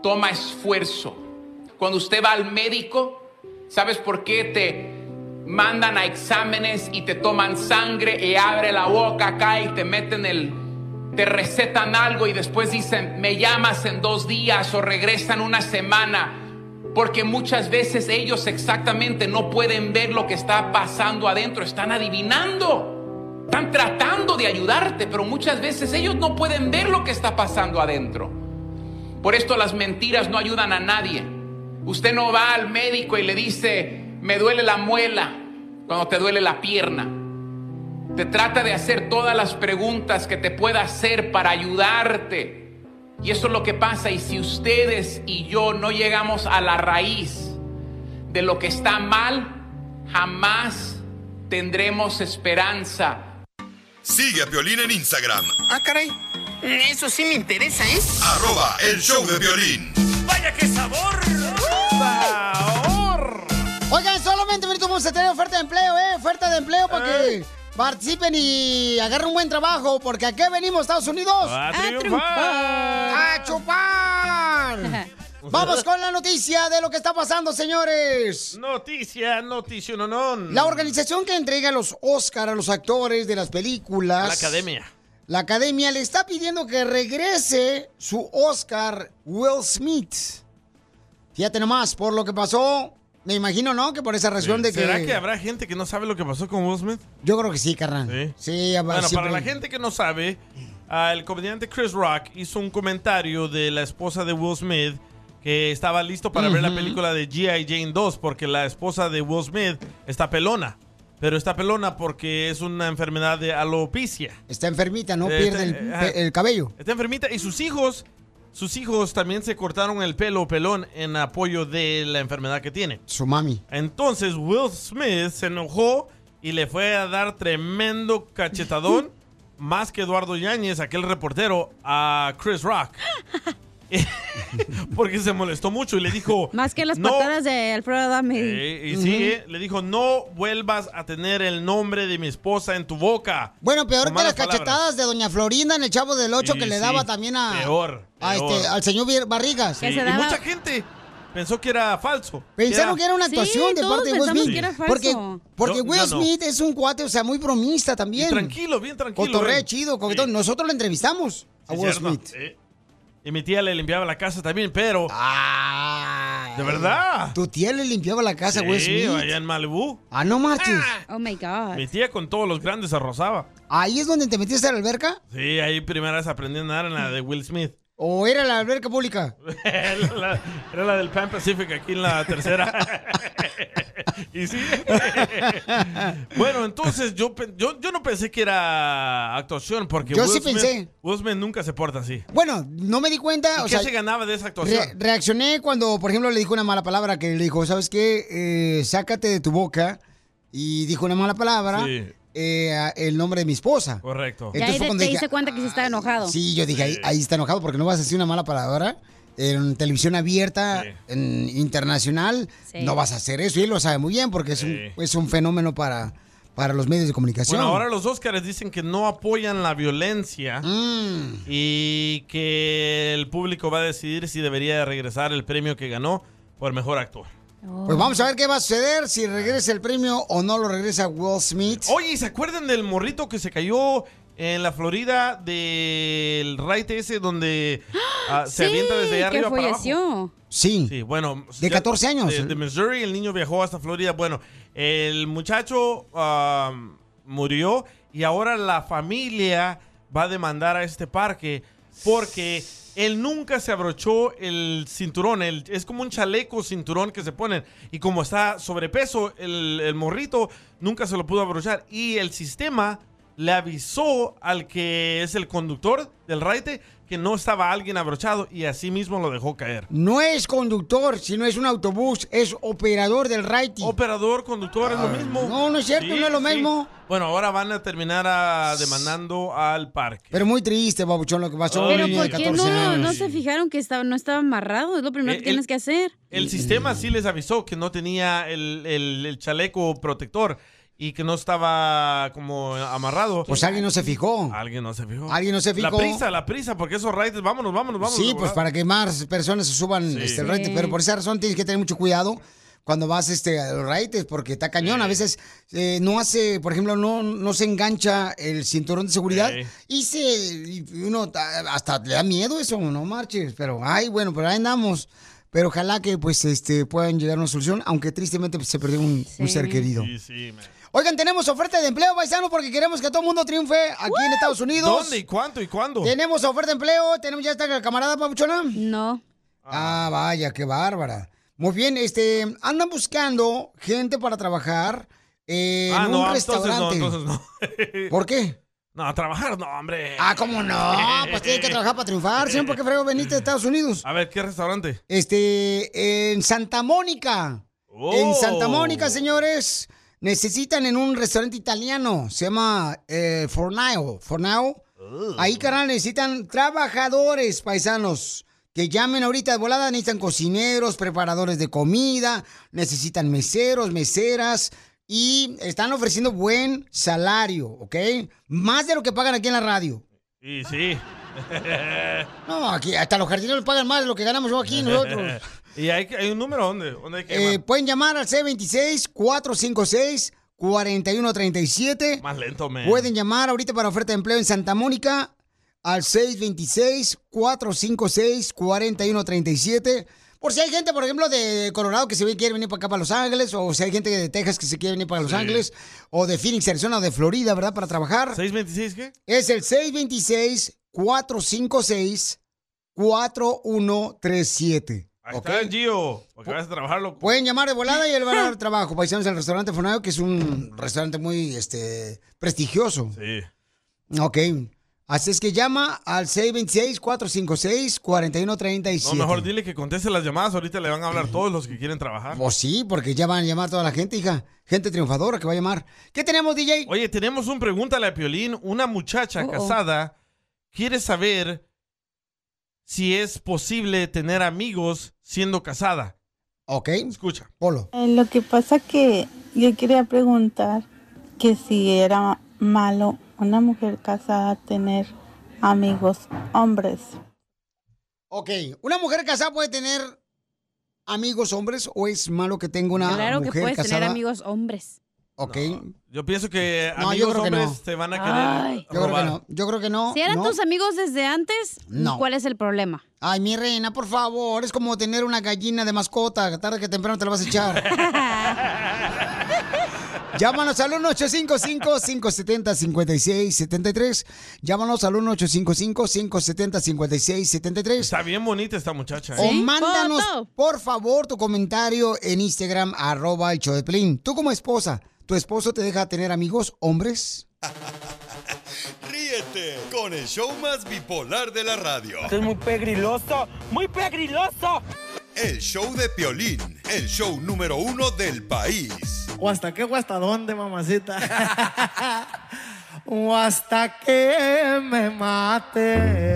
Speaker 21: toma esfuerzo. Cuando usted va al médico, ¿sabes por qué te mandan a exámenes y te toman sangre y abre la boca acá y te meten el te recetan algo y después dicen, me llamas en dos días o regresan una semana, porque muchas veces ellos exactamente no pueden ver lo que está pasando adentro, están adivinando, están tratando de ayudarte, pero muchas veces ellos no pueden ver lo que está pasando adentro. Por esto las mentiras no ayudan a nadie. Usted no va al médico y le dice, me duele la muela, cuando te duele la pierna. Te trata de hacer todas las preguntas que te pueda hacer para ayudarte. Y eso es lo que pasa. Y si ustedes y yo no llegamos a la raíz de lo que está mal, jamás tendremos esperanza.
Speaker 5: Sigue a Piolín en Instagram,
Speaker 15: Ah, caray. Eso sí me interesa, ¿eh?
Speaker 5: arroba el show de Piolín.
Speaker 15: Vaya qué sabor.
Speaker 3: Oigan, solamente ahorita vamos a tener oferta de empleo, ¿eh? Oferta de empleo para que
Speaker 2: Ah.
Speaker 3: participen y agarren un buen trabajo, porque aquí venimos, Estados Unidos.
Speaker 15: A triunfar.
Speaker 3: ¡A chupar! Vamos con la noticia de lo que está pasando, señores.
Speaker 2: Noticia, noticia, no, no.
Speaker 3: La organización que entrega los Oscar a los actores de las películas.
Speaker 2: La academia.
Speaker 3: La academia le está pidiendo que regrese su Oscar Will Smith. Fíjate nomás, por lo que pasó, me imagino, ¿no? Que por esa razón de que...
Speaker 2: ¿Será que... habrá gente que no sabe lo que pasó con Will Smith?
Speaker 3: Yo creo que sí, carnal. Sí, habrá
Speaker 2: Bueno,
Speaker 3: siempre-
Speaker 2: para la gente que no sabe, ah, el comediante Chris Rock hizo un comentario de la esposa de Will Smith que estaba listo para ver la
Speaker 6: Ujú.
Speaker 2: película de G.I. Jane 2 porque la esposa de Will Smith está pelona. Pero está pelona porque es una enfermedad de alopecia.
Speaker 3: Está enfermita, ¿no?
Speaker 2: Eh,
Speaker 3: Pierde el,
Speaker 2: eh, ajá.
Speaker 3: el cabello.
Speaker 2: Está enfermita y sus hijos, sus hijos también se cortaron el pelo pelón en apoyo de la enfermedad que tiene.
Speaker 3: Su mami.
Speaker 2: Entonces Will Smith se enojó y le fue a dar tremendo cachetadón, más que Eduardo Yáñez, aquel reportero, a Chris Rock. Porque se molestó mucho y le dijo...
Speaker 4: Más que las
Speaker 2: "No
Speaker 4: patadas de Alfredo Adame.
Speaker 2: eh, y sí, eh, le dijo, no vuelvas a tener el nombre de mi esposa en tu boca.
Speaker 3: Bueno, peor
Speaker 2: Con
Speaker 3: que las
Speaker 2: malas palabras.
Speaker 3: cachetadas de Doña Florinda en el Chavo del Ocho
Speaker 2: Sí,
Speaker 3: que le
Speaker 2: sí,
Speaker 3: daba también a,
Speaker 2: peor,
Speaker 3: a
Speaker 2: peor.
Speaker 3: este, al señor Vier- Barrigas.
Speaker 2: Sí, y mucha gente pensó que era falso.
Speaker 3: Pensaron que era una actuación de parte de Will Smith. Porque, porque
Speaker 2: No,
Speaker 3: Will
Speaker 2: no, no.
Speaker 3: Smith es un cuate, o sea, muy bromista también.
Speaker 2: Y tranquilo, bien tranquilo,
Speaker 3: Cotorrea
Speaker 2: él.
Speaker 3: chido, coquetón. Nosotros lo entrevistamos a
Speaker 2: Sí,
Speaker 3: Will
Speaker 2: cierto.
Speaker 3: Smith.
Speaker 2: Sí. Y mi tía le limpiaba la casa también, pero. ¿De verdad?
Speaker 3: Tu tía le limpiaba la casa a Will
Speaker 2: Sí,
Speaker 3: Smith.
Speaker 2: allá en Malibu.
Speaker 3: Ah, no marches.
Speaker 4: Oh my God.
Speaker 2: Mi tía con todos los grandes arrozaba.
Speaker 3: ¿Ahí es donde te metiste a la alberca?
Speaker 2: Sí, ahí primera vez aprendí a nadar en la de Will Smith.
Speaker 3: ¿O era la alberca pública?
Speaker 2: era, la, era la del Pan Pacific aquí en la tercera. y sí. bueno, entonces yo, pe- yo, yo no pensé que era actuación porque
Speaker 3: Yo
Speaker 2: Will
Speaker 3: sí
Speaker 2: Smith-
Speaker 3: pensé.
Speaker 2: Will Smith nunca se porta así.
Speaker 3: Bueno, no me di cuenta.
Speaker 2: ¿Y
Speaker 3: o
Speaker 2: qué
Speaker 3: sea,
Speaker 2: se ganaba de esa actuación?
Speaker 3: Re- reaccioné cuando, por ejemplo, le dijo una mala palabra que le dijo, ¿sabes qué? Eh, sácate de tu boca. Y dijo una mala palabra.
Speaker 2: Sí.
Speaker 3: eh, a- el nombre de mi esposa.
Speaker 2: Correcto.
Speaker 4: Ya
Speaker 3: Entonces
Speaker 4: ahí
Speaker 3: fue
Speaker 4: te,
Speaker 3: cuando
Speaker 4: te
Speaker 3: dije,
Speaker 4: diste cuenta que sí estaba enojado.
Speaker 3: Sí, yo dije, ahí, ahí está enojado porque no vas a decir una mala palabra en televisión abierta, en internacional.
Speaker 4: Sí.
Speaker 3: No vas a hacer eso. Y él lo sabe muy bien porque es, un, es un fenómeno para, para los medios de comunicación.
Speaker 2: Bueno, ahora los Óscares dicen que no apoyan la violencia
Speaker 3: Mm.
Speaker 2: y que el público va a decidir si debería regresar el premio que ganó por mejor actor.
Speaker 4: Oh.
Speaker 3: Pues vamos a ver qué va a suceder, si regresa el premio o no lo regresa Will Smith.
Speaker 2: Oye, ¿y ¿se acuerdan del morrito que se cayó en la Florida del raite ese donde ah, se
Speaker 4: Sí,
Speaker 2: avienta desde allá
Speaker 4: que
Speaker 2: arriba para abajo?
Speaker 4: falleció.
Speaker 3: Sí.
Speaker 2: bueno.
Speaker 3: De 14 años.
Speaker 2: De, de Missouri, el niño viajó hasta Florida. Bueno, el muchacho am, murió y ahora la familia va a demandar a este parque porque él nunca se abrochó el cinturón. El- es como un chaleco cinturón que se ponen. Y como está sobrepeso, el, el morrito nunca se lo pudo abrochar. Y el sistema le avisó al que es el conductor del raite que no estaba alguien abrochado y así mismo lo dejó caer.
Speaker 3: No es conductor, sino es un autobús, es operador del rating.
Speaker 2: Operador, conductor, es lo mismo.
Speaker 3: No, no es cierto,
Speaker 2: Sí,
Speaker 3: no es lo
Speaker 2: sí.
Speaker 3: mismo.
Speaker 2: Bueno, ahora van a terminar ah, demandando al parque.
Speaker 3: Pero muy triste, babuchón, lo que pasó.
Speaker 4: Pero
Speaker 3: niño
Speaker 4: ¿por
Speaker 3: de
Speaker 4: qué
Speaker 3: 14
Speaker 4: no,
Speaker 3: años.
Speaker 4: no se fijaron que estaba, no estaba amarrado? Es lo primero
Speaker 2: Eh,
Speaker 4: que
Speaker 2: el-
Speaker 4: tienes que hacer.
Speaker 2: El sistema sí les avisó que no tenía el, el- el chaleco protector y que no estaba como amarrado.
Speaker 3: Pues alguien no se fijó.
Speaker 2: Alguien no se fijó.
Speaker 3: Alguien no se
Speaker 2: La
Speaker 3: fijó.
Speaker 2: prisa, la prisa, porque esos raites, vámonos, vámonos, vámonos.
Speaker 3: Sí,
Speaker 2: de
Speaker 3: pues
Speaker 2: volada.
Speaker 3: para que más personas se suban
Speaker 2: Sí.
Speaker 3: este, el rating.
Speaker 2: Sí.
Speaker 3: Pero por esa razón tienes que tener mucho cuidado cuando vas este, a los raites, porque está cañón. A veces eh, no hace, por ejemplo, no, no se engancha el cinturón de seguridad
Speaker 22: Sí.
Speaker 3: y se y uno ta- hasta le da miedo eso, no marches. Pero, ay, bueno, pero ahí andamos. Pero ojalá que pues este puedan llegar a una solución, aunque tristemente pues, se perdió un, un ser querido.
Speaker 2: Sí, sí, man.
Speaker 3: Oigan, tenemos oferta de empleo, paisano, porque queremos que todo el mundo triunfe aquí en Estados Unidos.
Speaker 2: ¿Dónde y cuánto y cuándo?
Speaker 3: Tenemos oferta de empleo, tenemos ya esta camarada papuchona. No. Ah, vaya, qué bárbara. Muy bien, este, andan buscando gente para trabajar en
Speaker 2: Ah,
Speaker 3: un
Speaker 2: no, entonces no,
Speaker 3: restaurante.
Speaker 2: entonces no.
Speaker 3: ¿Por qué?
Speaker 2: No, a trabajar no, hombre.
Speaker 3: Ah, ¿cómo no? Pues tienen que trabajar para triunfar, ¿sí? ¿Por qué frego veniste de Estados Unidos?
Speaker 2: A ver, ¿qué restaurante?
Speaker 3: Este, en Santa Mónica.
Speaker 2: Oh.
Speaker 3: En Santa Mónica, señores, necesitan en un restaurante italiano. Se llama eh, Fornao. Fornao. Ahí, carnal, necesitan trabajadores paisanos. Que llamen ahorita de volada, necesitan cocineros, preparadores de comida, necesitan meseros, meseras y están ofreciendo buen salario, ¿ok? Más de lo que pagan aquí en la radio.
Speaker 2: Y sí.
Speaker 3: No, aquí hasta los jardineros pagan más de lo que ganamos yo aquí nosotros.
Speaker 2: ¿Y hay, que- hay un número dónde? ¿Dónde hay que
Speaker 3: Eh,
Speaker 2: llamar?
Speaker 3: pueden llamar al C26-456-4137.
Speaker 2: Más lento, man.
Speaker 3: Pueden llamar ahorita para oferta de empleo en Santa Mónica al 626-456-4137. Por si hay gente, por ejemplo, de Colorado que se ve- quiere venir para acá, para Los Ángeles, o si hay gente de Texas que se quiere venir para Los
Speaker 2: Sí.
Speaker 3: Ángeles, o de Phoenix, Arizona, o de Florida, ¿verdad? Para trabajar.
Speaker 2: ¿626 qué?
Speaker 3: Es el 626-456-4137.
Speaker 2: Ahí está Gio, porque vas a trabajarlo.
Speaker 3: Pueden llamar de volada y él va a dar trabajo. Paisanos al restaurante Fonado, que es un restaurante muy este, prestigioso.
Speaker 2: Sí.
Speaker 3: Ok. Así es que llama al 626-456-4137.
Speaker 2: No, mejor dile que conteste las llamadas. Ahorita le van a hablar todos los que quieren trabajar.
Speaker 3: Pues sí, porque ya van a llamar toda la gente, hija. Gente triunfadora que va a llamar. ¿Qué tenemos, DJ?
Speaker 2: Oye, tenemos un pregúntale a Piolín. Una muchacha
Speaker 3: Uh-oh.
Speaker 2: casada quiere saber si es posible tener amigos siendo casada.
Speaker 3: Ok.
Speaker 2: Escucha.
Speaker 3: Polo.
Speaker 17: Eh, lo que pasa que yo quería preguntar que si era malo una mujer casada tener amigos hombres.
Speaker 3: Ok. ¿Una mujer casada puede tener amigos hombres o es malo que tenga una
Speaker 4: Claro que
Speaker 3: mujer
Speaker 4: puedes
Speaker 3: casada?
Speaker 4: tener amigos hombres.
Speaker 3: Ok.
Speaker 2: Yo pienso que
Speaker 3: No, yo
Speaker 2: amigos
Speaker 3: creo que
Speaker 2: hombres
Speaker 3: no.
Speaker 2: te van a querer
Speaker 4: Ay.
Speaker 3: Yo creo que
Speaker 2: robar.
Speaker 3: no. Yo creo que no.
Speaker 4: si eran
Speaker 3: no.
Speaker 4: tus amigos desde antes,
Speaker 3: No.
Speaker 4: ¿cuál es el problema?
Speaker 3: Ay, mi reina, por favor, es como tener una gallina de mascota, tarde que temprano te la vas a echar. Llámanos al 1-855-570-5673. Llámanos al 1-855-570-5673.
Speaker 2: Está bien bonita esta muchacha.
Speaker 3: O
Speaker 2: ¿eh?
Speaker 3: mándanos, por favor, tu comentario en Instagram, arroba el show de Piolín. Tú como esposa, ¿tu esposo te deja tener amigos hombres?
Speaker 5: Ríete con el show más bipolar de la radio.
Speaker 3: es muy pegriloso, muy pegriloso.
Speaker 5: El show de Piolín, el show número uno del país.
Speaker 14: ¿O hasta qué o hasta dónde, mamacita? o hasta que me mate.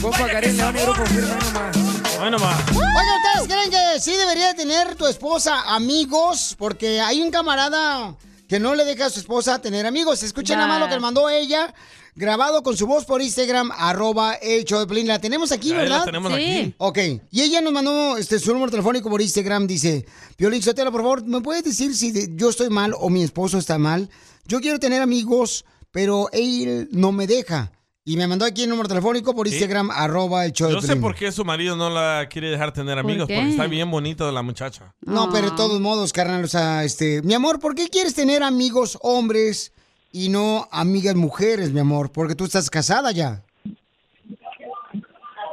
Speaker 3: Compa Karen León y Grupo Firme nomás. Oigan, ¿ustedes creen que sí debería tener tu esposa amigos? Porque hay un camarada que no le deja a su esposa tener amigos. Escuchen nada más lo que le mandó ella, grabado con su voz por Instagram, arroba el show de Piolín. La tenemos aquí,
Speaker 2: Ya, la
Speaker 3: ¿verdad?
Speaker 2: tenemos Sí. aquí.
Speaker 3: Ok, y ella nos mandó este, su número telefónico por Instagram, dice, Piolín Sotelo, por favor, ¿me puedes decir si de- yo estoy mal o mi esposo está mal? Yo quiero tener amigos, pero él no me deja. Y me mandó aquí el número telefónico por Instagram, arroba el show de
Speaker 2: Yo sé
Speaker 3: Piolín.
Speaker 2: por qué su marido no la quiere dejar tener
Speaker 3: ¿Por
Speaker 2: amigos,
Speaker 3: qué?
Speaker 2: porque está bien bonita la muchacha.
Speaker 3: No, pero
Speaker 4: Ah.
Speaker 23: Ah.
Speaker 3: de todos modos, carnal, o sea, este, mi amor, ¿por qué quieres tener amigos hombres y no amigas mujeres, mi amor? Porque tú estás casada ya.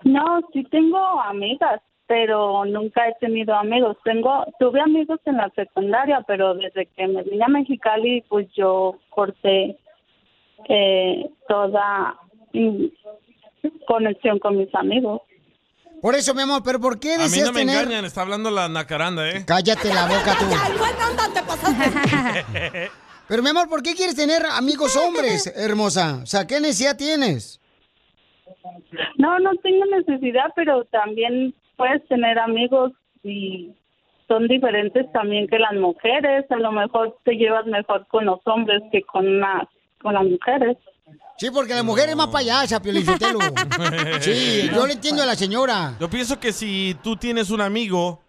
Speaker 23: No, sí tengo amigas, pero nunca he tenido amigos. Tengo, tuve amigos en la secundaria, pero desde que me vine a Mexicali, pues yo corté eh, toda mm, conexión con mis amigos.
Speaker 3: Por eso, mi amor, pero ¿por qué
Speaker 2: A mí
Speaker 3: deseas
Speaker 2: no me
Speaker 3: tener?
Speaker 2: engañan, está hablando la nacaranda, ¿eh?
Speaker 3: Cállate la boca tú. Pero mi amor, ¿por qué quieres tener amigos hombres, hermosa? O sea, ¿qué necesidad tienes?
Speaker 23: No, no tengo necesidad, pero también puedes tener amigos y son diferentes también que las mujeres. A lo mejor te llevas mejor con los hombres que con las con las mujeres.
Speaker 3: Sí, porque la mujer es más payasa, Piolinsotelo. Sí, yo le entiendo a la señora.
Speaker 2: Yo pienso que si tú tienes un amigo,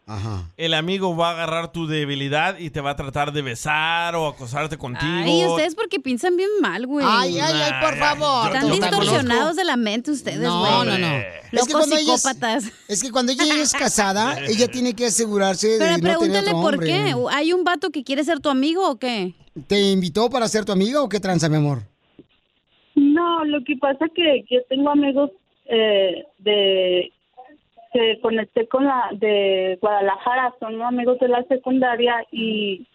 Speaker 2: el amigo va a agarrar tu debilidad y te va a tratar de besar o acosarte contigo.
Speaker 4: Ay, ustedes porque piensan bien mal, güey.
Speaker 3: Ay, ay, ay, por Ay, ay, favor. yo-
Speaker 4: Están
Speaker 3: yo te
Speaker 4: distorsionados
Speaker 3: conozco.
Speaker 4: de la mente ustedes, güey.
Speaker 3: No, no, no.
Speaker 4: Locos
Speaker 3: ella es,
Speaker 4: psicópatas.
Speaker 3: es que cuando ella es casada, ella tiene que asegurarse de
Speaker 4: Pero
Speaker 3: no tener
Speaker 4: pregúntale
Speaker 3: otro
Speaker 4: por
Speaker 3: hombre.
Speaker 4: qué. ¿Hay un vato que quiere ser tu amigo o qué?
Speaker 3: ¿Te invitó para ser tu amiga o qué tranza, mi amor?
Speaker 23: No, lo que pasa que yo tengo amigos eh, de que conecté con la de Guadalajara, son amigos de la secundaria y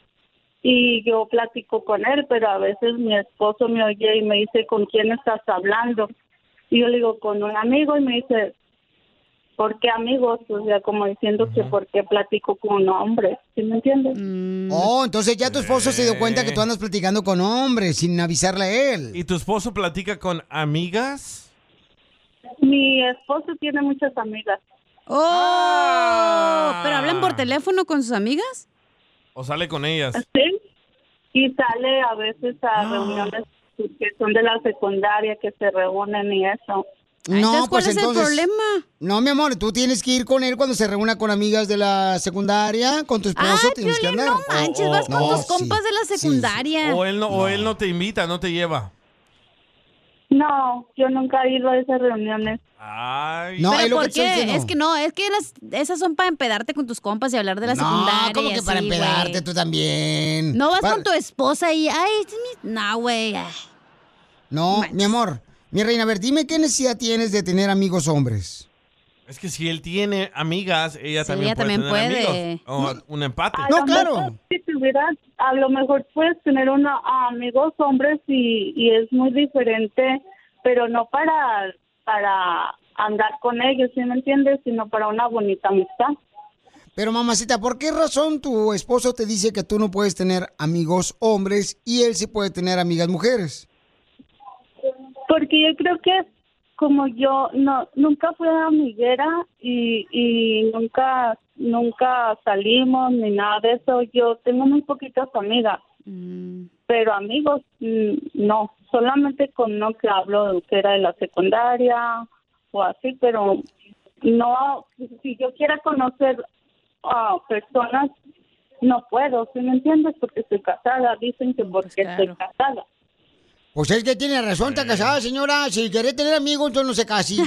Speaker 23: y yo platico con él, pero a veces mi esposo me oye y me dice con quién estás hablando y yo le digo con un amigo y me dice ¿por qué amigos? O sea, como diciendo que por qué platico con un hombre, ¿sí me entiendes?
Speaker 4: Mm.
Speaker 3: Oh, entonces ya tu esposo se dio cuenta que
Speaker 4: Eh.
Speaker 3: tú andas platicando con hombres sin avisarle a él.
Speaker 2: ¿Y tu esposo platica con amigas?
Speaker 23: Mi esposo tiene muchas amigas.
Speaker 4: ¡Oh!
Speaker 3: Ah.
Speaker 4: ¿Pero hablan por teléfono con sus amigas?
Speaker 2: ¿O sale con ellas?
Speaker 23: Sí. y sale a veces a reuniones que son de la secundaria que se reúnen y eso.
Speaker 4: Ah,
Speaker 3: No, pues entonces. No, mi amor, tú tienes que ir con él cuando se reúna con amigas de la secundaria, con tu esposo, tienes que andar. Oh,
Speaker 4: No Ah, manches, vas con
Speaker 2: No,
Speaker 4: tus
Speaker 2: sí,
Speaker 4: compas de la secundaria.
Speaker 2: O él no, o él no te invita, no te lleva.
Speaker 23: No, yo nunca he ido a esas reuniones.
Speaker 2: Ay.
Speaker 4: ¿Pero por qué? Es que no, es que las, esas son para empedarte con tus compas y hablar de la secundaria.
Speaker 3: No, como que para
Speaker 4: sí, güey.
Speaker 3: empedarte tú también.
Speaker 4: No vas
Speaker 3: Para-
Speaker 4: con tu esposa y, ay, este es mi... No, güey. ay.
Speaker 3: No, mi amor. Mi reina, a ver, dime qué necesidad tienes de tener amigos hombres.
Speaker 2: Es que si él tiene amigas, ella
Speaker 3: Sí,
Speaker 2: también
Speaker 3: ella
Speaker 2: puede.
Speaker 3: también
Speaker 2: tener
Speaker 3: puede.
Speaker 2: amigos. O un empate.
Speaker 3: Ah,
Speaker 23: A lo mejor Si tuvieras, a lo mejor puedes tener una, amigos hombres y, y es muy diferente, pero no para, para andar con ellos, ¿sí me entiendes? Sino para una bonita amistad.
Speaker 3: Pero mamacita, ¿por qué razón tu esposo te dice que tú no puedes tener amigos hombres y él sí puede tener amigas mujeres?
Speaker 23: Porque yo creo que como yo no nunca fui amiguera y, y nunca nunca salimos ni nada de eso, yo tengo muy poquitas amigas, pero amigos mm, no, solamente con uno que hablo que era de la secundaria o así, pero no, si yo quiera conocer a personas no puedo, ¿sí me entiendes? Porque estoy casada, dicen que porque estoy casada.
Speaker 3: Pues es que tiene razón, está casada, señora. Si querés tener amigos, entonces no se casi.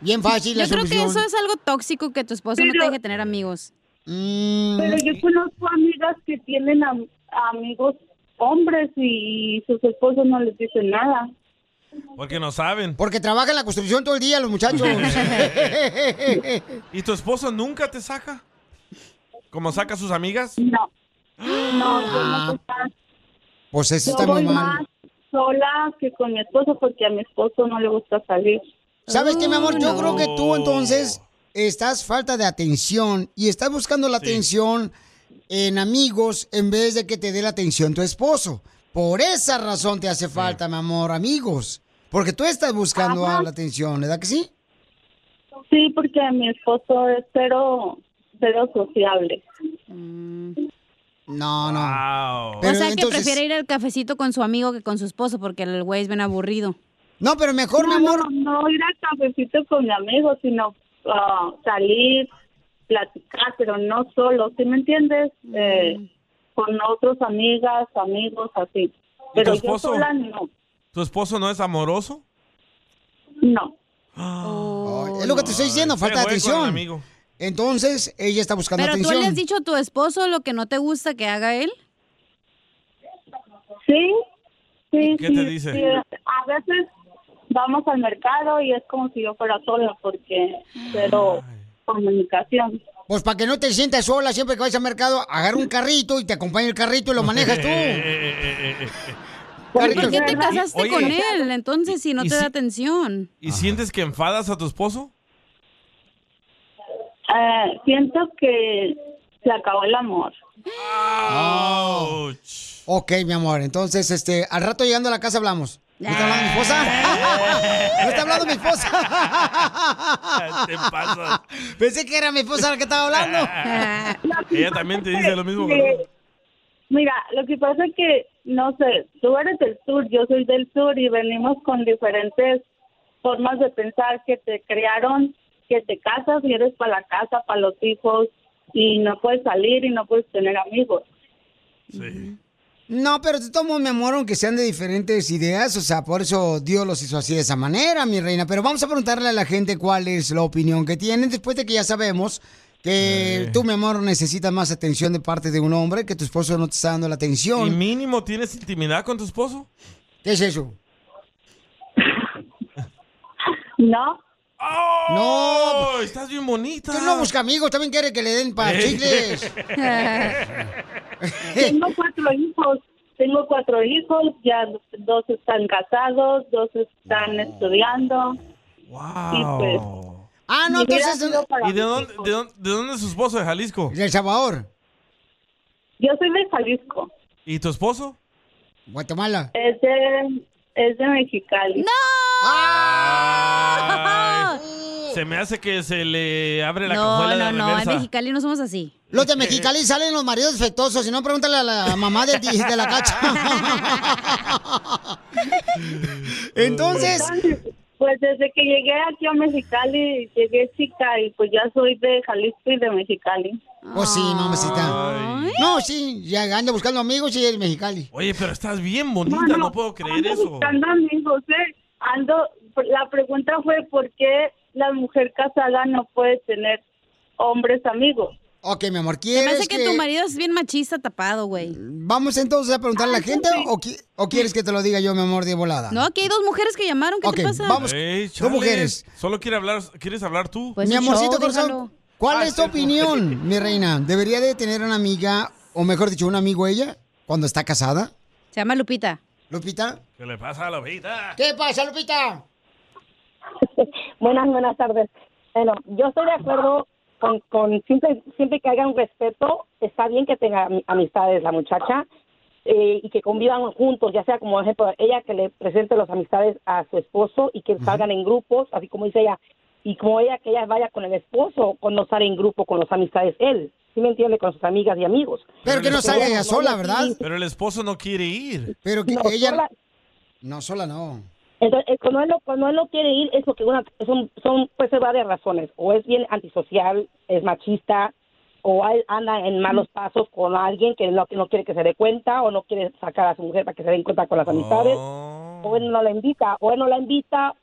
Speaker 3: Bien fácil la
Speaker 4: Yo creo que
Speaker 3: solución.
Speaker 4: eso es algo tóxico que tu esposo no te deje tener amigos.
Speaker 23: Pero yo conozco amigas que tienen am- amigos hombres y sus esposos no les dicen nada.
Speaker 2: Porque no saben.
Speaker 3: Porque trabajan en la construcción todo el día los muchachos.
Speaker 2: ¿Y tu esposo nunca te saca? ¿Como saca a sus amigas?
Speaker 23: No. No, yo
Speaker 2: Ah.
Speaker 23: no soy tan-
Speaker 3: Pues eso
Speaker 23: yo
Speaker 3: está muy
Speaker 23: voy
Speaker 3: mal.
Speaker 23: más sola que con mi esposo porque a mi esposo no le gusta salir.
Speaker 3: ¿Sabes qué, mi amor? Yo creo que tú entonces estás falta de atención y estás buscando la atención en amigos en vez de que te dé la atención tu esposo. Por esa razón te hace falta, mi amor, amigos. Porque tú estás buscando a la atención, ¿verdad que sí?
Speaker 23: Sí, porque mi esposo es cero, cero sociable.
Speaker 3: No,
Speaker 2: no.
Speaker 4: o sea, que prefiere ir al cafecito con su amigo que con su esposo porque el güey es bien aburrido.
Speaker 3: No, pero mejor,
Speaker 4: mi amor.
Speaker 23: No, ir al cafecito con mi amigo, sino ah, salir, platicar, pero no solo, ¿sí me entiendes? Eh, Con otros amigas, amigos, así. Pero yo
Speaker 2: esposo?
Speaker 23: sola no.
Speaker 2: ¿Tu esposo no es amoroso?
Speaker 23: No.
Speaker 3: es lo que te estoy diciendo, falta de
Speaker 2: Se fue con
Speaker 3: atención.
Speaker 2: el amigo.
Speaker 3: Entonces, ella está buscando
Speaker 4: Pero tú
Speaker 3: atención.
Speaker 4: le has dicho a tu esposo lo que no te gusta que haga él.
Speaker 23: Sí, sí.
Speaker 4: ¿Qué te
Speaker 23: sí,
Speaker 4: dice?
Speaker 23: sí. A veces vamos al mercado y es como si yo fuera sola, porque pero comunicación.
Speaker 3: Pues para que no te sientas sola siempre que vayas al mercado, agarra un carrito y te acompaña el carrito y lo manejas tú.
Speaker 4: ¿Por
Speaker 3: Carritos.
Speaker 4: qué te
Speaker 3: Oye,
Speaker 4: casaste
Speaker 2: oye,
Speaker 4: con él? Entonces, si no
Speaker 2: y
Speaker 4: te da
Speaker 2: si-
Speaker 4: atención.
Speaker 2: ¿Y sientes que enfadas a tu esposo?
Speaker 23: Eh, siento que se acabó el amor.
Speaker 3: Ah. Ok, mi amor. Entonces, este, al rato llegando a la casa hablamos. ¿No está hablando mi esposa? ¿No está hablando mi esposa?
Speaker 2: Te pasas.
Speaker 3: Pensé que era mi esposa la que estaba hablando.
Speaker 2: Ella también te dice lo mismo.
Speaker 23: Sí. Mira, lo que pasa es que, no sé, tú eres del sur, yo soy del sur y venimos con diferentes formas de pensar que te crearon, que te casas y eres para la casa, para los hijos y no puedes salir y no puedes tener amigos.
Speaker 2: Sí.
Speaker 3: No, pero te tomo, mi amor, aunque sean de diferentes ideas. O sea, por eso Dios los hizo así de esa manera, mi reina. Pero vamos a preguntarle a la gente cuál es la opinión que tienen después de que ya sabemos
Speaker 2: Eh.
Speaker 3: que tú, mi amor, necesitas más atención de parte de un hombre, que tu esposo no te está dando la
Speaker 2: ¿Y
Speaker 3: atención.
Speaker 2: mínimo tienes intimidad con tu esposo?
Speaker 3: ¿Qué es eso?
Speaker 23: No.
Speaker 3: No.
Speaker 2: pues, Estás bien bonita.
Speaker 3: Tú no busca amigos, también quiere que le den para chicles.
Speaker 23: tengo cuatro hijos, tengo cuatro hijos, ya dos están casados, dos están estudiando.
Speaker 2: Wow.
Speaker 3: Ah, no,
Speaker 23: Mi vida
Speaker 3: entonces-
Speaker 23: ha sido para
Speaker 2: ¿Y de
Speaker 23: mis
Speaker 2: dónde, de, dónde, de dónde es su esposo? ¿De Jalisco?
Speaker 3: De El Salvador.
Speaker 23: Yo soy de Jalisco.
Speaker 2: ¿Y tu esposo?
Speaker 3: Guatemala.
Speaker 23: Es de, es de Mexicali.
Speaker 4: ¡No!
Speaker 2: Se me hace que se le abre la
Speaker 4: No,
Speaker 2: cajuela de
Speaker 4: no, no, en
Speaker 2: reversa.
Speaker 4: Mexicali no somos así.
Speaker 3: Los de Mexicali salen los maridos defectuosos, si no, pregúntale a la mamá de, ti- de la cacha. Entonces,
Speaker 24: Pues desde que llegué aquí a Mexicali, llegué chica y pues ya soy de Jalisco y de Mexicali.
Speaker 3: pues sí, mamacita. No, sí, ya ando buscando amigos y el Mexicali.
Speaker 2: Oye, pero estás bien bonita, no, puedo creer
Speaker 24: Ando
Speaker 2: eso.
Speaker 24: buscando amigos, ¿eh? Ando, la pregunta fue por qué la mujer casada no puede tener hombres amigos.
Speaker 3: Ok, mi amor,
Speaker 4: Me
Speaker 3: ¿quieres
Speaker 4: parece que tu marido es bien machista tapado, güey.
Speaker 3: Vamos entonces a preguntarle a la gente o, qui- o quieres que te lo diga yo, mi amor, de volada?
Speaker 4: Ah. No, aquí hay dos mujeres que llamaron, ¿qué te
Speaker 3: Ok,
Speaker 4: pasa?
Speaker 3: vamos.
Speaker 2: Ey,
Speaker 3: Dos
Speaker 2: chale,
Speaker 3: mujeres.
Speaker 2: Solo quiere hablar, ¿quieres hablar tú?
Speaker 4: pues
Speaker 3: mi amorcito corazón,
Speaker 2: déjalo.
Speaker 3: ¿cuál
Speaker 2: Ah,
Speaker 3: es tu
Speaker 2: cierto.
Speaker 3: opinión, mi reina? ¿Debería de tener una amiga, o mejor dicho, un amigo ella, cuando está casada?
Speaker 4: Se llama Lupita.
Speaker 3: ¿Lupita?
Speaker 2: ¿Qué le pasa a la vida?
Speaker 3: ¿Qué pasa, Lupita?
Speaker 7: Buenas, buenas tardes. Bueno, yo estoy de acuerdo con, con siempre, siempre que haya un respeto, está bien que tenga am- amistades la muchacha eh, y que convivan juntos, ya sea como por ejemplo ella que le presente las amistades a su esposo y que salgan en grupos, así como dice ella, y como ella que ella vaya con el esposo, con no estar en grupo con las amistades él, ¿sí me entiende? Con sus amigas y amigos. ella
Speaker 2: Pero el esposo no quiere ir.
Speaker 3: Pero
Speaker 7: No, sola-
Speaker 3: No, sola no.
Speaker 7: Entonces, eh, cuando él, no, cuando él no quiere ir, es porque una, son, son, pues, puede ser varias razones. O es bien antisocial, es machista, o hay- anda en malos pasos con alguien que no, que no quiere que se dé cuenta, o no quiere sacar a su mujer para que se den cuenta con las amistades, o él no la invita, o él no la invita.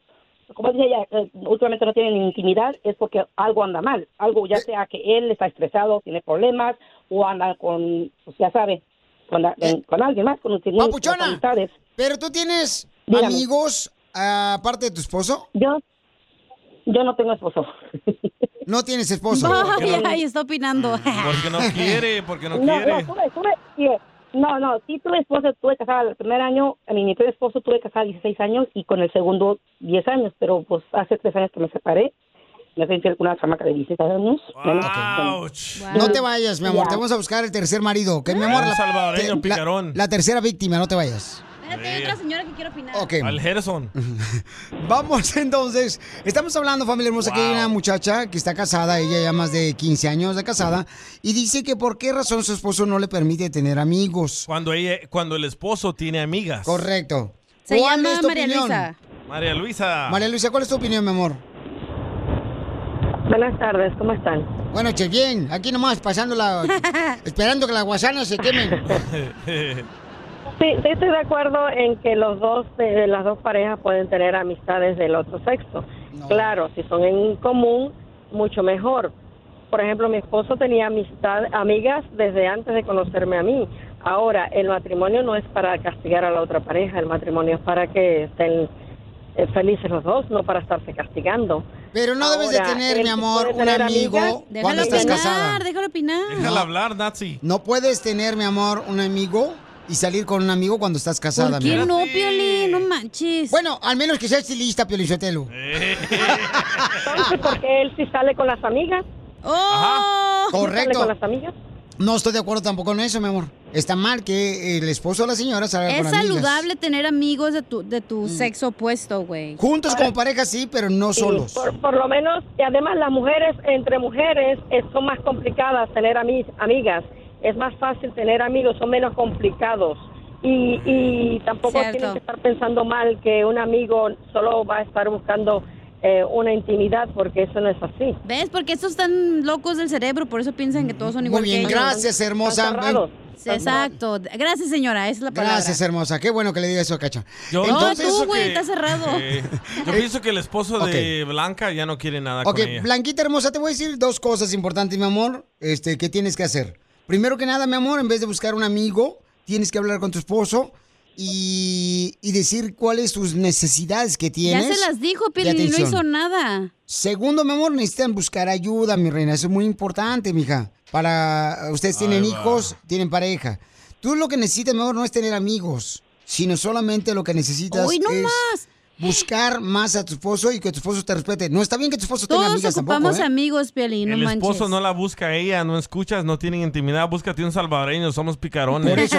Speaker 7: Como dice ella, eh, últimamente no tienen intimidad, es porque algo anda mal. Algo, ya sea que él está estresado, tiene problemas, o anda con, pues ya sabe, con, la- en- con alguien más, con un con
Speaker 3: Papuchona,
Speaker 7: amistades.
Speaker 3: Pero tú tienes
Speaker 7: Dígame.
Speaker 3: amigos ah, aparte de tu esposo.
Speaker 7: Yo, yo no tengo esposo.
Speaker 3: No tienes esposo.
Speaker 4: Ay, ay, está opinando.
Speaker 2: Mm, Porque no quiere, porque no,
Speaker 7: No, no,
Speaker 2: quiere.
Speaker 7: tuve, tuve, sí, no, no, sí tuve esposa, tuve casada el primer año, a mí mi primer esposo tuve casada 16 años y con el segundo 10 años, pero pues hace 3 años que me separé, me fui infiel con una chamaca de 16 años. Bueno,
Speaker 3: No te vayas, mi amor.
Speaker 7: Ya.
Speaker 3: Te vamos a buscar el tercer marido. Que mi amor,
Speaker 2: Un
Speaker 3: la,
Speaker 2: salvadoreño
Speaker 3: te- la-
Speaker 2: picarón.
Speaker 3: la tercera víctima, no te vayas.
Speaker 4: Hay otra señora que quiero opinar.
Speaker 3: Ok.
Speaker 2: Al Gerson.
Speaker 3: Vamos entonces. Estamos hablando, familia hermosa, que hay una muchacha que está casada, ella ya más de 15 años de casada, y dice que por qué razón su esposo no le permite tener amigos.
Speaker 2: Cuando, ella, cuando el esposo tiene amigas.
Speaker 3: Correcto.
Speaker 4: Se
Speaker 3: ¿Cuál
Speaker 4: llama
Speaker 3: es tu
Speaker 4: María
Speaker 3: opinión?
Speaker 4: Luisa.
Speaker 2: María Luisa.
Speaker 3: María Luisa, ¿cuál es tu opinión, mi amor?
Speaker 7: Buenas tardes, ¿cómo están?
Speaker 3: Bueno, che, bien. Aquí nomás, pasándola, esperando que las guasanas se quemen.
Speaker 7: Sí, sí estoy de acuerdo en que los dos, eh, las dos parejas pueden tener amistades del otro sexo. Claro, si son en común, mucho mejor. Por ejemplo, mi esposo tenía amistad, amigas desde antes de conocerme a mí. Ahora, el matrimonio no es para castigar a la otra pareja, el matrimonio es para que estén eh, felices los dos, no para estarse castigando.
Speaker 3: Pero no debes de tener, mi amor, un amigo cuando
Speaker 4: Déjalo
Speaker 3: estás
Speaker 4: opinar,
Speaker 3: casada.
Speaker 4: déjalo opinar.
Speaker 3: No.
Speaker 2: hablar, Nazi.
Speaker 3: No puedes tener, mi amor, un amigo y salir con un amigo cuando estás casada,
Speaker 4: ¿Por
Speaker 3: mi
Speaker 4: qué
Speaker 3: amor.
Speaker 4: no, Piolín? No manches.
Speaker 3: Bueno, al menos que sea estilista, Piolichotelo.
Speaker 2: Eh.
Speaker 7: Entonces, ¿por qué él sí sale con las amigas?
Speaker 4: Oh.
Speaker 3: Ajá. Correcto.
Speaker 7: ¿Sale con las amigas?
Speaker 3: No estoy de acuerdo tampoco con eso, mi amor. Está mal que el esposo de la señora salga
Speaker 4: Es
Speaker 3: con amigas. Mm.
Speaker 4: saludable tener amigos de tu, de tu sexo opuesto, güey.
Speaker 3: Juntos como pareja sí, pero no
Speaker 7: Sí,
Speaker 3: solos.
Speaker 7: Por, por lo menos, y además las mujeres, entre mujeres, es- son más complicadas tener ami- amigas. Es más fácil tener amigos, son menos complicados. Y, y tampoco
Speaker 4: Cierto.
Speaker 7: tienen que estar pensando mal que un amigo solo va a estar buscando eh, una intimidad, porque eso no es así.
Speaker 4: ¿Ves? Porque estos están locos del cerebro, por eso piensan que todos son igual
Speaker 3: bien,
Speaker 4: que ellos.
Speaker 3: gracias, hermosa. Están cerrados.
Speaker 4: Sí, Exacto. Gracias, señora, esa es la palabra.
Speaker 3: Gracias, hermosa. Qué bueno que le diga eso a Cacha.
Speaker 2: Yo-
Speaker 4: no, tú,
Speaker 2: pienso
Speaker 4: güey,
Speaker 2: que-
Speaker 4: estás cerrado.
Speaker 2: Eh, yo pienso que el esposo de Blanca ya no quiere nada
Speaker 3: Ok,
Speaker 2: Ah, con ella.
Speaker 3: Blanquita hermosa, te voy a decir dos cosas importantes, mi amor, este, que tienes que hacer. Primero que nada, mi amor, en vez de buscar un amigo, tienes que hablar con tu esposo y, y decir cuáles sus necesidades que
Speaker 4: Ya
Speaker 3: tienes.
Speaker 4: se las dijo,
Speaker 3: de
Speaker 4: Piolín, y no
Speaker 3: atención.
Speaker 4: hizo nada.
Speaker 3: Segundo, mi amor, necesitan buscar ayuda, mi reina. Eso es muy importante, mija. Para ustedes tienen
Speaker 8: Ahí va.
Speaker 3: hijos, tienen pareja. Tú lo que necesitas, mi amor, no es tener amigos, sino solamente lo que necesitas
Speaker 4: Hoy no
Speaker 3: es
Speaker 4: más.
Speaker 3: buscar más a tu esposo y que tu esposo te respete. No está bien que tu esposo tenga
Speaker 4: Todos
Speaker 3: amigas
Speaker 4: ocupamos
Speaker 3: tampoco, ¿eh?
Speaker 4: amigos, Piolín, no
Speaker 2: El
Speaker 4: manches.
Speaker 2: esposo no la busca a ella, no escuchas, no tienen intimidad, búscate un salvadoreño, somos picarones.
Speaker 3: Por eso,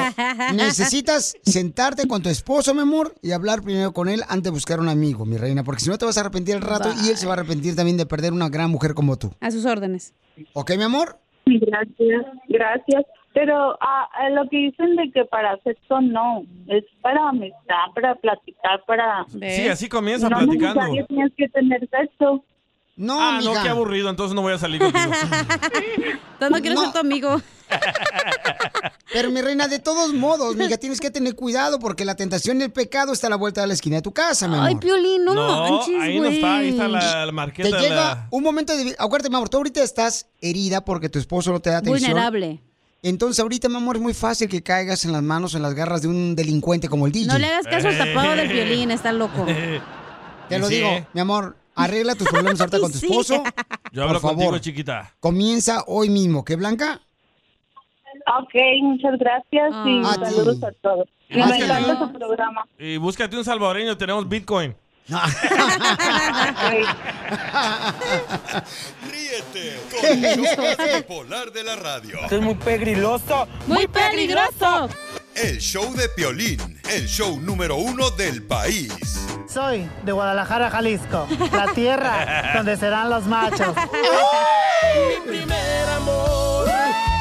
Speaker 3: necesitas sentarte con tu esposo, mi amor, y hablar primero con él antes de buscar un amigo, mi reina, porque si no te vas a arrepentir al rato y él se va a arrepentir también de perder una gran mujer como tú.
Speaker 4: A sus órdenes.
Speaker 3: ¿Ok, mi amor?
Speaker 24: Gracias, gracias. Pero ah, ah, lo que dicen de que para sexo no, es para amistad, para platicar, para...
Speaker 2: Sí, así comienza
Speaker 24: no
Speaker 2: platicando.
Speaker 24: necesario tienes que tener sexo.
Speaker 3: No,
Speaker 2: ah, no, qué aburrido, entonces no voy a salir contigo.
Speaker 4: No, no quiero ser tu amigo.
Speaker 3: Pero mi reina, de todos modos, mija, tienes que tener cuidado porque la tentación y el pecado está a la vuelta de la esquina de tu casa, mi amor.
Speaker 4: Ay, Piolín, no,
Speaker 2: No,
Speaker 4: manches,
Speaker 2: ahí no está, ahí está
Speaker 4: güey.
Speaker 2: la, la marqueta.
Speaker 3: Te
Speaker 2: de
Speaker 3: llega
Speaker 2: la-
Speaker 3: un momento de... Acuérdate, mi amor, tú ahorita estás herida porque tu esposo no te da atención.
Speaker 4: Vulnerable.
Speaker 3: Entonces, ahorita, mi amor, es muy fácil que caigas en las manos, en las garras de un delincuente como el DJ.
Speaker 4: No le hagas caso al tapado del violín, está loco.
Speaker 3: Te lo
Speaker 2: Eh. Sí,
Speaker 3: digo,
Speaker 2: ¿eh?
Speaker 3: mi amor, arregla tus problemas ahorita con tu
Speaker 4: Sí.
Speaker 3: esposo.
Speaker 2: Yo
Speaker 3: por
Speaker 2: hablo
Speaker 3: favor.
Speaker 2: contigo, chiquita.
Speaker 3: Comienza hoy mismo, ¿qué, Blanca?
Speaker 24: Ok, muchas gracias y
Speaker 2: Ah. A ti.
Speaker 24: saludos a todos. Y
Speaker 2: Ah,
Speaker 24: me
Speaker 2: sí.
Speaker 24: encanta su programa.
Speaker 2: Y búscate un salvadoreño, tenemos Bitcoin.
Speaker 5: Ríete
Speaker 24: ¿Qué
Speaker 5: con el
Speaker 24: hizo?
Speaker 5: show más bipolar de la radio.
Speaker 24: es muy pegriloso.
Speaker 4: ¡Muy peligroso!
Speaker 5: El show de Piolín, el show número uno del país.
Speaker 22: Soy de Guadalajara, Jalisco, la tierra donde serán los machos.
Speaker 15: Mi primer amor,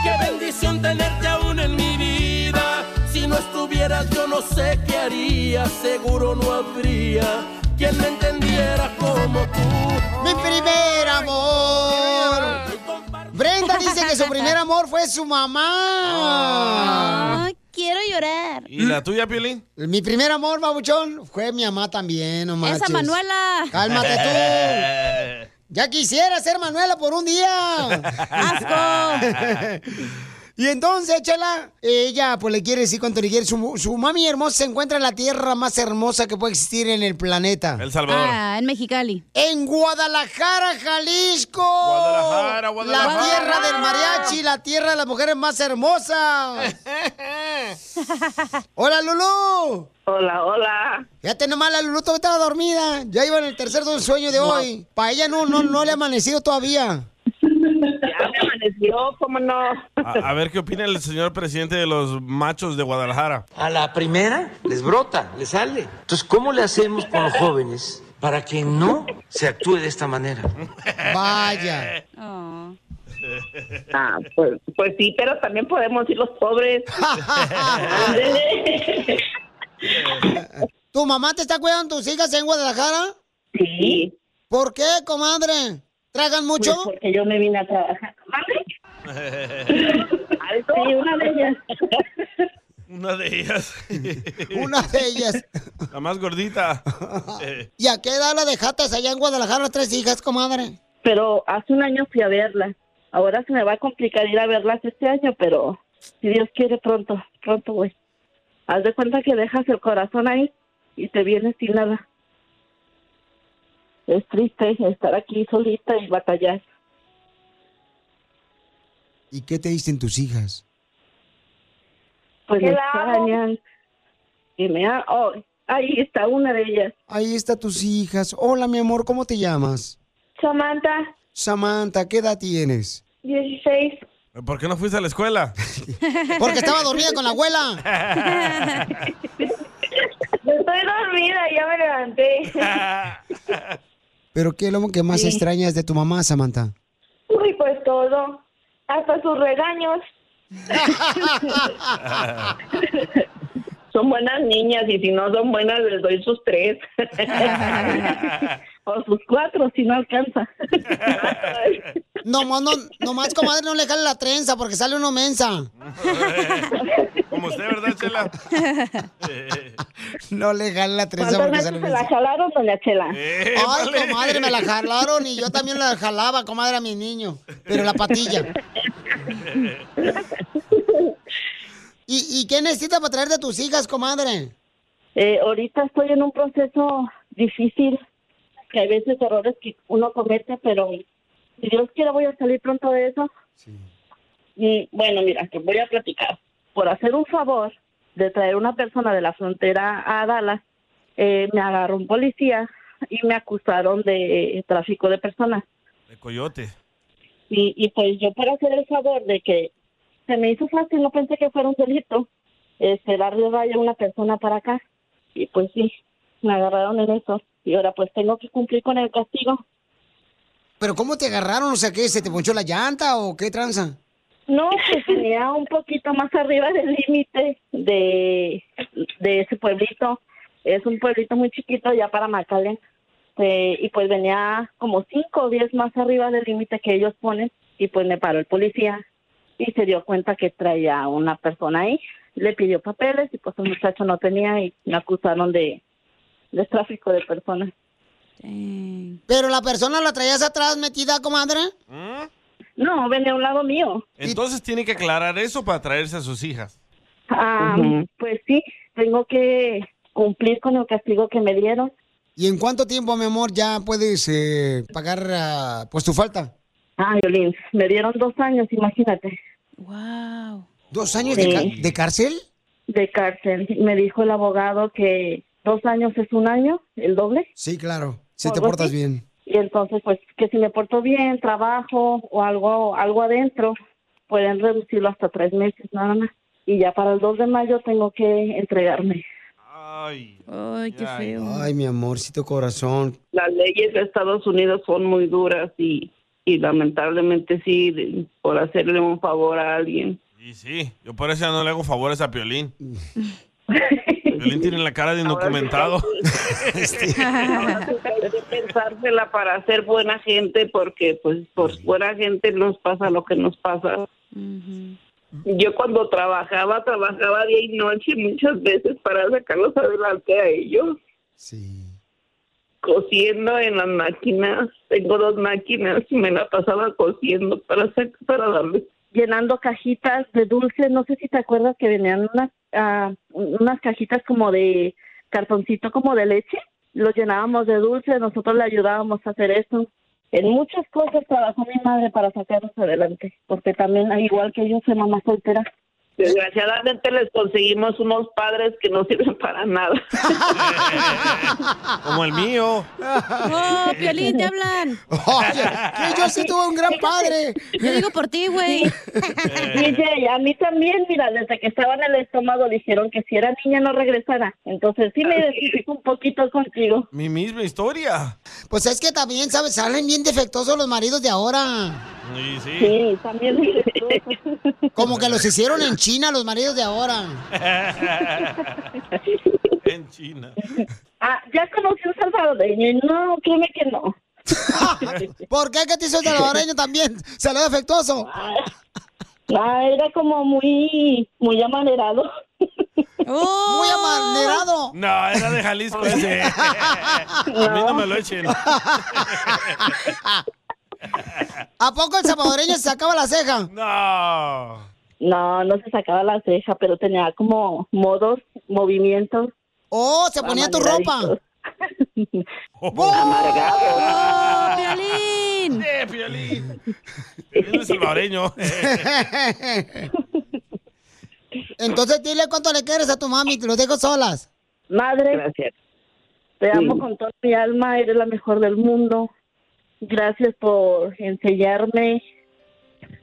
Speaker 15: qué bendición tenerte aún en mi vida. Si no estuvieras yo no sé qué haría, seguro no habría quien me entendiera como tú.
Speaker 3: Mi primer amor. Brenda dice que su primer amor fue su mamá.
Speaker 4: Ah, quiero llorar.
Speaker 2: ¿Y la tuya, Piolín?
Speaker 3: Mi primer amor, babuchón, fue mi mamá también, no manches.
Speaker 4: Esa Manuela.
Speaker 3: Cálmate tú. Ya quisiera ser Manuela por un día.
Speaker 4: ¡Asco!
Speaker 3: Y entonces, Chela, ella pues le quiere decir cuánto le quiere. Su, su mami hermosa se encuentra en la tierra más hermosa que puede existir en el planeta.
Speaker 2: El Salvador.
Speaker 4: Ah, en Mexicali.
Speaker 3: En Guadalajara, Jalisco.
Speaker 4: Guadalajara,
Speaker 3: La
Speaker 4: Guadalajara.
Speaker 3: tierra del mariachi, la tierra de las mujeres más hermosas. hola, Lulú.
Speaker 24: Hola, hola.
Speaker 3: Fíjate nomás, la Lulú todavía estaba dormida. Ya iba en el tercer sueño de hoy. Para ella no, no, no le ha amanecido todavía.
Speaker 24: Ya me amaneció, cómo no.
Speaker 2: A, a ver qué opina el señor presidente de los machos de Guadalajara.
Speaker 8: A la primera les brota, les sale. Entonces, ¿cómo le hacemos con los jóvenes para que no se actúe de esta manera?
Speaker 3: Vaya.
Speaker 24: Ah, pues, pues sí, pero también podemos ir los pobres.
Speaker 3: ¿Tu mamá te está cuidando tus hijas en Guadalajara?
Speaker 24: Sí.
Speaker 3: ¿Por qué, comadre? ¿Tragan mucho?
Speaker 24: Pues porque yo me vine a trabajar. Sí, una de ellas.
Speaker 2: Una de ellas.
Speaker 3: Una de ellas.
Speaker 2: La más gordita. Eh,
Speaker 3: ¿Y a qué edad la dejaste allá en Guadalajara las tres hijas, comadre?
Speaker 24: Pero hace un año fui a verlas. Ahora se me va a complicar ir a verlas este año, pero si Dios quiere pronto, pronto voy. Haz de cuenta que dejas el corazón ahí y te vienes sin nada. Es triste estar aquí solita y batallar.
Speaker 3: ¿Y qué te dicen tus hijas?
Speaker 24: Pues me
Speaker 3: Que la amo.
Speaker 24: extrañan. Y me ha... oh, ahí está una de ellas.
Speaker 3: Ahí está tus hijas. Hola, mi amor, ¿cómo te llamas?
Speaker 24: Samantha.
Speaker 3: Samantha, ¿qué edad tienes?
Speaker 24: 16.
Speaker 2: ¿Por qué no fuiste a la escuela?
Speaker 3: Porque estaba dormida con la abuela.
Speaker 24: Estoy dormida, ya me levanté.
Speaker 3: ¿Pero qué es lo que más extrañas de tu mamá, Samantha?
Speaker 24: Uy, pues todo. Hasta sus regaños. Son buenas niñas y si no son buenas les doy sus tres. o sus cuatro si no alcanza.
Speaker 3: No, no, no, nomás, comadre, no le jale la trenza porque sale uno mensa.
Speaker 2: Como usted, ¿verdad, Chela?
Speaker 3: No le jale la trenza
Speaker 24: ¿Cuántas
Speaker 3: porque
Speaker 24: veces
Speaker 3: sale
Speaker 24: se
Speaker 3: uno
Speaker 24: la
Speaker 3: mensa.
Speaker 24: jalaron, doña Chela?
Speaker 3: Ay, comadre, me la jalaron y yo también la jalaba, comadre, a mi niño. Pero la patilla. ¿Y, y qué necesitas para traer de tus hijas, comadre?
Speaker 24: Eh, ahorita estoy en un proceso difícil, que hay veces errores que uno comete, pero si Dios quiere voy a salir pronto de eso. Y bueno, mira, te voy a platicar. Por hacer un favor de traer una persona de la frontera a Dallas, eh, me agarró un policía y me acusaron de tráfico de personas.
Speaker 2: El coyote.
Speaker 24: Y, y pues yo para hacer el favor de que se me hizo fácil, no pensé que fuera un delito, este, darle vaya una persona para acá. Y pues sí, me agarraron en eso. Y ahora pues tengo que cumplir con el castigo.
Speaker 3: ¿Pero cómo te agarraron? O sea, ¿qué? ¿Se te ponchó la llanta o qué tranza?
Speaker 24: No, pues tenía un poquito más arriba del límite de, de ese pueblito. Es un pueblito muy chiquito ya para Macalén. Eh, y pues venía como cinco o diez más arriba del límite que ellos ponen. Y pues me paró el policía y se dio cuenta que traía a una persona ahí. Le pidió papeles y pues el muchacho no tenía y me acusaron de, de tráfico de personas.
Speaker 3: ¿Pero la persona la traías atrás metida, comadre?
Speaker 24: No, venía a un lado mío.
Speaker 2: Entonces tiene que aclarar eso para traerse a sus hijas.
Speaker 24: Ah,
Speaker 2: Ujú.
Speaker 24: Pues sí, tengo que cumplir con el castigo que me dieron.
Speaker 3: ¿Y en cuánto tiempo, mi amor, ya puedes eh, pagar ah, pues tu falta?
Speaker 24: Ah, Violín, me dieron dos años, imagínate.
Speaker 4: Wow.
Speaker 3: ¿Dos años de, ca- de cárcel?
Speaker 24: De cárcel. Me dijo el abogado que dos años es un año, el doble.
Speaker 3: Sí, claro, si
Speaker 24: ¿O
Speaker 3: te
Speaker 24: algo
Speaker 3: portas
Speaker 24: así?
Speaker 3: bien.
Speaker 24: Y entonces, pues, que si me porto bien, trabajo o algo, algo adentro, pueden reducirlo hasta tres meses nada más. Y ya para el 2 de mayo tengo que entregarme.
Speaker 4: Ay, qué feo.
Speaker 3: Ay, mi amorcito corazón.
Speaker 9: Las leyes de Estados Unidos son muy duras y, y lamentablemente sí, de- por hacerle un favor a alguien.
Speaker 2: Y sí, yo por eso ya no le hago favores a Piolín. Piolín tiene la cara de indocumentado. Este,
Speaker 9: Hay que pensársela para ser buena gente porque pues por buena gente nos pasa lo que nos pasa. Yo cuando trabajaba, trabajaba día y noche muchas veces para sacarlos adelante a ellos. Cosiendo en las máquinas. Tengo dos máquinas y me la pasaba cosiendo para, sac- para darles
Speaker 24: llenando cajitas de dulces. No sé si te acuerdas que venían unas, ah, unas cajitas como de cartoncito como de leche. Los llenábamos de dulces, nosotros le ayudábamos a hacer eso. En muchas cosas trabajó mi madre para sacarnos adelante, porque también, al igual que yo, soy mamá soltera.
Speaker 9: Desgraciadamente les conseguimos unos padres que no sirven para nada.
Speaker 2: Como el mío.
Speaker 9: Oh.
Speaker 4: No, Piolín, te hablan.
Speaker 3: Oye, que yo sí tuve un gran padre.
Speaker 4: Yo digo por ti, güey.
Speaker 3: Eh.
Speaker 24: DJ, a mí también, mira, desde que estaba en el estómago dijeron que si era niña no regresara. Entonces sí me identifico un poquito contigo.
Speaker 2: Mi misma historia.
Speaker 3: Pues es que también, ¿sabes? Salen bien defectuosos los maridos de ahora.
Speaker 2: Y sí.
Speaker 24: también.
Speaker 3: Como que los hicieron en China los maridos de ahora.
Speaker 2: en China.
Speaker 24: Ah, ya conocí un salvadoreño. No, créeme que no.
Speaker 3: ¿Por qué que te hizo el salvadoreño también? ¿Salió defectuoso?
Speaker 24: Ah, era como muy, muy amanerado.
Speaker 3: Muy amanerado.
Speaker 2: No, era de Jalisco ese. A mí no me lo echen.
Speaker 3: ¿A poco el salvadoreño se sacaba la ceja?
Speaker 2: No.
Speaker 24: No, no se sacaba la ceja, pero tenía como modos, movimientos.
Speaker 3: Oh, se ponía tu ropa.
Speaker 24: ¡Oh! Amargado.
Speaker 4: Piolín.
Speaker 2: Eh, Piolín. Piolín es salvadoreño.
Speaker 3: Entonces dile cuánto le quieres a tu mami, te los dejo solas.
Speaker 24: Madre. Gracias. Te amo con toda mi alma, eres la mejor del mundo. Gracias por enseñarme,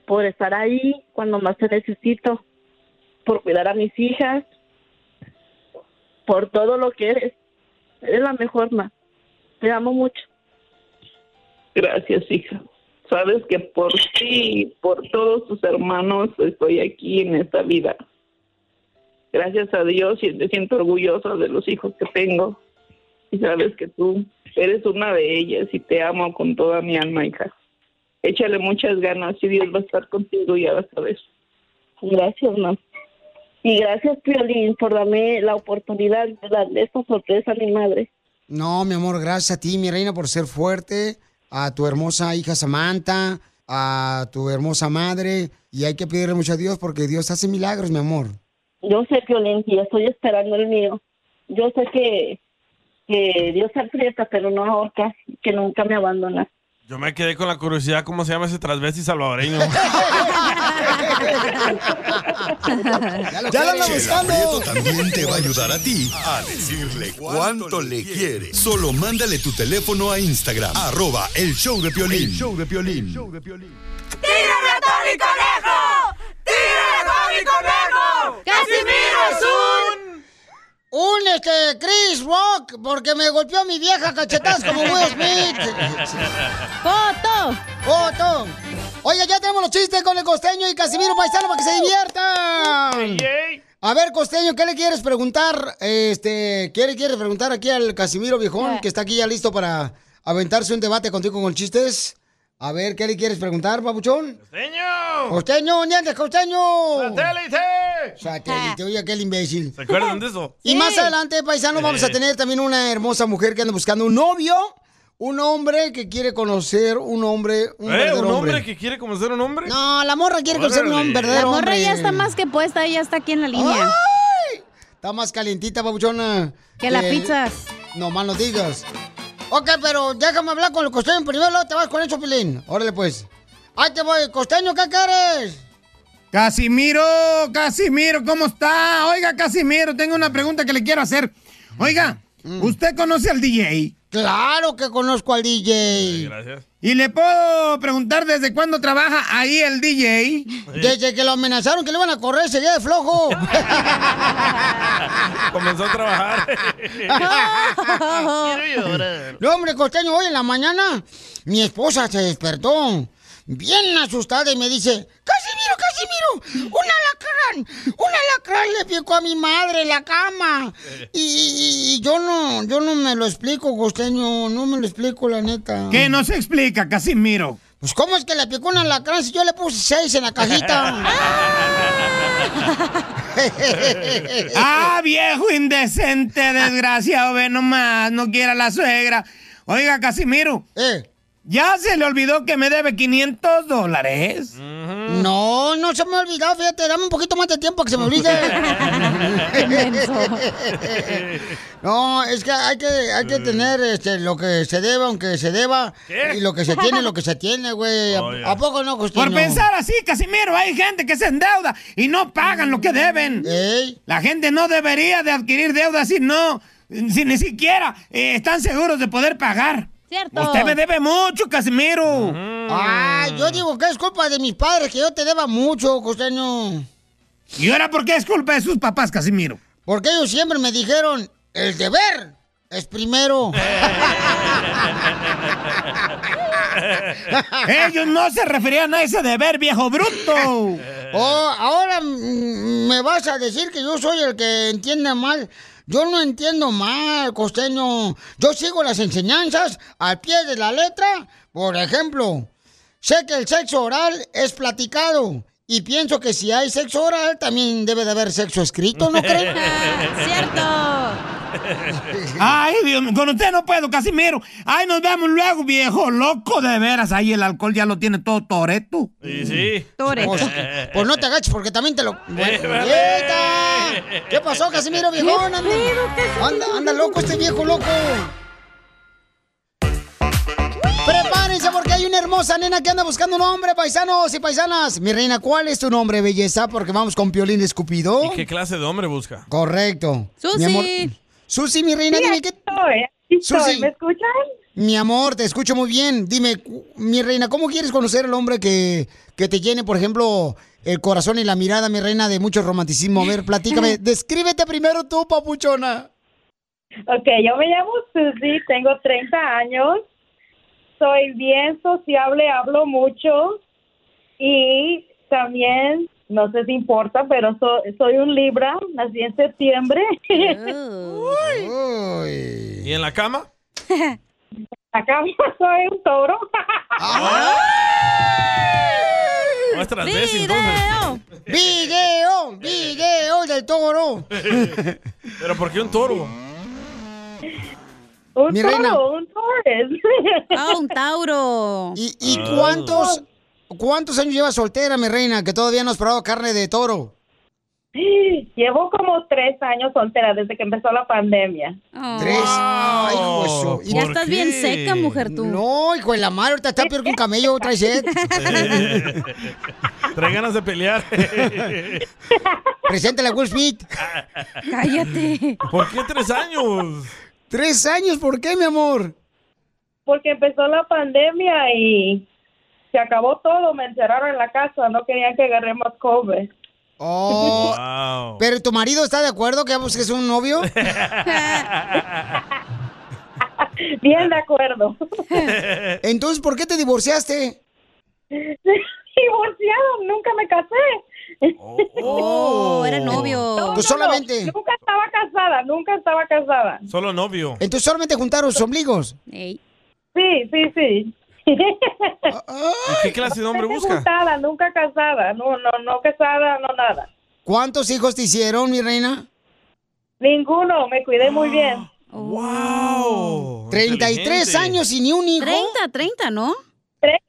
Speaker 24: por estar ahí cuando más te necesito, por cuidar a mis hijas, por todo lo que eres. Eres la mejor, ma. Te amo mucho.
Speaker 9: Gracias, hija. Sabes que por ti y por todos tus hermanos estoy aquí en esta vida. Gracias a Dios y me siento orgullosa de los hijos que tengo. Y sabes que tú eres una de ellas y te amo con toda mi alma, hija. Échale muchas ganas y Dios va a estar contigo, ya vas a ver.
Speaker 24: Gracias, ma. Y gracias, Piolín, por darme la oportunidad de darle esta sorpresa a mi madre.
Speaker 3: No, mi amor, gracias a ti, mi reina, por ser fuerte, a tu hermosa hija Samantha, a tu hermosa madre, y hay que pedirle mucho a Dios porque Dios hace milagros, mi amor.
Speaker 24: Yo sé, Piolín, y estoy esperando el mío. Yo sé que, que Dios aprieta, pero no ahorca, que nunca me abandona.
Speaker 2: Yo me quedé con la curiosidad cómo se llama ese transvesti salvadoreño.
Speaker 3: lo Ya lo ando
Speaker 5: Chela
Speaker 3: buscando.
Speaker 5: Prieto también te va a ayudar a ti a decirle cuánto le quiere. Solo mándale tu teléfono a Instagram, arroba el show de Piolín. show de Piolín.
Speaker 15: ¡Tírame a Tony Conejo! ¡Tírame a Tony Conejo! ¡Casimiro es un...
Speaker 3: Un este Chris Rock, porque me golpeó a mi vieja cachetadas como Will Smith. ¡Foto! ¡Foto! Oiga, ya tenemos los chistes con el costeño y Casimiro Paisano para que se diviertan. A ver, costeño, ¿qué le quieres preguntar? Este, ¿qué le quieres preguntar aquí al Casimiro Viejón, que está aquí ya listo para aventarse un debate contigo con chistes? A ver, ¿qué le quieres preguntar, papuchón?
Speaker 2: ¡Costeño!
Speaker 3: ¡Costeño, ¿dónde andas, costeño!
Speaker 2: ¡Satélite!
Speaker 3: ¡Satélite! Oye, aquel imbécil.
Speaker 2: ¿Se acuerdan de eso?
Speaker 3: Y más adelante, paisano, vamos a
Speaker 2: Eh.
Speaker 3: tener también una hermosa mujer que anda buscando un novio, un hombre que quiere conocer un hombre, un
Speaker 2: ¿Eh?
Speaker 3: verdadero
Speaker 2: ¿Un
Speaker 3: hombre.
Speaker 2: hombre que quiere conocer un hombre?
Speaker 3: No, la morra quiere conocer un hombre,
Speaker 4: La
Speaker 3: verdadero
Speaker 4: morra
Speaker 3: hombre. Ah.
Speaker 4: ya está más que puesta, ella está aquí en la línea.
Speaker 3: Está más calientita, babuchona. Eh,
Speaker 4: Que la pizzas.
Speaker 3: No, más no digas. Ok, pero déjame hablar con el costeño primero, luego te vas con el chopilín. Órale, pues. Ahí te voy, costeño, ¿qué quieres?
Speaker 14: Casimiro, Casimiro, ¿cómo está? Oiga, Casimiro, tengo una pregunta que le quiero hacer. Oiga, ¿usted conoce al DJ?
Speaker 3: Mm. Claro que conozco al DJ.
Speaker 2: Gracias.
Speaker 14: ¿Y le puedo preguntar desde cuándo trabaja ahí el DJ?
Speaker 3: Desde que lo amenazaron que le iban a correr, seguía de flojo.
Speaker 2: Comenzó a trabajar.
Speaker 3: No, hombre, costeño, hoy en la mañana mi esposa se despertó bien asustada y me dice, Casimiro, Casimiro, un alacrán, un alacrán le picó a mi madre la cama. Y, y- y yo no, yo no me lo explico, costeño, no me lo explico, la neta.
Speaker 14: ¿Qué no se explica, Casimiro?
Speaker 3: Pues, ¿cómo es que le picó un alacrán si yo le puse seis en la cajita?
Speaker 14: ¡Ah, viejo indecente, desgraciado! Ve nomás, no quiera la suegra. Oiga, Casimiro. ¿Ya se le olvidó que me debe 500 dólares?
Speaker 3: No, no se me ha olvidado, fíjate, dame un poquito más de tiempo que se me olvide. No, es que hay que, hay que tener este, lo que se deba, aunque se deba.
Speaker 14: Mm. ¿Qué?
Speaker 3: Y lo que se tiene, lo que se tiene, güey. ¿A-
Speaker 14: Oh, ya.
Speaker 3: ¿A, poco no, Justino?
Speaker 14: Por pensar así, Casimiro, hay gente que se endeuda y no pagan lo que deben. La gente no debería de adquirir deuda si no, si ni siquiera eh, están seguros de poder pagar.
Speaker 4: Cierto.
Speaker 14: Usted me debe mucho, Casimiro.
Speaker 3: Ah, yo digo que es culpa de mis padres que yo te deba mucho, costeño.
Speaker 14: ¿Y ahora por qué es culpa de sus papás, Casimiro?
Speaker 3: Porque ellos siempre me dijeron, el deber es primero.
Speaker 14: Eh. Ellos no se referían a ese deber, viejo bruto.
Speaker 3: Oh, ahora mm, me vas a decir que yo soy el que entiende mal. Yo no entiendo mal, costeño. Yo sigo las enseñanzas al pie de la letra. Por ejemplo, sé que el sexo oral es platicado. Y pienso que si hay sexo oral, también debe de haber sexo escrito, ¿no creen?
Speaker 14: Ay, Dios mío, con usted no puedo, Casimiro. Ay, nos vemos luego, viejo loco, de veras. Ahí el alcohol ya lo tiene todo toreto.
Speaker 2: Sí, sí.
Speaker 3: Pues, pues no te agaches porque también te lo...
Speaker 2: Eh,
Speaker 3: Bueno,
Speaker 2: vale.
Speaker 3: ¡Quieta! ¿Qué pasó, Casimiro, viejón? Anda, anda, anda loco este viejo loco. Prepárense porque hay una hermosa nena que anda buscando un hombre, paisanos y paisanas. Mi reina, ¿cuál es tu nombre, belleza? Porque vamos con Piolín Escupido.
Speaker 2: ¿Qué clase de hombre busca?
Speaker 3: Correcto.
Speaker 2: Susi.
Speaker 3: Mi amor, Susi, mi reina,
Speaker 2: Sí,
Speaker 3: dime
Speaker 2: aquí
Speaker 3: qué...
Speaker 2: estoy. ¿Me
Speaker 3: escuchan? Mi amor, te escucho muy bien. Dime, cu- mi reina, ¿cómo quieres conocer al hombre que, que te llene, por ejemplo, el corazón y la mirada, mi reina, de mucho romanticismo? A ver, platícame. Descríbete primero tú, papuchona.
Speaker 24: Ok, yo me llamo Susi, tengo 30 años, soy bien sociable, hablo mucho y también, no sé si importa, pero so- soy un Libra, nací en septiembre.
Speaker 2: ¿Y en la cama?
Speaker 24: Acá soy un toro.
Speaker 2: Nuestras veces, entonces.
Speaker 3: ¡Video! ¡Video del toro!
Speaker 2: ¿Pero por qué un toro?
Speaker 24: Un
Speaker 3: Mi reina.
Speaker 24: toro, un Taurus.
Speaker 4: Ah, un Tauro.
Speaker 3: ¿Y, ¿Y
Speaker 2: Ah.
Speaker 3: cuántos, cuántos años llevas soltera, mi reina, que todavía no has probado carne de toro?
Speaker 10: Llevo como tres años soltera desde que empezó la pandemia.
Speaker 3: Tres. Ay, hijo de su-
Speaker 4: Oh. Ya ¿Por estás bien qué? seca, mujer, tú.
Speaker 3: No, hijo de la madre, ahorita está peor que un camello, trae sed.
Speaker 2: Trae ganas de pelear.
Speaker 3: Preséntale a Will Smith.
Speaker 4: Cállate.
Speaker 2: ¿Por qué tres años?
Speaker 3: Tres años, ¿por qué, mi amor?
Speaker 10: Porque empezó la pandemia y se acabó todo. Me encerraron en la casa. No querían que agarré más COVID.
Speaker 3: Oh, pero tu marido está de acuerdo que busques un novio.
Speaker 10: Bien de acuerdo.
Speaker 3: Entonces, ¿por qué te divorciaste?
Speaker 10: Divorciado, nunca me casé.
Speaker 4: Oh, era novio.
Speaker 3: Tú Pues solamente.
Speaker 10: Nunca estaba casada, nunca estaba casada.
Speaker 2: Solo novio.
Speaker 3: Entonces solamente juntaron sus ombligos.
Speaker 10: Sí, sí, sí.
Speaker 2: ¿Y qué clase de hombre busca?
Speaker 10: Juntada, nunca casada, no, no, no casada, no nada.
Speaker 3: ¿Cuántos hijos te hicieron, mi reina?
Speaker 10: Ninguno, me cuidé muy bien.
Speaker 2: ¡Wow!
Speaker 3: 33 años Oh, y ni un hijo.
Speaker 4: 30, 30, ¿no?
Speaker 10: 30.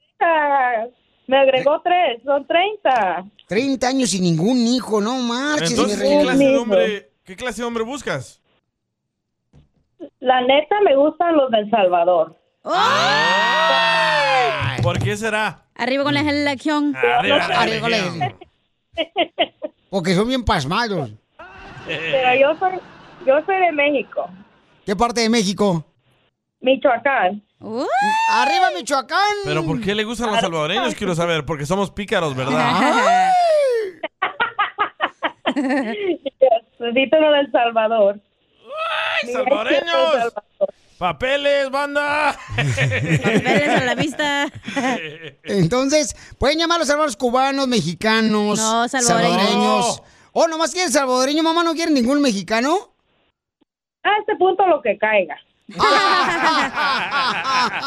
Speaker 10: Me agregó tres, son 30.
Speaker 3: 30 años y ningún hijo, no marches,
Speaker 2: Entonces,
Speaker 3: mi
Speaker 2: ¿qué
Speaker 3: reina.
Speaker 2: clase, de hombre, ¿qué clase de hombre buscas?
Speaker 10: La neta me gustan los del Salvador.
Speaker 2: ¿Por qué será?
Speaker 4: Arriba con la elección.
Speaker 2: Mm. Arriba la
Speaker 3: Arriba con la
Speaker 2: elección.
Speaker 3: Porque son bien pasmados.
Speaker 10: Pero yo soy, yo soy de México,
Speaker 3: ¿Qué parte de México?
Speaker 10: Michoacán.
Speaker 3: ¡Arriba Michoacán!
Speaker 2: ¿Pero por qué le gustan los salvadoreños? Quiero saber, porque somos pícaros, ¿verdad?
Speaker 10: Necesito lo del Salvador. ¡Ay,
Speaker 2: salvadoreños! ¡Papeles, banda!
Speaker 4: Papeles a la vista.
Speaker 3: Entonces, pueden llamar a los hermanos cubanos, mexicanos,
Speaker 4: No, salvadoreños.
Speaker 3: salvadoreños. Oh, nomás quieren salvadoreño, mamá, ¿no quieren ningún mexicano?
Speaker 10: A este punto lo que caiga.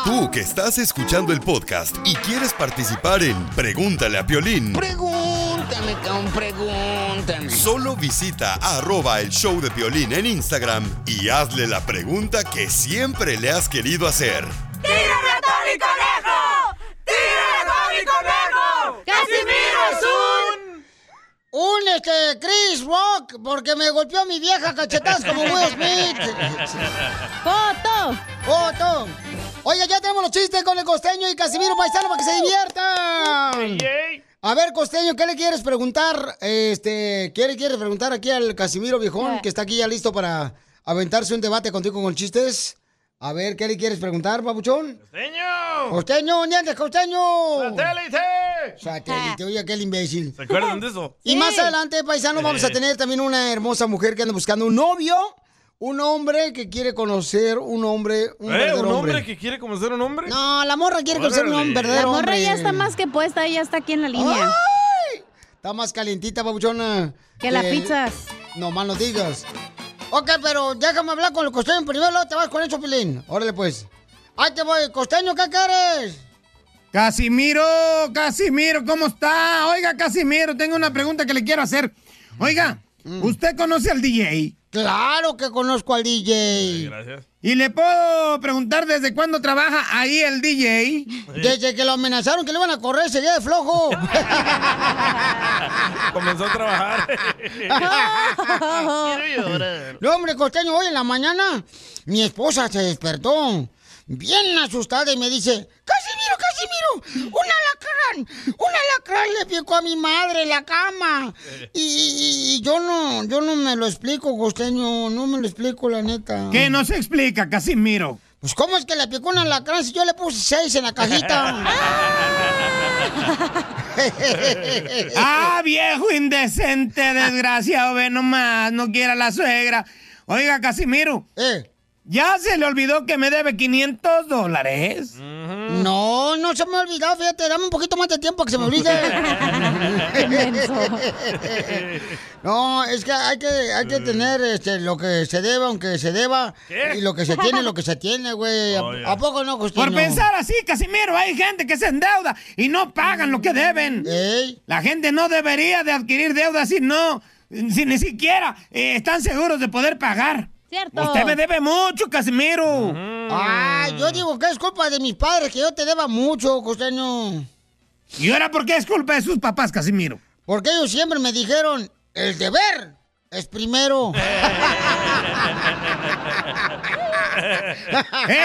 Speaker 5: Tú que estás escuchando el podcast y quieres participar en Pregúntale a Piolín,
Speaker 3: Pregúntame, cabrón, pregúntame.
Speaker 5: solo visita arroba el show de Piolín en Instagram y hazle la pregunta que siempre le has querido hacer.
Speaker 15: ¡Tírame a Tony Conejo! ¡Tírame a Tony Conejo! ¡Casimiro es un...
Speaker 3: Un este Chris Rock, porque me golpeó a mi vieja cachetadas como Will Smith. ¡Foto! ¡Foto! Oiga, ya tenemos los chistes con el costeño y Casimiro Paisano para que se diviertan. A ver, costeño, ¿qué le quieres preguntar? Este, ¿qué le quieres preguntar aquí al Casimiro Viejón, que está aquí ya listo para aventarse un debate contigo con chistes? A ver, ¿qué le quieres preguntar, papuchón?
Speaker 2: ¡Costeño!
Speaker 3: ¡Costeño, ¿dónde andas, costeño!
Speaker 2: ¡Satélite!
Speaker 3: ¡Satélite! Oye, aquel imbécil.
Speaker 2: ¿Se acuerdan de eso?
Speaker 3: Y más adelante, paisano, vamos a
Speaker 2: Eh.
Speaker 3: tener también una hermosa mujer que anda buscando un novio, un hombre que quiere conocer un hombre, un
Speaker 2: ¿Eh?
Speaker 3: verdadero
Speaker 2: ¿Un
Speaker 3: hombre.
Speaker 2: hombre que quiere conocer a un hombre?
Speaker 3: No, la morra quiere conocer un hombre,
Speaker 4: La
Speaker 3: verdadero
Speaker 4: morra
Speaker 3: hombre. Ah,
Speaker 4: ya está más que puesta, ya está aquí en la línea.
Speaker 3: Está más calientita, babuchona. Eh,
Speaker 4: Que las pizzas.
Speaker 3: No, más no digas. Ok, pero déjame hablar con el costeño primero, luego te vas con el chopilín. Órale, pues. Ahí te voy, costeño, ¿qué quieres?
Speaker 14: Casimiro, Casimiro, ¿cómo está? Oiga, Casimiro, tengo una pregunta que le quiero hacer. Oiga, ¿usted conoce al DJ?
Speaker 3: Mm. Claro que conozco al DJ.
Speaker 2: Gracias.
Speaker 14: ¿Y le puedo preguntar desde cuándo trabaja ahí el DJ?
Speaker 3: Desde que lo amenazaron que le iban a correr, seguía de flojo.
Speaker 2: Comenzó a trabajar.
Speaker 3: No, hombre, costeño, hoy en la mañana mi esposa se despertó bien asustada y me dice, Casimiro, Casimiro, un alacrán, un alacrán le picó a mi madre en la cama. Y, y- y yo no, yo no me lo explico, costeño, no me lo explico, la neta.
Speaker 14: ¿Qué no se explica, Casimiro?
Speaker 3: Pues, ¿cómo es que le picó un alacrán si yo le puse seis en la cajita?
Speaker 14: ah, viejo indecente, desgraciado, ve nomás, no quiera la suegra. Oiga, Casimiro, ¿ya se le olvidó que me debe 500 dólares?
Speaker 3: No, no se me ha olvidado, fíjate, dame un poquito más de tiempo que se me olvide. no, es que hay que, hay que tener este, lo que se deba, aunque se deba,
Speaker 14: Mm. ¿Qué? Oh,
Speaker 3: y lo que se tiene, lo que se tiene, güey. ¿A- ¿A, poco no,
Speaker 20: pues,
Speaker 3: Justino?
Speaker 14: Por pensar así, Casimiro, hay gente que se endeuda y no pagan lo que deben. La gente no debería de adquirir deuda si no, si ni siquiera eh, están seguros de poder pagar.
Speaker 4: Cierto.
Speaker 14: Usted me debe mucho, Casimiro.
Speaker 3: Ay, yo digo que es culpa de mis padres que yo te deba mucho, costeño.
Speaker 14: ¿Y ahora por qué es culpa de sus papás, Casimiro?
Speaker 3: Porque ellos siempre me dijeron, El deber es primero.
Speaker 14: Eh.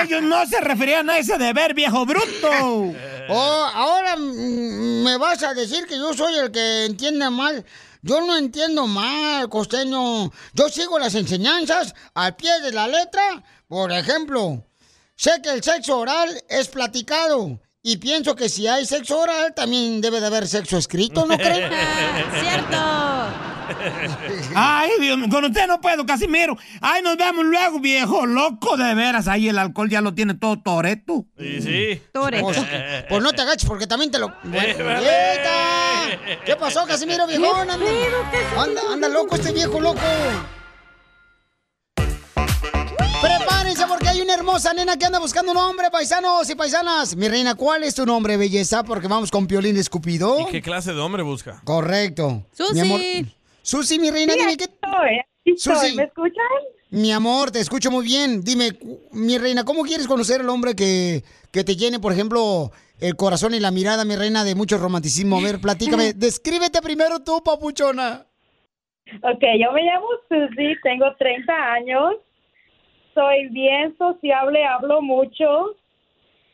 Speaker 14: Ellos no se referían a ese deber, viejo bruto.
Speaker 3: Oh, ahora mm, me vas a decir que yo soy el que entiende mal. Yo no entiendo mal, costeño. Yo sigo las enseñanzas al pie de la letra. Por ejemplo, sé que el sexo oral es platicado. Y pienso que si hay sexo oral, también debe de haber sexo escrito, ¿no creen?
Speaker 14: Ay, Dios mío, con usted no puedo, Casimiro. Ay, nos vemos luego, viejo loco, de veras. Ahí el alcohol ya lo tiene todo toreto.
Speaker 2: Sí, sí.
Speaker 3: Pues, pues no te agaches porque también te lo... ¡Quieta! ¿Qué pasó, Casimiro, viejón? Anda, anda, anda loco este viejo loco. Prepárense porque hay una hermosa nena que anda buscando un hombre, paisanos y paisanas. Mi reina, ¿cuál es tu nombre, belleza? Porque vamos con Piolín Escupido.
Speaker 2: ¿Qué clase de hombre busca?
Speaker 3: Correcto.
Speaker 2: Susi.
Speaker 3: Mi Susi, mi reina,
Speaker 2: Sí,
Speaker 3: dime
Speaker 2: aquí
Speaker 3: qué...
Speaker 2: estoy. ¿Me
Speaker 3: escuchan? Mi amor, te escucho muy bien. Dime, cu- mi reina, ¿cómo quieres conocer al hombre que, que te llene, por ejemplo, el corazón y la mirada, mi reina, de mucho romanticismo? A ver, platícame. Descríbete primero tú, papuchona.
Speaker 10: Ok, yo me llamo Susi, tengo 30 años, soy bien sociable, hablo mucho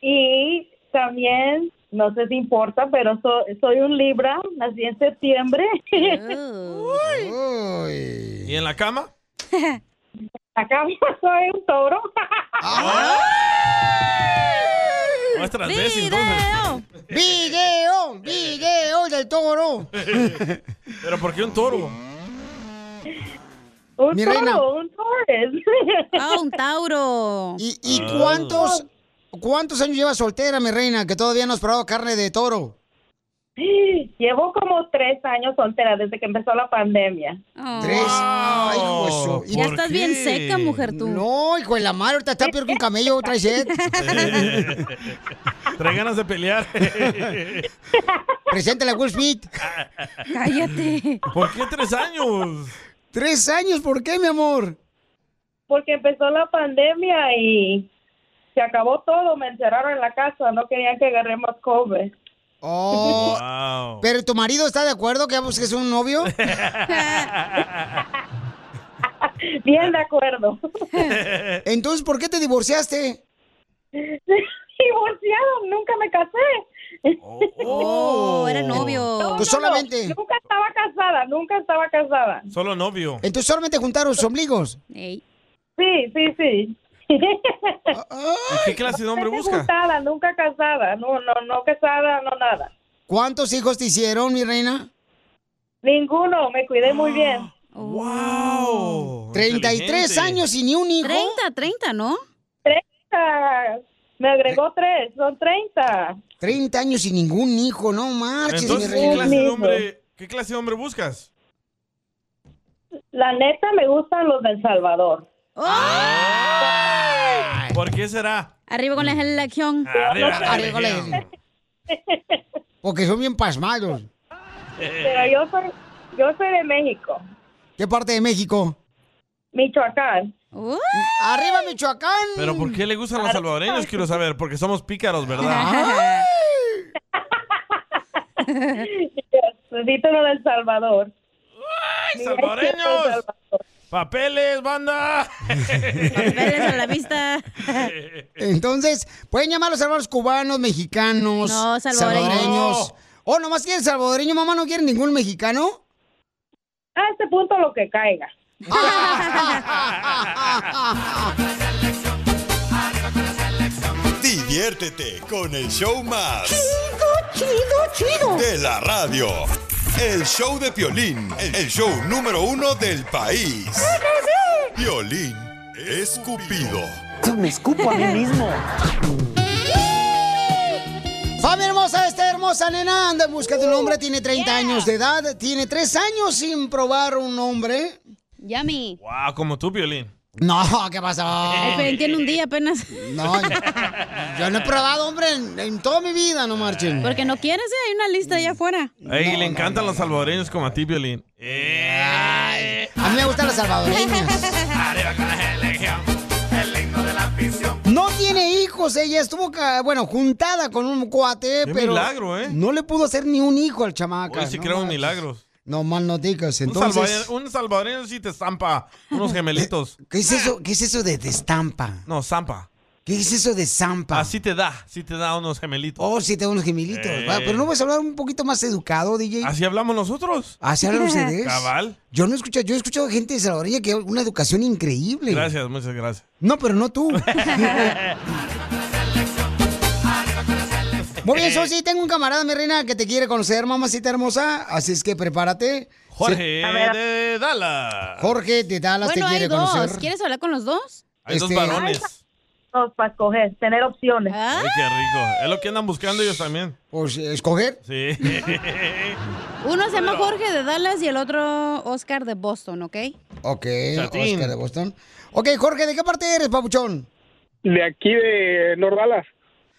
Speaker 10: y también, no sé si importa, pero so- soy un Libra, nací en septiembre.
Speaker 2: ¿Y en la cama?
Speaker 10: Acá soy un toro.
Speaker 2: Muestras ves entonces.
Speaker 3: ¡Video! ¡Video del toro!
Speaker 2: ¿Pero por qué un toro?
Speaker 10: Un
Speaker 2: Mi
Speaker 10: toro,
Speaker 2: reina.
Speaker 10: un Tauro.
Speaker 4: Ah, un Tauro.
Speaker 3: ¿Y, y
Speaker 2: Ah.
Speaker 3: cuántos, cuántos años llevas soltera, mi reina, que todavía no has probado carne de toro?
Speaker 10: Llevo como tres años soltera desde que empezó la pandemia.
Speaker 3: Tres. Ay, hijo de su-
Speaker 4: Oh. Ya estás bien seca, mujer, tú.
Speaker 3: No, hijo de la madre, ahorita está peor que un camello, ¿eh? trae sed.
Speaker 2: Trae ganas de pelear.
Speaker 3: Preséntale a Will Smith.
Speaker 4: Cállate.
Speaker 2: ¿Por qué tres años?
Speaker 3: ¿Tres años? ¿Por qué, mi amor?
Speaker 10: Porque empezó la pandemia y se acabó todo, me encerraron en la casa, no querían que agarré más COVID.
Speaker 3: Oh. ¿Pero tu marido está de acuerdo que busques un novio?
Speaker 10: Bien de acuerdo.
Speaker 3: Entonces, ¿por qué te divorciaste?
Speaker 10: Divorciado, nunca me casé.
Speaker 4: Oh, era novio.
Speaker 3: Pues solamente-
Speaker 10: nunca estaba casada, nunca estaba casada.
Speaker 2: Solo novio.
Speaker 3: Entonces solamente juntaron sus ombligos.
Speaker 10: Sí, sí, sí.
Speaker 2: ¿Y qué clase de hombre busca?
Speaker 10: Juntada, nunca casada, no, no, no casada, no nada.
Speaker 3: ¿Cuántos hijos te hicieron, mi reina?
Speaker 10: Ninguno, me cuidé muy bien.
Speaker 3: Oh.
Speaker 2: ¡Wow!
Speaker 3: 33 años y ni un hijo.
Speaker 4: 30, 30, ¿no?
Speaker 10: 30. Me agregó 3, son 30.
Speaker 3: 30 años y ningún hijo, no marches,
Speaker 2: Entonces,
Speaker 3: Ah, mi
Speaker 2: ¿qué
Speaker 3: reina.
Speaker 2: clase de hombre, qué clase de hombre buscas?
Speaker 10: La neta me gustan los del Salvador.
Speaker 2: ¿Por qué será?
Speaker 4: ¡Oh! Arriba con la elección.
Speaker 2: Arriba la
Speaker 3: Arriba la elección. Porque son bien pasmados.
Speaker 10: Pero yo soy, yo soy de México,
Speaker 3: ¿Qué parte de México?
Speaker 10: Michoacán.
Speaker 3: ¡Arriba Michoacán!
Speaker 2: ¿Pero por qué le gustan los salvadoreños? Quiero saber, porque somos pícaros, ¿verdad?
Speaker 10: Necesito uno del Salvador.
Speaker 2: ¡Ay, salvadoreños! ¡Papeles, banda!
Speaker 4: Papeles a la vista.
Speaker 3: Entonces, pueden llamar a los salvadores cubanos, mexicanos,
Speaker 4: No, salvadoreños.
Speaker 3: salvadoreños. Oh, nomás quieren salvadoreño, mamá, no quieren ningún mexicano.
Speaker 10: A este punto lo que caiga.
Speaker 5: Diviértete con el show más. Chido, chido, chido. De la radio. El show de Piolín. El show número uno del país. Piolín Escupido.
Speaker 3: Me escupo a mí mismo. Familia hermosa, esta hermosa nena anda en busca de un hombre, tiene 30 años de edad, tiene 3 años sin probar un hombre.
Speaker 4: Yami.
Speaker 2: ¡Wow! Como tú, Violín.
Speaker 3: No, ¿qué pasó?
Speaker 4: El Pelín tiene un día apenas.
Speaker 3: No, yo no he probado, hombre, en, en toda mi vida, no marchen.
Speaker 4: Porque no quieres, eh, hay una lista allá afuera.
Speaker 2: Ey, le encantan los salvadoreños como a ti, Violín.
Speaker 3: A mí me gustan las salvadoreñas. No tiene hijos, ella estuvo, ca- bueno, juntada con un cuate,
Speaker 2: Qué
Speaker 3: pero
Speaker 2: milagro, ¿eh?
Speaker 3: no le pudo hacer ni un hijo al chamaca.
Speaker 2: Hoy sí
Speaker 3: ¿no?
Speaker 2: creo en milagros.
Speaker 3: No mal no digas. Entonces,
Speaker 2: un, salvadoreño, un salvadoreño sí te estampa unos gemelitos.
Speaker 3: ¿qué es eso? ¿Qué es eso de destampa?
Speaker 2: No, zampa.
Speaker 3: ¿Qué es eso de zampa?
Speaker 2: Así te da, sí te da unos gemelitos.
Speaker 3: Oh, sí te da unos gemelitos. Va, Pero no vas a hablar un poquito más educado, DJ.
Speaker 2: Eh. Así hablamos nosotros.
Speaker 3: Así hablan ustedes.
Speaker 2: Cabal.
Speaker 3: Yo no he escuchado, yo he escuchado gente de salvadoreña que una educación increíble.
Speaker 2: Gracias, muchas gracias.
Speaker 3: No, pero no tú. Muy bien, Sosi, tengo un camarada, mi reina, que te quiere conocer, mamacita hermosa. Así es que prepárate.
Speaker 2: Jorge
Speaker 3: Se-
Speaker 2: de Dallas.
Speaker 3: Jorge de Dallas
Speaker 4: Bueno,
Speaker 3: te quiere
Speaker 4: hay dos.
Speaker 3: conocer.
Speaker 4: ¿Quieres hablar con los dos?
Speaker 2: Hay dos
Speaker 3: Este-
Speaker 2: varones.
Speaker 10: para escoger, tener opciones.
Speaker 4: Ah,
Speaker 2: Ay, qué rico. Es lo que andan buscando ellos también.
Speaker 3: Pues, ¿escoger?
Speaker 2: Sí.
Speaker 4: Uno se llama Jorge de Dallas y el otro Oscar de Boston, ¿ok?
Speaker 3: Ok,
Speaker 4: Chatín.
Speaker 3: Oscar de Boston. Ok, Jorge, ¿de qué parte eres, papuchón?
Speaker 11: De aquí de Nordalas.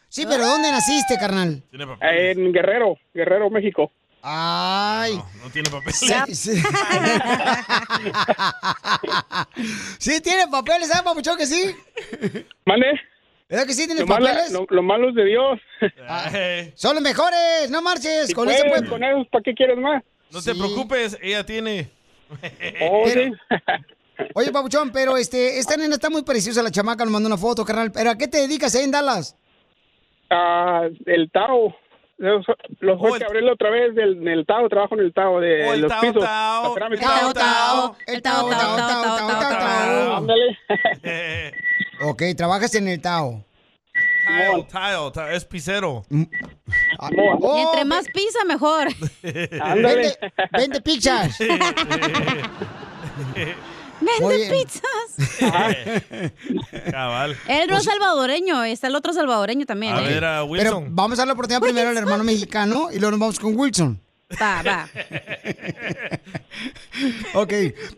Speaker 3: Sí, pero ¿dónde naciste, carnal?
Speaker 11: En Guerrero, Guerrero, México.
Speaker 3: Ay.
Speaker 2: No tiene papel.
Speaker 3: Sí, sí. Sí, tiene papeles, ¿sabes, papuchón, que sí?
Speaker 11: ¿Mande?
Speaker 3: ¿Verdad que sí tienes
Speaker 11: Lo malo-
Speaker 3: papeles?
Speaker 11: lo, lo malo es de Dios.
Speaker 2: Eh.
Speaker 3: Son los mejores, no marches.
Speaker 11: Si
Speaker 3: con eso
Speaker 11: puedes,
Speaker 3: puedes.
Speaker 11: con esos, ¿para qué quieres más?
Speaker 2: No te preocupes, ella tiene.
Speaker 3: Pero- Oye, papuchón, pero este, esta nena está muy preciosa, la chamaca, nos mandó una foto, carnal. ¿Pero a qué te dedicas ahí en Dallas?
Speaker 11: Ah, el Tao. Los, los fue que abrí la otra vez del, en el Tao, trabajo en el Tao de
Speaker 2: Oh, el
Speaker 11: los
Speaker 2: Tao,
Speaker 11: pisos.
Speaker 2: Tao,
Speaker 11: la cerámica.
Speaker 3: Tao, Tao, el Tao, Tao, Tao, Tao, Tao, Tao.
Speaker 11: Ah, Ándale.
Speaker 2: Eh.
Speaker 3: Ok, trabajas en el Tao.
Speaker 2: Tile, tile, tile, es pisero.
Speaker 11: Mm.
Speaker 3: Ah, oh,
Speaker 4: Y entre más pisa, mejor.
Speaker 3: Vende, vende pizzas.
Speaker 4: Vende pizzas.
Speaker 11: Ah.
Speaker 2: Cabal.
Speaker 4: Él no es salvadoreño, está el otro salvadoreño también. ¿eh?
Speaker 3: Pero vamos a dar la oportunidad primero al hermano mexicano y luego nos vamos con Wilson.
Speaker 4: Va, va.
Speaker 3: Ok,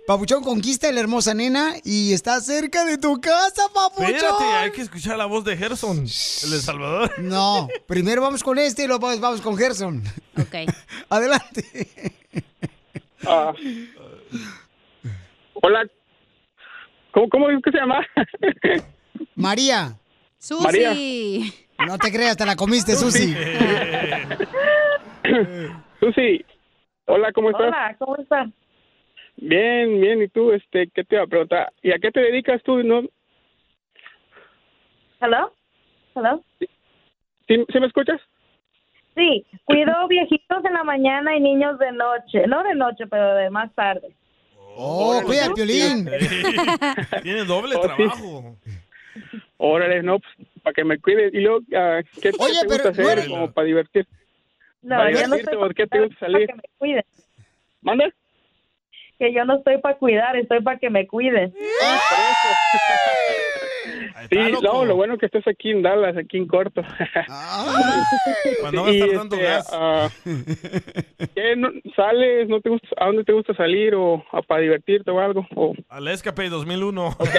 Speaker 3: Papuchón conquista a la hermosa nena y está cerca de tu casa, Papuchón.
Speaker 2: Espérate, hay que escuchar la voz de Gerson, el de Salvador.
Speaker 3: No, primero vamos con este y luego vamos- vamos con Gerson.
Speaker 4: Ok.
Speaker 3: Adelante.
Speaker 11: Ah. Hola. ¿Cómo, ¿Cómo es que se llama?
Speaker 3: María.
Speaker 4: Susi.
Speaker 11: María.
Speaker 3: No te creas, te la comiste, Susi.
Speaker 11: Susi. Hola, ¿cómo estás?
Speaker 10: Hola, ¿cómo están?
Speaker 11: Bien, bien. ¿Y tú, este, qué te iba a preguntar? ¿Y a qué te dedicas tú? ¿No?
Speaker 10: ¿Hello? ¿Hello?
Speaker 11: ¿Sí, sí me escuchas?
Speaker 10: Sí, cuido viejitos en la mañana y niños de noche. No de noche, pero de más tarde.
Speaker 3: Oh, cuida el piolín.
Speaker 2: Tiene doble trabajo.
Speaker 11: Órale, no, pues, para que me cuides. Y luego, ah, ¿qué qué
Speaker 10: Oye,
Speaker 11: te
Speaker 10: pero
Speaker 11: gusta
Speaker 10: no
Speaker 11: hacer?
Speaker 10: eres-
Speaker 11: Como para divertir.
Speaker 10: No,
Speaker 11: para
Speaker 10: yo no
Speaker 11: divertirte,
Speaker 10: estoy
Speaker 11: ¿o qué te gusta salir?
Speaker 10: Cuiden.
Speaker 11: ¿Manda?
Speaker 10: Que yo no estoy para cuidar, estoy para que me cuiden.
Speaker 11: Sí, no, lo bueno que estás aquí en Dallas, aquí en corto.
Speaker 10: Ah,
Speaker 2: Cuando va a estar dando gas.
Speaker 11: ah, ¿qué, no- ¿Sales? No te gusta, ¿A dónde te gusta salir? ¿O a- para divertirte o algo? O,
Speaker 2: Al Escape 2001.
Speaker 11: pues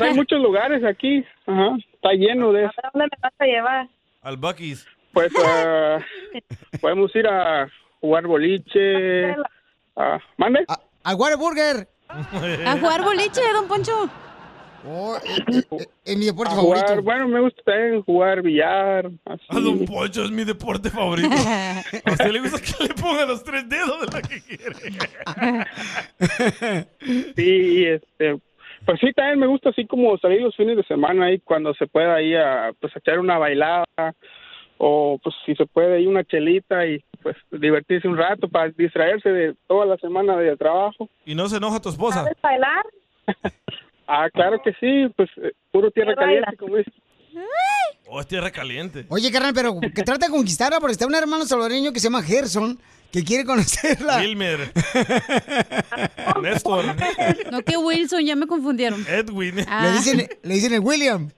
Speaker 11: hay muchos lugares aquí. Ajá, está lleno de eso.
Speaker 10: ¿A dónde me vas a llevar?
Speaker 2: Al Bucky's.
Speaker 11: Pues ah, podemos ir a jugar boliche. ah, ¿Mande?
Speaker 3: Al Whataburger.
Speaker 4: A jugar boliche, don Poncho.
Speaker 3: Oh, eh, Es mi deporte
Speaker 11: A jugar,
Speaker 3: favorito.
Speaker 11: Bueno, me gusta también jugar billar. Así.
Speaker 2: A Ah, Don Pocho es mi deporte favorito. A usted le gusta que le ponga los tres dedos de la que quiere.
Speaker 11: Sí, este, pues sí, también me gusta así como salir los fines de semana ahí cuando se pueda ahí a, pues, a echar una bailada o pues si se puede ahí una chelita y pues divertirse un rato para distraerse de toda la semana de trabajo.
Speaker 2: Y no se enoja tu esposa.
Speaker 10: ¿Bailar?
Speaker 11: Ah, claro que sí, pues eh, puro tierra
Speaker 3: ¿Qué baila?
Speaker 11: caliente como dice.
Speaker 2: Oh, es tierra caliente.
Speaker 3: Oye, carnal, pero que trata de conquistarla porque está un hermano salvadoreño que se llama Gerson que quiere conocerla.
Speaker 2: Wilmer. Néstor.
Speaker 4: No, que Wilson, ya me confundieron. Ah.
Speaker 2: Edwin.
Speaker 3: Le, dicen, le dicen el William.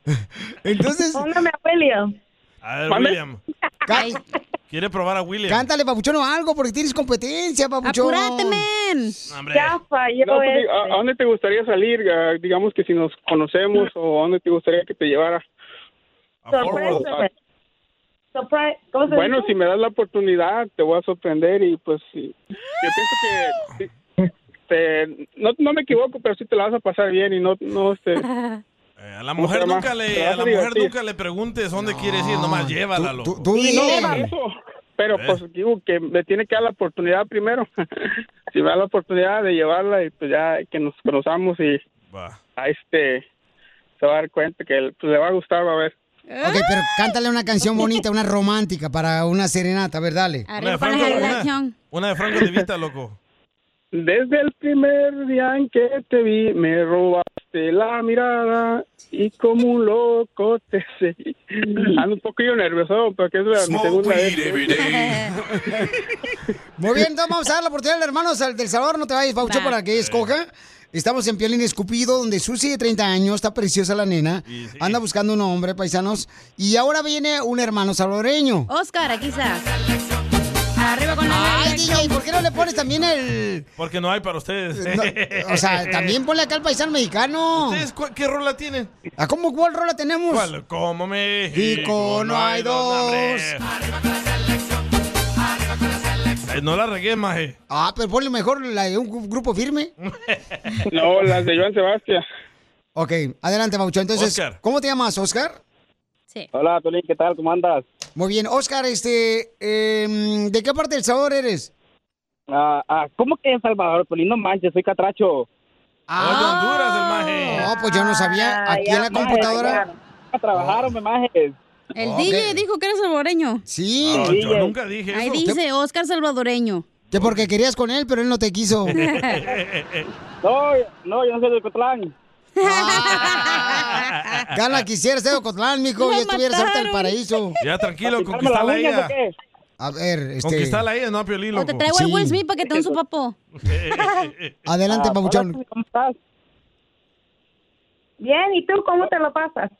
Speaker 3: Entonces.
Speaker 10: Póngame a William.
Speaker 2: A ver,
Speaker 3: ¿Mande?
Speaker 2: William. ¿Quiere probar a William?
Speaker 3: Cántale, papuchón, o algo porque tienes competencia, papuchón.
Speaker 11: Apúrate,
Speaker 4: men.
Speaker 11: Hombre. No, pues,
Speaker 3: este.
Speaker 11: digo,
Speaker 2: ah,
Speaker 11: ¿a, a dónde te gustaría salir? Ah, digamos que si nos conocemos o a dónde te gustaría que te llevara.
Speaker 10: Sorpréndeme. Surprise. ¿Cómo se
Speaker 11: Bueno,
Speaker 10: dice?
Speaker 11: si me das la oportunidad, te voy a sorprender y pues sí. yo pienso que sí, te- Este, no, no me equivoco, pero sí te la vas a pasar bien y no no este
Speaker 2: Eh, A la mujer
Speaker 11: ¿Cómo se
Speaker 2: nunca
Speaker 11: llama?
Speaker 2: le,
Speaker 11: Te vas
Speaker 2: a la
Speaker 11: a
Speaker 2: mujer
Speaker 11: divertir.
Speaker 2: nunca le preguntes dónde quieres ir, nomás llévala, loco.
Speaker 11: Sí, no,
Speaker 2: dile.
Speaker 11: eso. pero
Speaker 2: Eh.
Speaker 11: pues digo que le tiene que dar la oportunidad primero. si me da la oportunidad de llevarla y pues ya que nos conozcamos y a este se va a dar cuenta que pues, le va a gustar, va a ver.
Speaker 3: Ok, pero cántale una canción bonita, una romántica para una serenata, a ver, dale.
Speaker 2: Una de Franco, una, una de Franco de Vita, loco.
Speaker 11: Desde el primer día en que te vi, me robaste la mirada y como un loco te seguí. Ando un poquillo nervioso porque es la- mi segunda
Speaker 12: eh.
Speaker 11: vez.
Speaker 3: Muy bien, entonces vamos a dar la oportunidad al hermano Sal- del Salvador, no te vayas, Paucho, para que escoja. Estamos en Piolín Escupido, donde Susi de 30 años, está preciosa la nena, anda buscando un hombre, paisanos, y ahora viene un hermano salvadoreño.
Speaker 4: Oscar, aquí está. Arriba con la
Speaker 3: Ay, DJ, ¿por qué no le pones también el...?
Speaker 2: Porque no hay para ustedes.
Speaker 3: Eh, O sea, también ponle acá al paisano mexicano.
Speaker 2: ¿Ustedes qué rola tienen?
Speaker 3: ¿A cómo cuál rola tenemos?
Speaker 2: ¿Cuál? Como México.
Speaker 3: Chico, no hay dos.
Speaker 2: Eh, no la regué, maje.
Speaker 3: Ah, pero ponle mejor la de un gru- grupo firme.
Speaker 11: No, las de Joan Sebastián.
Speaker 3: Ok, adelante, Paucho. Entonces,
Speaker 11: Oscar.
Speaker 3: ¿cómo te llamas, Oscar?
Speaker 11: Hola, Tolín, ¿qué tal? ¿Cómo andas?
Speaker 3: Muy bien, Oscar, este, em, ¿de qué parte del Salvador eres?
Speaker 11: Ah, ah, ¿Cómo que en Salvador, Tolín? pues, No manches, soy catracho.
Speaker 2: Ah, de Honduras, el maje.
Speaker 3: No, pues yo no sabía. Aquí en la computadora.
Speaker 11: A trabajar, hombre, majes.
Speaker 4: El
Speaker 3: Ok.
Speaker 4: DJ dijo que era salvadoreño.
Speaker 3: Sí.
Speaker 2: No, yo nunca dije
Speaker 4: Ahí
Speaker 2: eso.
Speaker 4: dice Oscar salvadoreño.
Speaker 3: Que porque querías con él, pero él no te quiso.
Speaker 11: No, no, yo no soy de Cotlán.
Speaker 3: Gala, Ah, quisiera ser de Ocotlán, mijo,
Speaker 11: Lo
Speaker 3: ya estuvieras ahorita en el
Speaker 11: mataron.
Speaker 3: paraíso.
Speaker 2: Ya, tranquilo,
Speaker 3: ¿Para picarme
Speaker 2: conquistala
Speaker 3: las uñas
Speaker 2: ella.
Speaker 3: o qué? A ver, este...
Speaker 2: Conquistala ella, no a Piolín,
Speaker 4: O
Speaker 2: loco. Eh,
Speaker 4: te traigo el Will Smith para que te den su papo.
Speaker 3: Adelante,
Speaker 4: Ah,
Speaker 3: Pabuchón.
Speaker 11: ¿Cómo estás?
Speaker 24: Bien, ¿y tú cómo te lo pasas?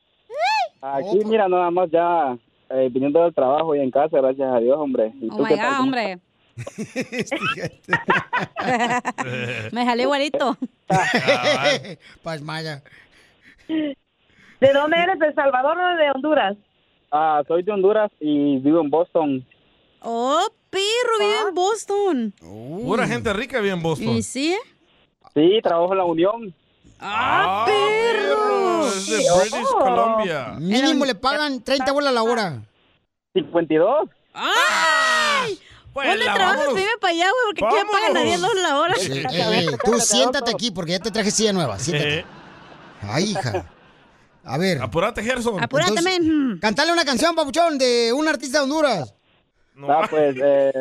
Speaker 3: Oh,
Speaker 11: Aquí,
Speaker 3: pues.
Speaker 11: mira, nada más ya eh, viniendo del trabajo y en casa, gracias a Dios, hombre. ¿Y
Speaker 4: Oh
Speaker 11: tú
Speaker 4: my
Speaker 11: qué tal?
Speaker 4: God, hombre. Me jalé igualito.
Speaker 3: Paz Pues, Maya.
Speaker 24: ¿De dónde eres? ¿De El Salvador o de Honduras?
Speaker 11: Ah, soy de Honduras y vivo en Boston.
Speaker 4: Oh, perro, vive en Boston.
Speaker 2: Pura gente rica bien en Boston.
Speaker 4: ¿Y sí?
Speaker 11: Sí, trabajo en la Unión.
Speaker 4: ¡Ah, perro!
Speaker 2: Es de British
Speaker 4: Oh.
Speaker 2: Columbia.
Speaker 3: Mínimo le pagan 30 bolas la hora.
Speaker 11: 52.
Speaker 4: ¡Ay!
Speaker 2: Pues,
Speaker 4: ¿Dónde
Speaker 2: la
Speaker 4: trabajas?
Speaker 2: vámonos.
Speaker 4: Vive para allá, güey, porque aquí me pagan a 10 dólares la hora.
Speaker 3: Sí, eh, eh, tú siéntate aquí porque ya te traje silla nueva. Siéntate. Ay, hija. A ver.
Speaker 2: Apúrate, Gerson.
Speaker 4: Apúrate, men.
Speaker 3: Cantale una canción, papuchón, de un artista de Honduras.
Speaker 11: Ah, pues, eh...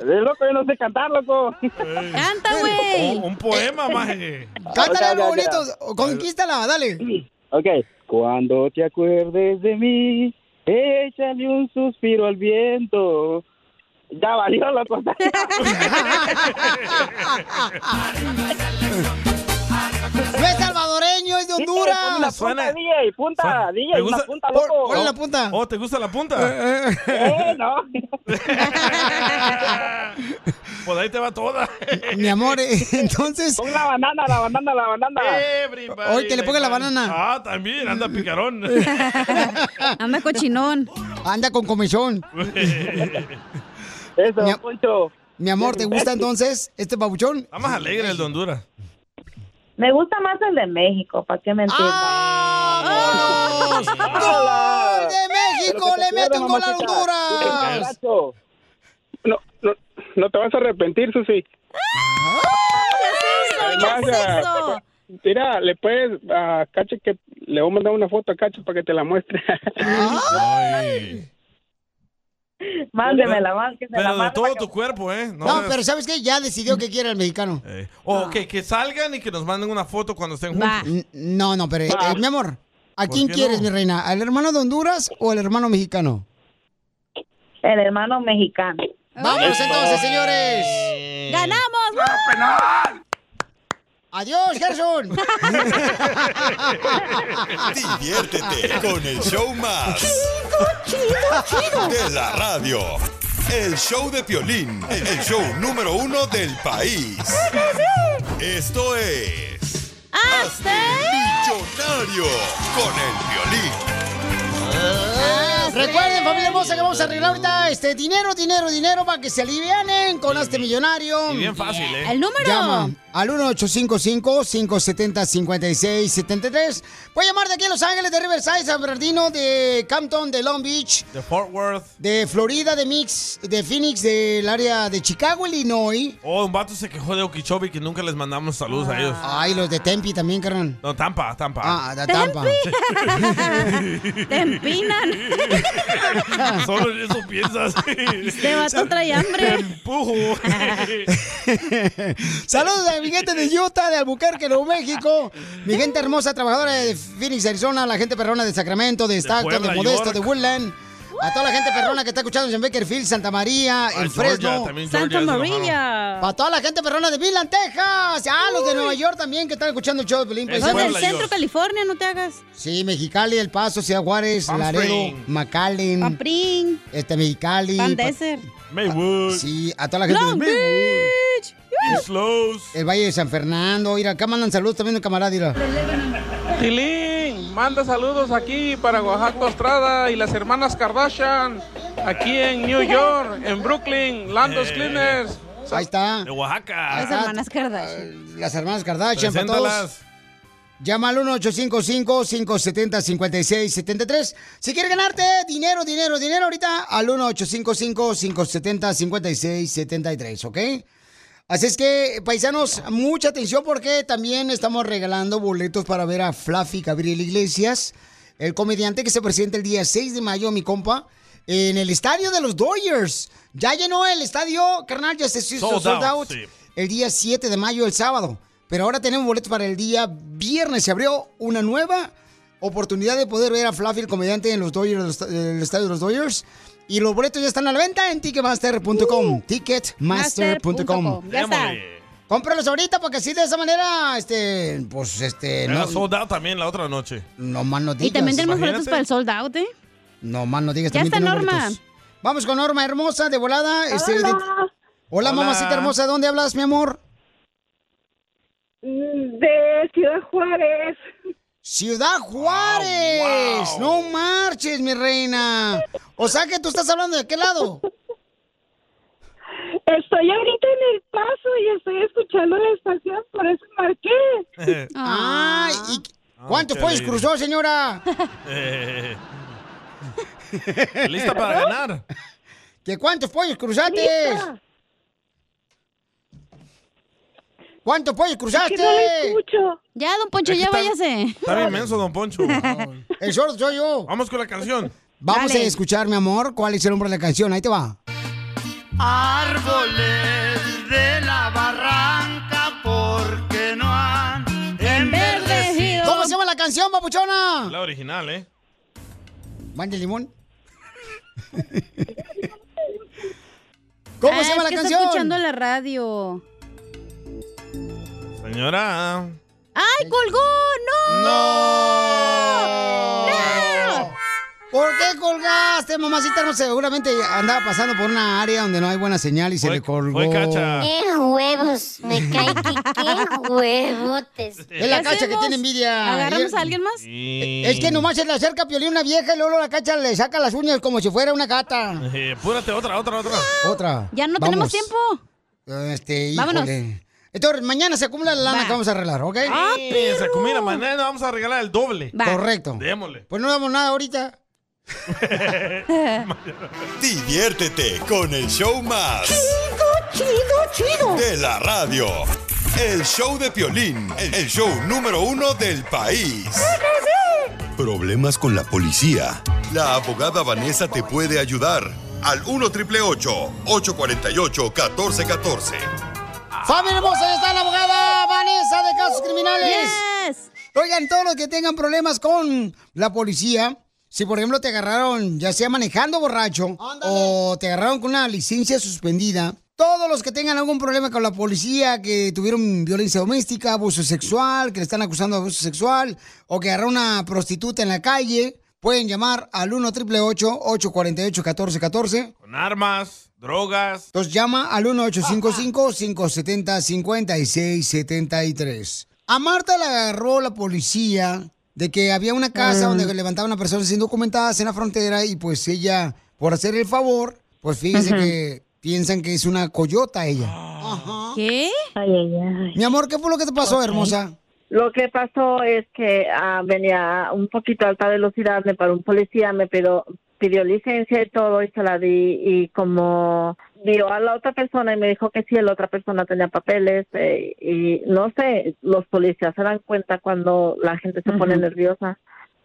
Speaker 11: eh, loco, yo no sé cantar, loco.
Speaker 4: Canta,
Speaker 2: güey. Un, un poema, maje.
Speaker 11: Ah,
Speaker 3: Cántale algo
Speaker 11: Ya, ya, ya.
Speaker 3: bonito. Conquístala, dale.
Speaker 11: Ok. Cuando te acuerdes de mí, échale un suspiro al viento. Ya valió la cosa.
Speaker 3: No es salvadoreño, es de Honduras.
Speaker 2: Suena.
Speaker 11: DJ, punta,
Speaker 2: Suena-
Speaker 11: DJ,
Speaker 2: ¿Te
Speaker 11: una
Speaker 2: gusta?
Speaker 11: punta, loco.
Speaker 3: Ponle la punta.
Speaker 2: Oh, ¿te gusta la punta?
Speaker 11: Eh, no.
Speaker 2: Pues ahí te va toda.
Speaker 3: Mi amor, eh, entonces.
Speaker 11: Pon la banana, la banana, la banana.
Speaker 2: Everybody
Speaker 3: Hoy que le ponga la
Speaker 2: like banana.
Speaker 3: banana.
Speaker 2: Ah, también, anda picarón.
Speaker 4: Anda cochinón.
Speaker 3: Anda con comezón. eh.
Speaker 11: Eso,
Speaker 3: mi, a-
Speaker 11: Poncho.
Speaker 3: mi amor, ¿te gusta entonces este papuchón?
Speaker 2: Está más Ah, alegre el de Honduras.
Speaker 24: Me gusta más el de México, ¿para qué mentir?
Speaker 3: ¡Gol de México! ¡Le mete un gol a Honduras!
Speaker 11: Catracho. No, no, no te vas a arrepentir, Susi. Además, ah, Mira, le puedes a Cacho que le voy a mandar una foto a Cacho para que te la muestre.
Speaker 24: Mándemela, más que se la
Speaker 2: Pero de
Speaker 24: mande.
Speaker 2: todo tu cuerpo, ¿eh? No,
Speaker 3: No,
Speaker 2: es-
Speaker 3: pero ¿sabes Ah. qué? Ya decidió que quiere el mexicano.
Speaker 2: O que, que salgan y que nos manden una foto cuando estén juntos.
Speaker 3: N- No, no, pero eh,
Speaker 2: Va.
Speaker 3: mi amor, ¿a
Speaker 2: ¿Por
Speaker 3: quién
Speaker 2: qué
Speaker 3: quieres,
Speaker 2: no?
Speaker 3: mi reina? ¿Al hermano de Honduras o al hermano mexicano?
Speaker 24: El hermano mexicano.
Speaker 3: Vamos entonces, señores.
Speaker 4: ¡Ganamos!
Speaker 3: ¡Adiós, Gerson!
Speaker 5: Diviértete con el show más. De la radio. El show de Piolín, el show número uno del país. Esto es Millonario con el
Speaker 3: Ah.
Speaker 5: Piolín.
Speaker 3: Recuerden, familia hermosa, que vamos a arreglar ahorita este dinero, dinero, dinero para que se alivianen con este millonario.
Speaker 2: Y bien fácil, ¿eh?
Speaker 4: El número.
Speaker 3: Llama al 1-855-570-5673. Puede llamar de aquí a Los Ángeles, de Riverside, San Bernardino, de Campton, de Long Beach,
Speaker 2: De Fort Worth.
Speaker 3: de Florida, de Mix, de Phoenix, del área de Chicago, Illinois.
Speaker 2: Oh, un vato se quejó de Okeechobee que nunca les mandamos saludos
Speaker 3: Ah.
Speaker 2: a ellos.
Speaker 3: Ay, los de Tempe también, carnal.
Speaker 2: No, Tampa, Tampa.
Speaker 3: Ah, de Tampa.
Speaker 4: Te empinan.
Speaker 2: Solo en eso piensas.
Speaker 4: Ah. Este vato trae hambre.
Speaker 2: Empujo.
Speaker 3: Saludos a mi gente de Utah, de Albuquerque, Nuevo México. Mi gente hermosa, trabajadora de Phoenix, Arizona. La gente perrona de Sacramento, de Stockton, de,
Speaker 2: Puebla,
Speaker 3: Modesto,
Speaker 2: York.
Speaker 3: de Woodland. A toda la gente perrona que está escuchando en Bakerfield, Santa María, en
Speaker 2: Ah, Georgia,
Speaker 3: Fresno.
Speaker 2: también Santa Georgia, se enojaron. María.
Speaker 3: Para toda la gente perrona de Midland, Texas. Ah, los de Nueva York también que están escuchando el show de Pelín.
Speaker 4: Los del centro California, no te hagas.
Speaker 3: Sí, Mexicali, El Paso, Ciudad Juárez,
Speaker 4: Palm
Speaker 3: Laredo,
Speaker 4: Spring.
Speaker 3: McAllen. Este, Mexicali.
Speaker 4: Van
Speaker 3: Pa-
Speaker 4: Desert.
Speaker 2: Maywood.
Speaker 3: Sí, a toda la gente
Speaker 4: Long
Speaker 3: de Maywood.
Speaker 2: Slows.
Speaker 3: El Valle de San Fernando. Mira, acá mandan saludos también de camarada, mira.
Speaker 13: Tilín, manda saludos aquí para Oaxaca Estrada y las hermanas Kardashian, aquí en New York, en Brooklyn, Landos Cleaners.
Speaker 3: Ahí está.
Speaker 2: De
Speaker 4: Ah.
Speaker 2: Oaxaca.
Speaker 3: Las hermanas
Speaker 4: Kardashian.
Speaker 3: Las hermanas Kardashian, para todos.
Speaker 2: Preséntalas.
Speaker 3: Llama al 1-855-570-5673. Si quieres ganarte dinero, dinero, dinero, ahorita al 1-855-570-5673, ¿ok? Así es que, paisanos, mucha atención porque también estamos regalando boletos para ver a Fluffy Gabriel Iglesias, el comediante que se presenta el día 6 de mayo, mi compa, en el estadio de los Dodgers. Ya llenó el estadio, carnal, ya se hizo
Speaker 2: Sold
Speaker 3: sold, out
Speaker 2: out, sí.
Speaker 3: el día 7 de mayo, el sábado. Pero ahora tenemos boletos para el día viernes. Se abrió una nueva oportunidad de poder ver a Fluffy, el comediante, en los Dodgers, el estadio de los Dodgers. Y los boletos ya están a la venta en ticketmaster.com.
Speaker 4: Uh.
Speaker 3: Ticketmaster.com.
Speaker 2: Ya está. Démosle.
Speaker 3: Cómpralos ahorita porque así de esa manera, este, pues este,
Speaker 2: Era
Speaker 3: no,
Speaker 2: sold out también la otra noche.
Speaker 3: no más no digas.
Speaker 4: Y también tenemos boletos para el sold out, ¿eh?
Speaker 3: No más no digas.
Speaker 4: Ya
Speaker 3: también
Speaker 4: está
Speaker 3: tenemos
Speaker 4: Norma.
Speaker 3: boletos. Vamos con Norma hermosa de volada. este, de- Hola, mamacita hermosa, ¿de dónde hablas, mi amor?
Speaker 24: De Ciudad Juárez.
Speaker 2: Ah,
Speaker 3: Ciudad Juárez. No marches, mi reina. O sea que tú estás hablando de qué lado.
Speaker 24: Estoy ahorita en el paso y estoy escuchando la estación, por eso marqué.
Speaker 4: Ah.
Speaker 3: Ay, ¿y cuántos
Speaker 2: Ah,
Speaker 24: qué
Speaker 3: pollos
Speaker 24: lindo.
Speaker 3: cruzó, señora?
Speaker 2: Eh. ¿Lista para ganar?
Speaker 3: ¿Que cuántos pollos cruzaste?
Speaker 2: Lista.
Speaker 3: ¿Cuántos pollos cruzaste?
Speaker 24: escucho.
Speaker 4: Ya, don Poncho,
Speaker 2: Es que
Speaker 4: ya
Speaker 2: está-
Speaker 4: váyase.
Speaker 2: Está bien menso, don Poncho.
Speaker 3: El short soy yo.
Speaker 2: Vamos con la canción.
Speaker 3: Vamos a escuchar, mi amor, cuál es el nombre de la canción. Ahí te va.
Speaker 12: Árboles de la barranca porque no han enverdecido.
Speaker 3: ¿Cómo se llama la canción, papuchona?
Speaker 2: La original, ¿eh?
Speaker 3: ¿Van de limón? ¿Cómo
Speaker 4: Ah,
Speaker 3: se llama
Speaker 4: es
Speaker 3: la
Speaker 4: que
Speaker 3: canción?
Speaker 4: Está escuchando la radio.
Speaker 2: Señora.
Speaker 4: ¡Ay, colgó! ¡No!
Speaker 3: ¡No! ¿Por qué colgaste, mamacita? No sé, seguramente andaba pasando por una área donde no hay buena señal y se le colgó.
Speaker 2: fue cacha.
Speaker 12: Eh,
Speaker 17: ¡Qué huevos! Me cae que qué huevotes.
Speaker 3: Es la cacha que tiene envidia.
Speaker 17: ¿Agarramos a
Speaker 3: alguien más? Es que nomás se le acerca a Piolín una vieja y luego la cacha le saca las uñas como si fuera una gata.
Speaker 2: Eh, púrate, otra, otra, otra.
Speaker 3: Otra.
Speaker 4: Ya no
Speaker 3: Vamos.
Speaker 4: tenemos tiempo.
Speaker 3: Este, híjole.
Speaker 4: Vámonos.
Speaker 3: Entonces, mañana se acumula la lana que vamos a arreglar, ¿ok?
Speaker 4: Ah,
Speaker 2: Sí, se comida. Mañana vamos a regalar el doble.
Speaker 3: Va. Correcto.
Speaker 2: Démosle.
Speaker 3: Pues no damos nada ahorita.
Speaker 5: Diviértete con el show más. Chido, chido, chido. De la radio. El show de Piolín. El show número uno del país. Problemas con la policía. La abogada Vanessa te puede ayudar. Al 1 triple 848 1414.
Speaker 3: ¡Familia hermosa! ya está la abogada Vanessa de Casos Criminales! Oigan, todos los que tengan problemas con la policía, si por ejemplo te agarraron ya sea manejando borracho o te agarraron con una licencia suspendida, todos los que tengan algún problema con la policía, que tuvieron violencia doméstica, abuso sexual, que le están acusando de abuso sexual o que agarraron una prostituta en la calle, pueden llamar al 1 888 848 1414
Speaker 2: Con armas, drogas.
Speaker 3: entonces llama al 1-855-570-5673. A Marta la agarró la policía de que había una casa donde levantaba una persona sin documentadas en la frontera y pues ella, por hacer el favor, pues fíjese
Speaker 18: Ujú.
Speaker 3: que piensan que es una coyota ella.
Speaker 4: ¿Qué?
Speaker 3: Ay, ay, ay. Mi amor, ¿qué fue lo que te pasó,
Speaker 24: Ok.
Speaker 3: hermosa?
Speaker 24: Lo que pasó es que ah, venía un poquito a alta velocidad, me paró un policía, me pidió, pidió licencia y todo y se la di y como vio a la otra persona y me dijo que sí, la otra persona tenía papeles eh, y no sé, los policías se dan cuenta cuando la gente se pone nerviosa.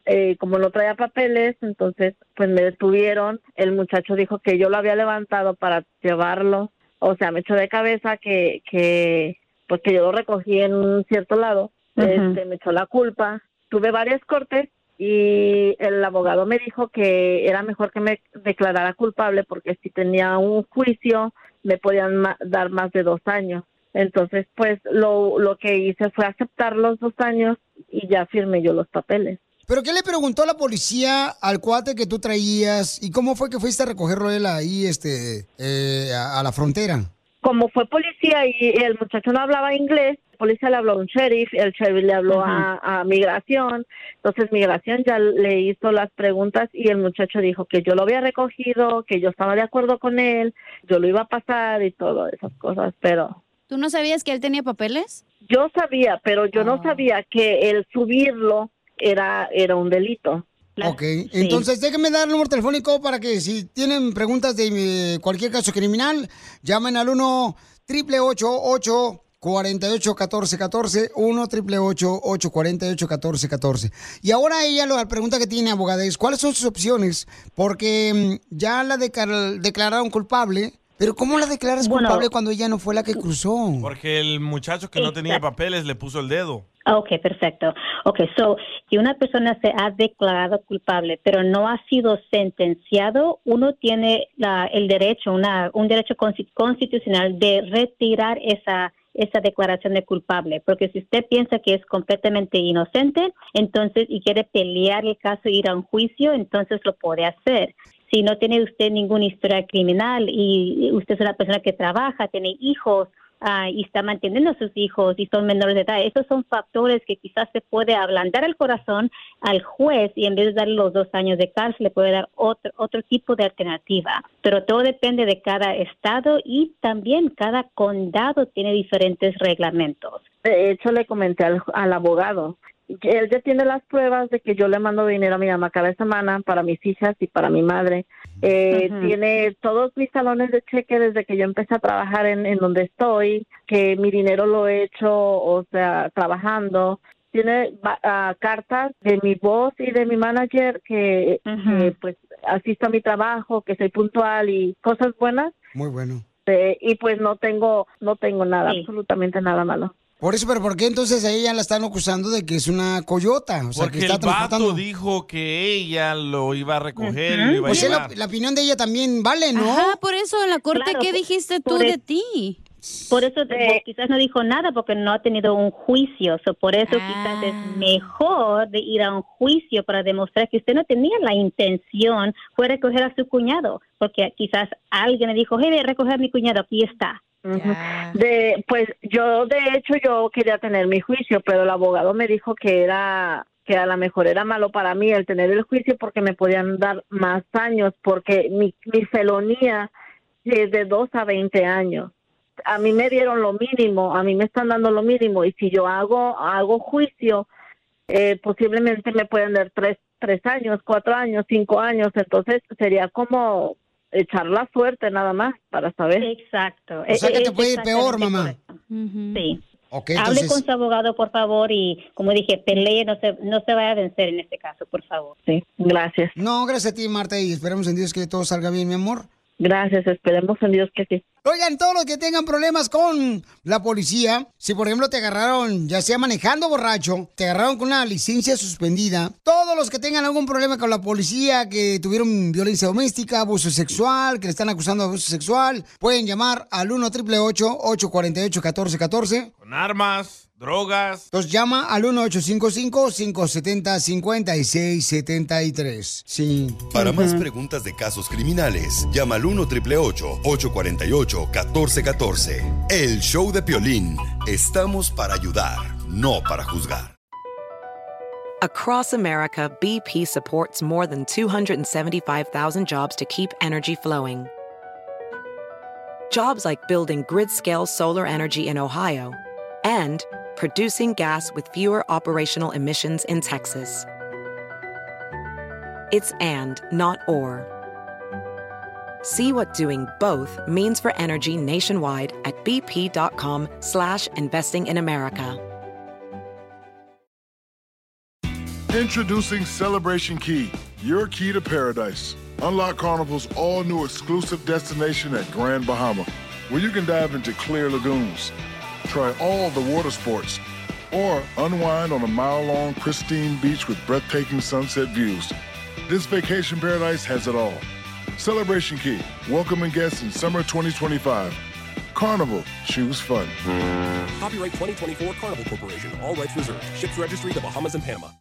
Speaker 24: Eh, como no traía papeles, entonces pues me detuvieron. El muchacho dijo que yo lo había levantado para llevarlo. O sea, me echó de cabeza que, que pues que yo lo recogí en un cierto lado,
Speaker 16: Ujú.
Speaker 24: este, me echó la culpa. Tuve varias cortes y el abogado me dijo que era mejor que me declarara culpable porque si tenía un juicio me podían ma- dar más de dos años. Entonces, pues lo, lo que hice fue aceptar los dos años y ya firmé yo los papeles.
Speaker 3: ¿Pero qué le preguntó la policía al cuate que tú traías y cómo fue que fuiste a recogerlo él ahí este, eh, a, a la frontera?
Speaker 24: como fue policía y el muchacho no hablaba inglés, el policía le habló a un sheriff, el sheriff le habló a, a migración, entonces migración ya le hizo las preguntas y el muchacho dijo que yo lo había recogido, que yo estaba de acuerdo con él, yo lo iba a pasar y todas esas cosas, pero
Speaker 4: ¿Tú no sabías que él tenía papeles? Ah.
Speaker 24: yo sabía, pero yo no sabía que el subirlo era era un delito.
Speaker 3: Ok, entonces déjenme dar el número telefónico para que si tienen preguntas de eh, cualquier caso criminal, llamen al 1 888 48 14 14 1 888 48 14 14 Y ahora ella la pregunta que tiene abogada es, ¿cuáles son sus opciones? Porque mm, ya la decar- declararon culpable, pero ¿cómo la declaras
Speaker 24: Bueno.
Speaker 3: culpable cuando ella no fue la que cruzó?
Speaker 2: Porque el muchacho que no tenía papeles le puso el dedo.
Speaker 16: Ah, Ok, perfecto. Ok, so, si una persona se ha declarado culpable, pero no ha sido sentenciado, uno tiene la- el derecho, una, un derecho consti- constitucional de retirar esa esa declaración de culpable, porque si usted piensa que es completamente inocente, entonces y quiere pelear el caso, ir a un juicio, entonces lo puede hacer. Si no tiene usted ninguna historia criminal y usted es una persona que trabaja, tiene hijos, ah, y está manteniendo a sus hijos y son menores de edad. Esos son factores que quizás se puede ablandar el corazón al juez y en vez de darle los dos años de cárcel le puede dar otro, otro tipo de alternativa. Pero todo depende de cada estado y también cada condado tiene diferentes reglamentos.
Speaker 24: De hecho, le comenté al, al abogado. que Él ya tiene las pruebas de que yo le mando dinero a mi mamá cada semana para mis hijas y para mi madre. Eh,
Speaker 16: Ujú.
Speaker 24: Tiene todos mis talones de cheque desde que yo empecé a trabajar en, en donde estoy, que mi dinero lo he hecho, o sea, trabajando. Tiene va- ah, cartas de mi voz y de mi manager que, que, pues asisto a mi trabajo, que soy puntual y cosas buenas.
Speaker 3: Muy bueno.
Speaker 24: Eh, y pues no tengo, no tengo nada,
Speaker 3: Sí.
Speaker 24: absolutamente nada malo.
Speaker 3: Por eso, pero ¿por qué entonces a ella la están acusando de que es una coyota? O sea,
Speaker 2: Porque
Speaker 3: que Pues está
Speaker 2: el vato
Speaker 3: transportando...
Speaker 2: dijo que ella lo iba a recoger y lo iba a
Speaker 3: Pues es la,
Speaker 2: llevar.
Speaker 3: la opinión de ella también vale, ¿no?
Speaker 4: Ajá, por eso en la corte,
Speaker 16: Claro,
Speaker 4: ¿qué
Speaker 16: por-
Speaker 4: dijiste tú
Speaker 16: por
Speaker 4: de
Speaker 16: eso-
Speaker 4: ti?
Speaker 16: Por eso
Speaker 3: Eh,
Speaker 16: pues, quizás no dijo nada porque no ha tenido un juicio. So, por
Speaker 4: Ah.
Speaker 16: eso quizás es mejor de ir a un juicio para demostrar que usted no tenía la intención fue recoger a su cuñado. Porque quizás alguien le dijo, hey, ve a recoger a mi cuñado, aquí está.
Speaker 24: Ujú. De, pues yo de hecho yo quería tener mi juicio, pero el abogado me dijo que era que a lo mejor era malo para mí el tener el juicio porque me podían dar más años porque mi, mi felonía es de 2 a 20 años. A mí me dieron lo mínimo, a mí me están dando lo mínimo y si yo hago hago juicio eh, posiblemente me pueden dar tres, tres años, cuatro años, cinco años, entonces sería como echar la suerte nada más para saber.
Speaker 16: Exacto.
Speaker 3: O sea que te puede ir peor, mamá.
Speaker 16: Sí.
Speaker 3: Ok,
Speaker 16: Hable
Speaker 3: entonces...
Speaker 16: con su abogado, por favor, y como dije, pelee, no se, no se vaya a vencer en este caso, por favor.
Speaker 24: Sí, gracias.
Speaker 3: No, gracias a ti, Marta, y esperemos en Dios que todo salga bien, mi amor.
Speaker 24: Gracias, esperemos en Dios que sí.
Speaker 3: Oigan, todos los que tengan problemas con la policía, si por ejemplo te agarraron, ya sea manejando borracho, te agarraron con una licencia suspendida, todos los que tengan algún problema con la policía, que tuvieron violencia doméstica, abuso sexual, que le están acusando de abuso sexual, pueden llamar al 1 888 848 1414
Speaker 2: Con armas, drogas.
Speaker 3: entonces llama al 1-855-570-5673. Sí.
Speaker 5: Para más preguntas de casos criminales, llama al 1 848 1414 El show de Piolín. Estamos para ayudar, no para juzgar.
Speaker 1: Across America, BP supports more than 275,000 jobs to keep energy flowing. jobs like building grid-scale solar energy in Ohio and producing gas with fewer operational emissions in Texas. It's and, not or. See what doing both means for energy nationwide at bp.com slash investing in America.
Speaker 18: Introducing Celebration Key, your key to paradise. Unlock Carnival's all new exclusive destination at Grand Bahama, where you can dive into clear lagoons, try all the water sports, or unwind on a mile long, pristine beach with breathtaking sunset views. This vacation paradise has it all. Celebration Key, welcoming guests in summer 2025. Carnival, choose fun.
Speaker 19: Copyright 2024 Carnival Corporation. All rights reserved. Ships registry: The Bahamas and Panama.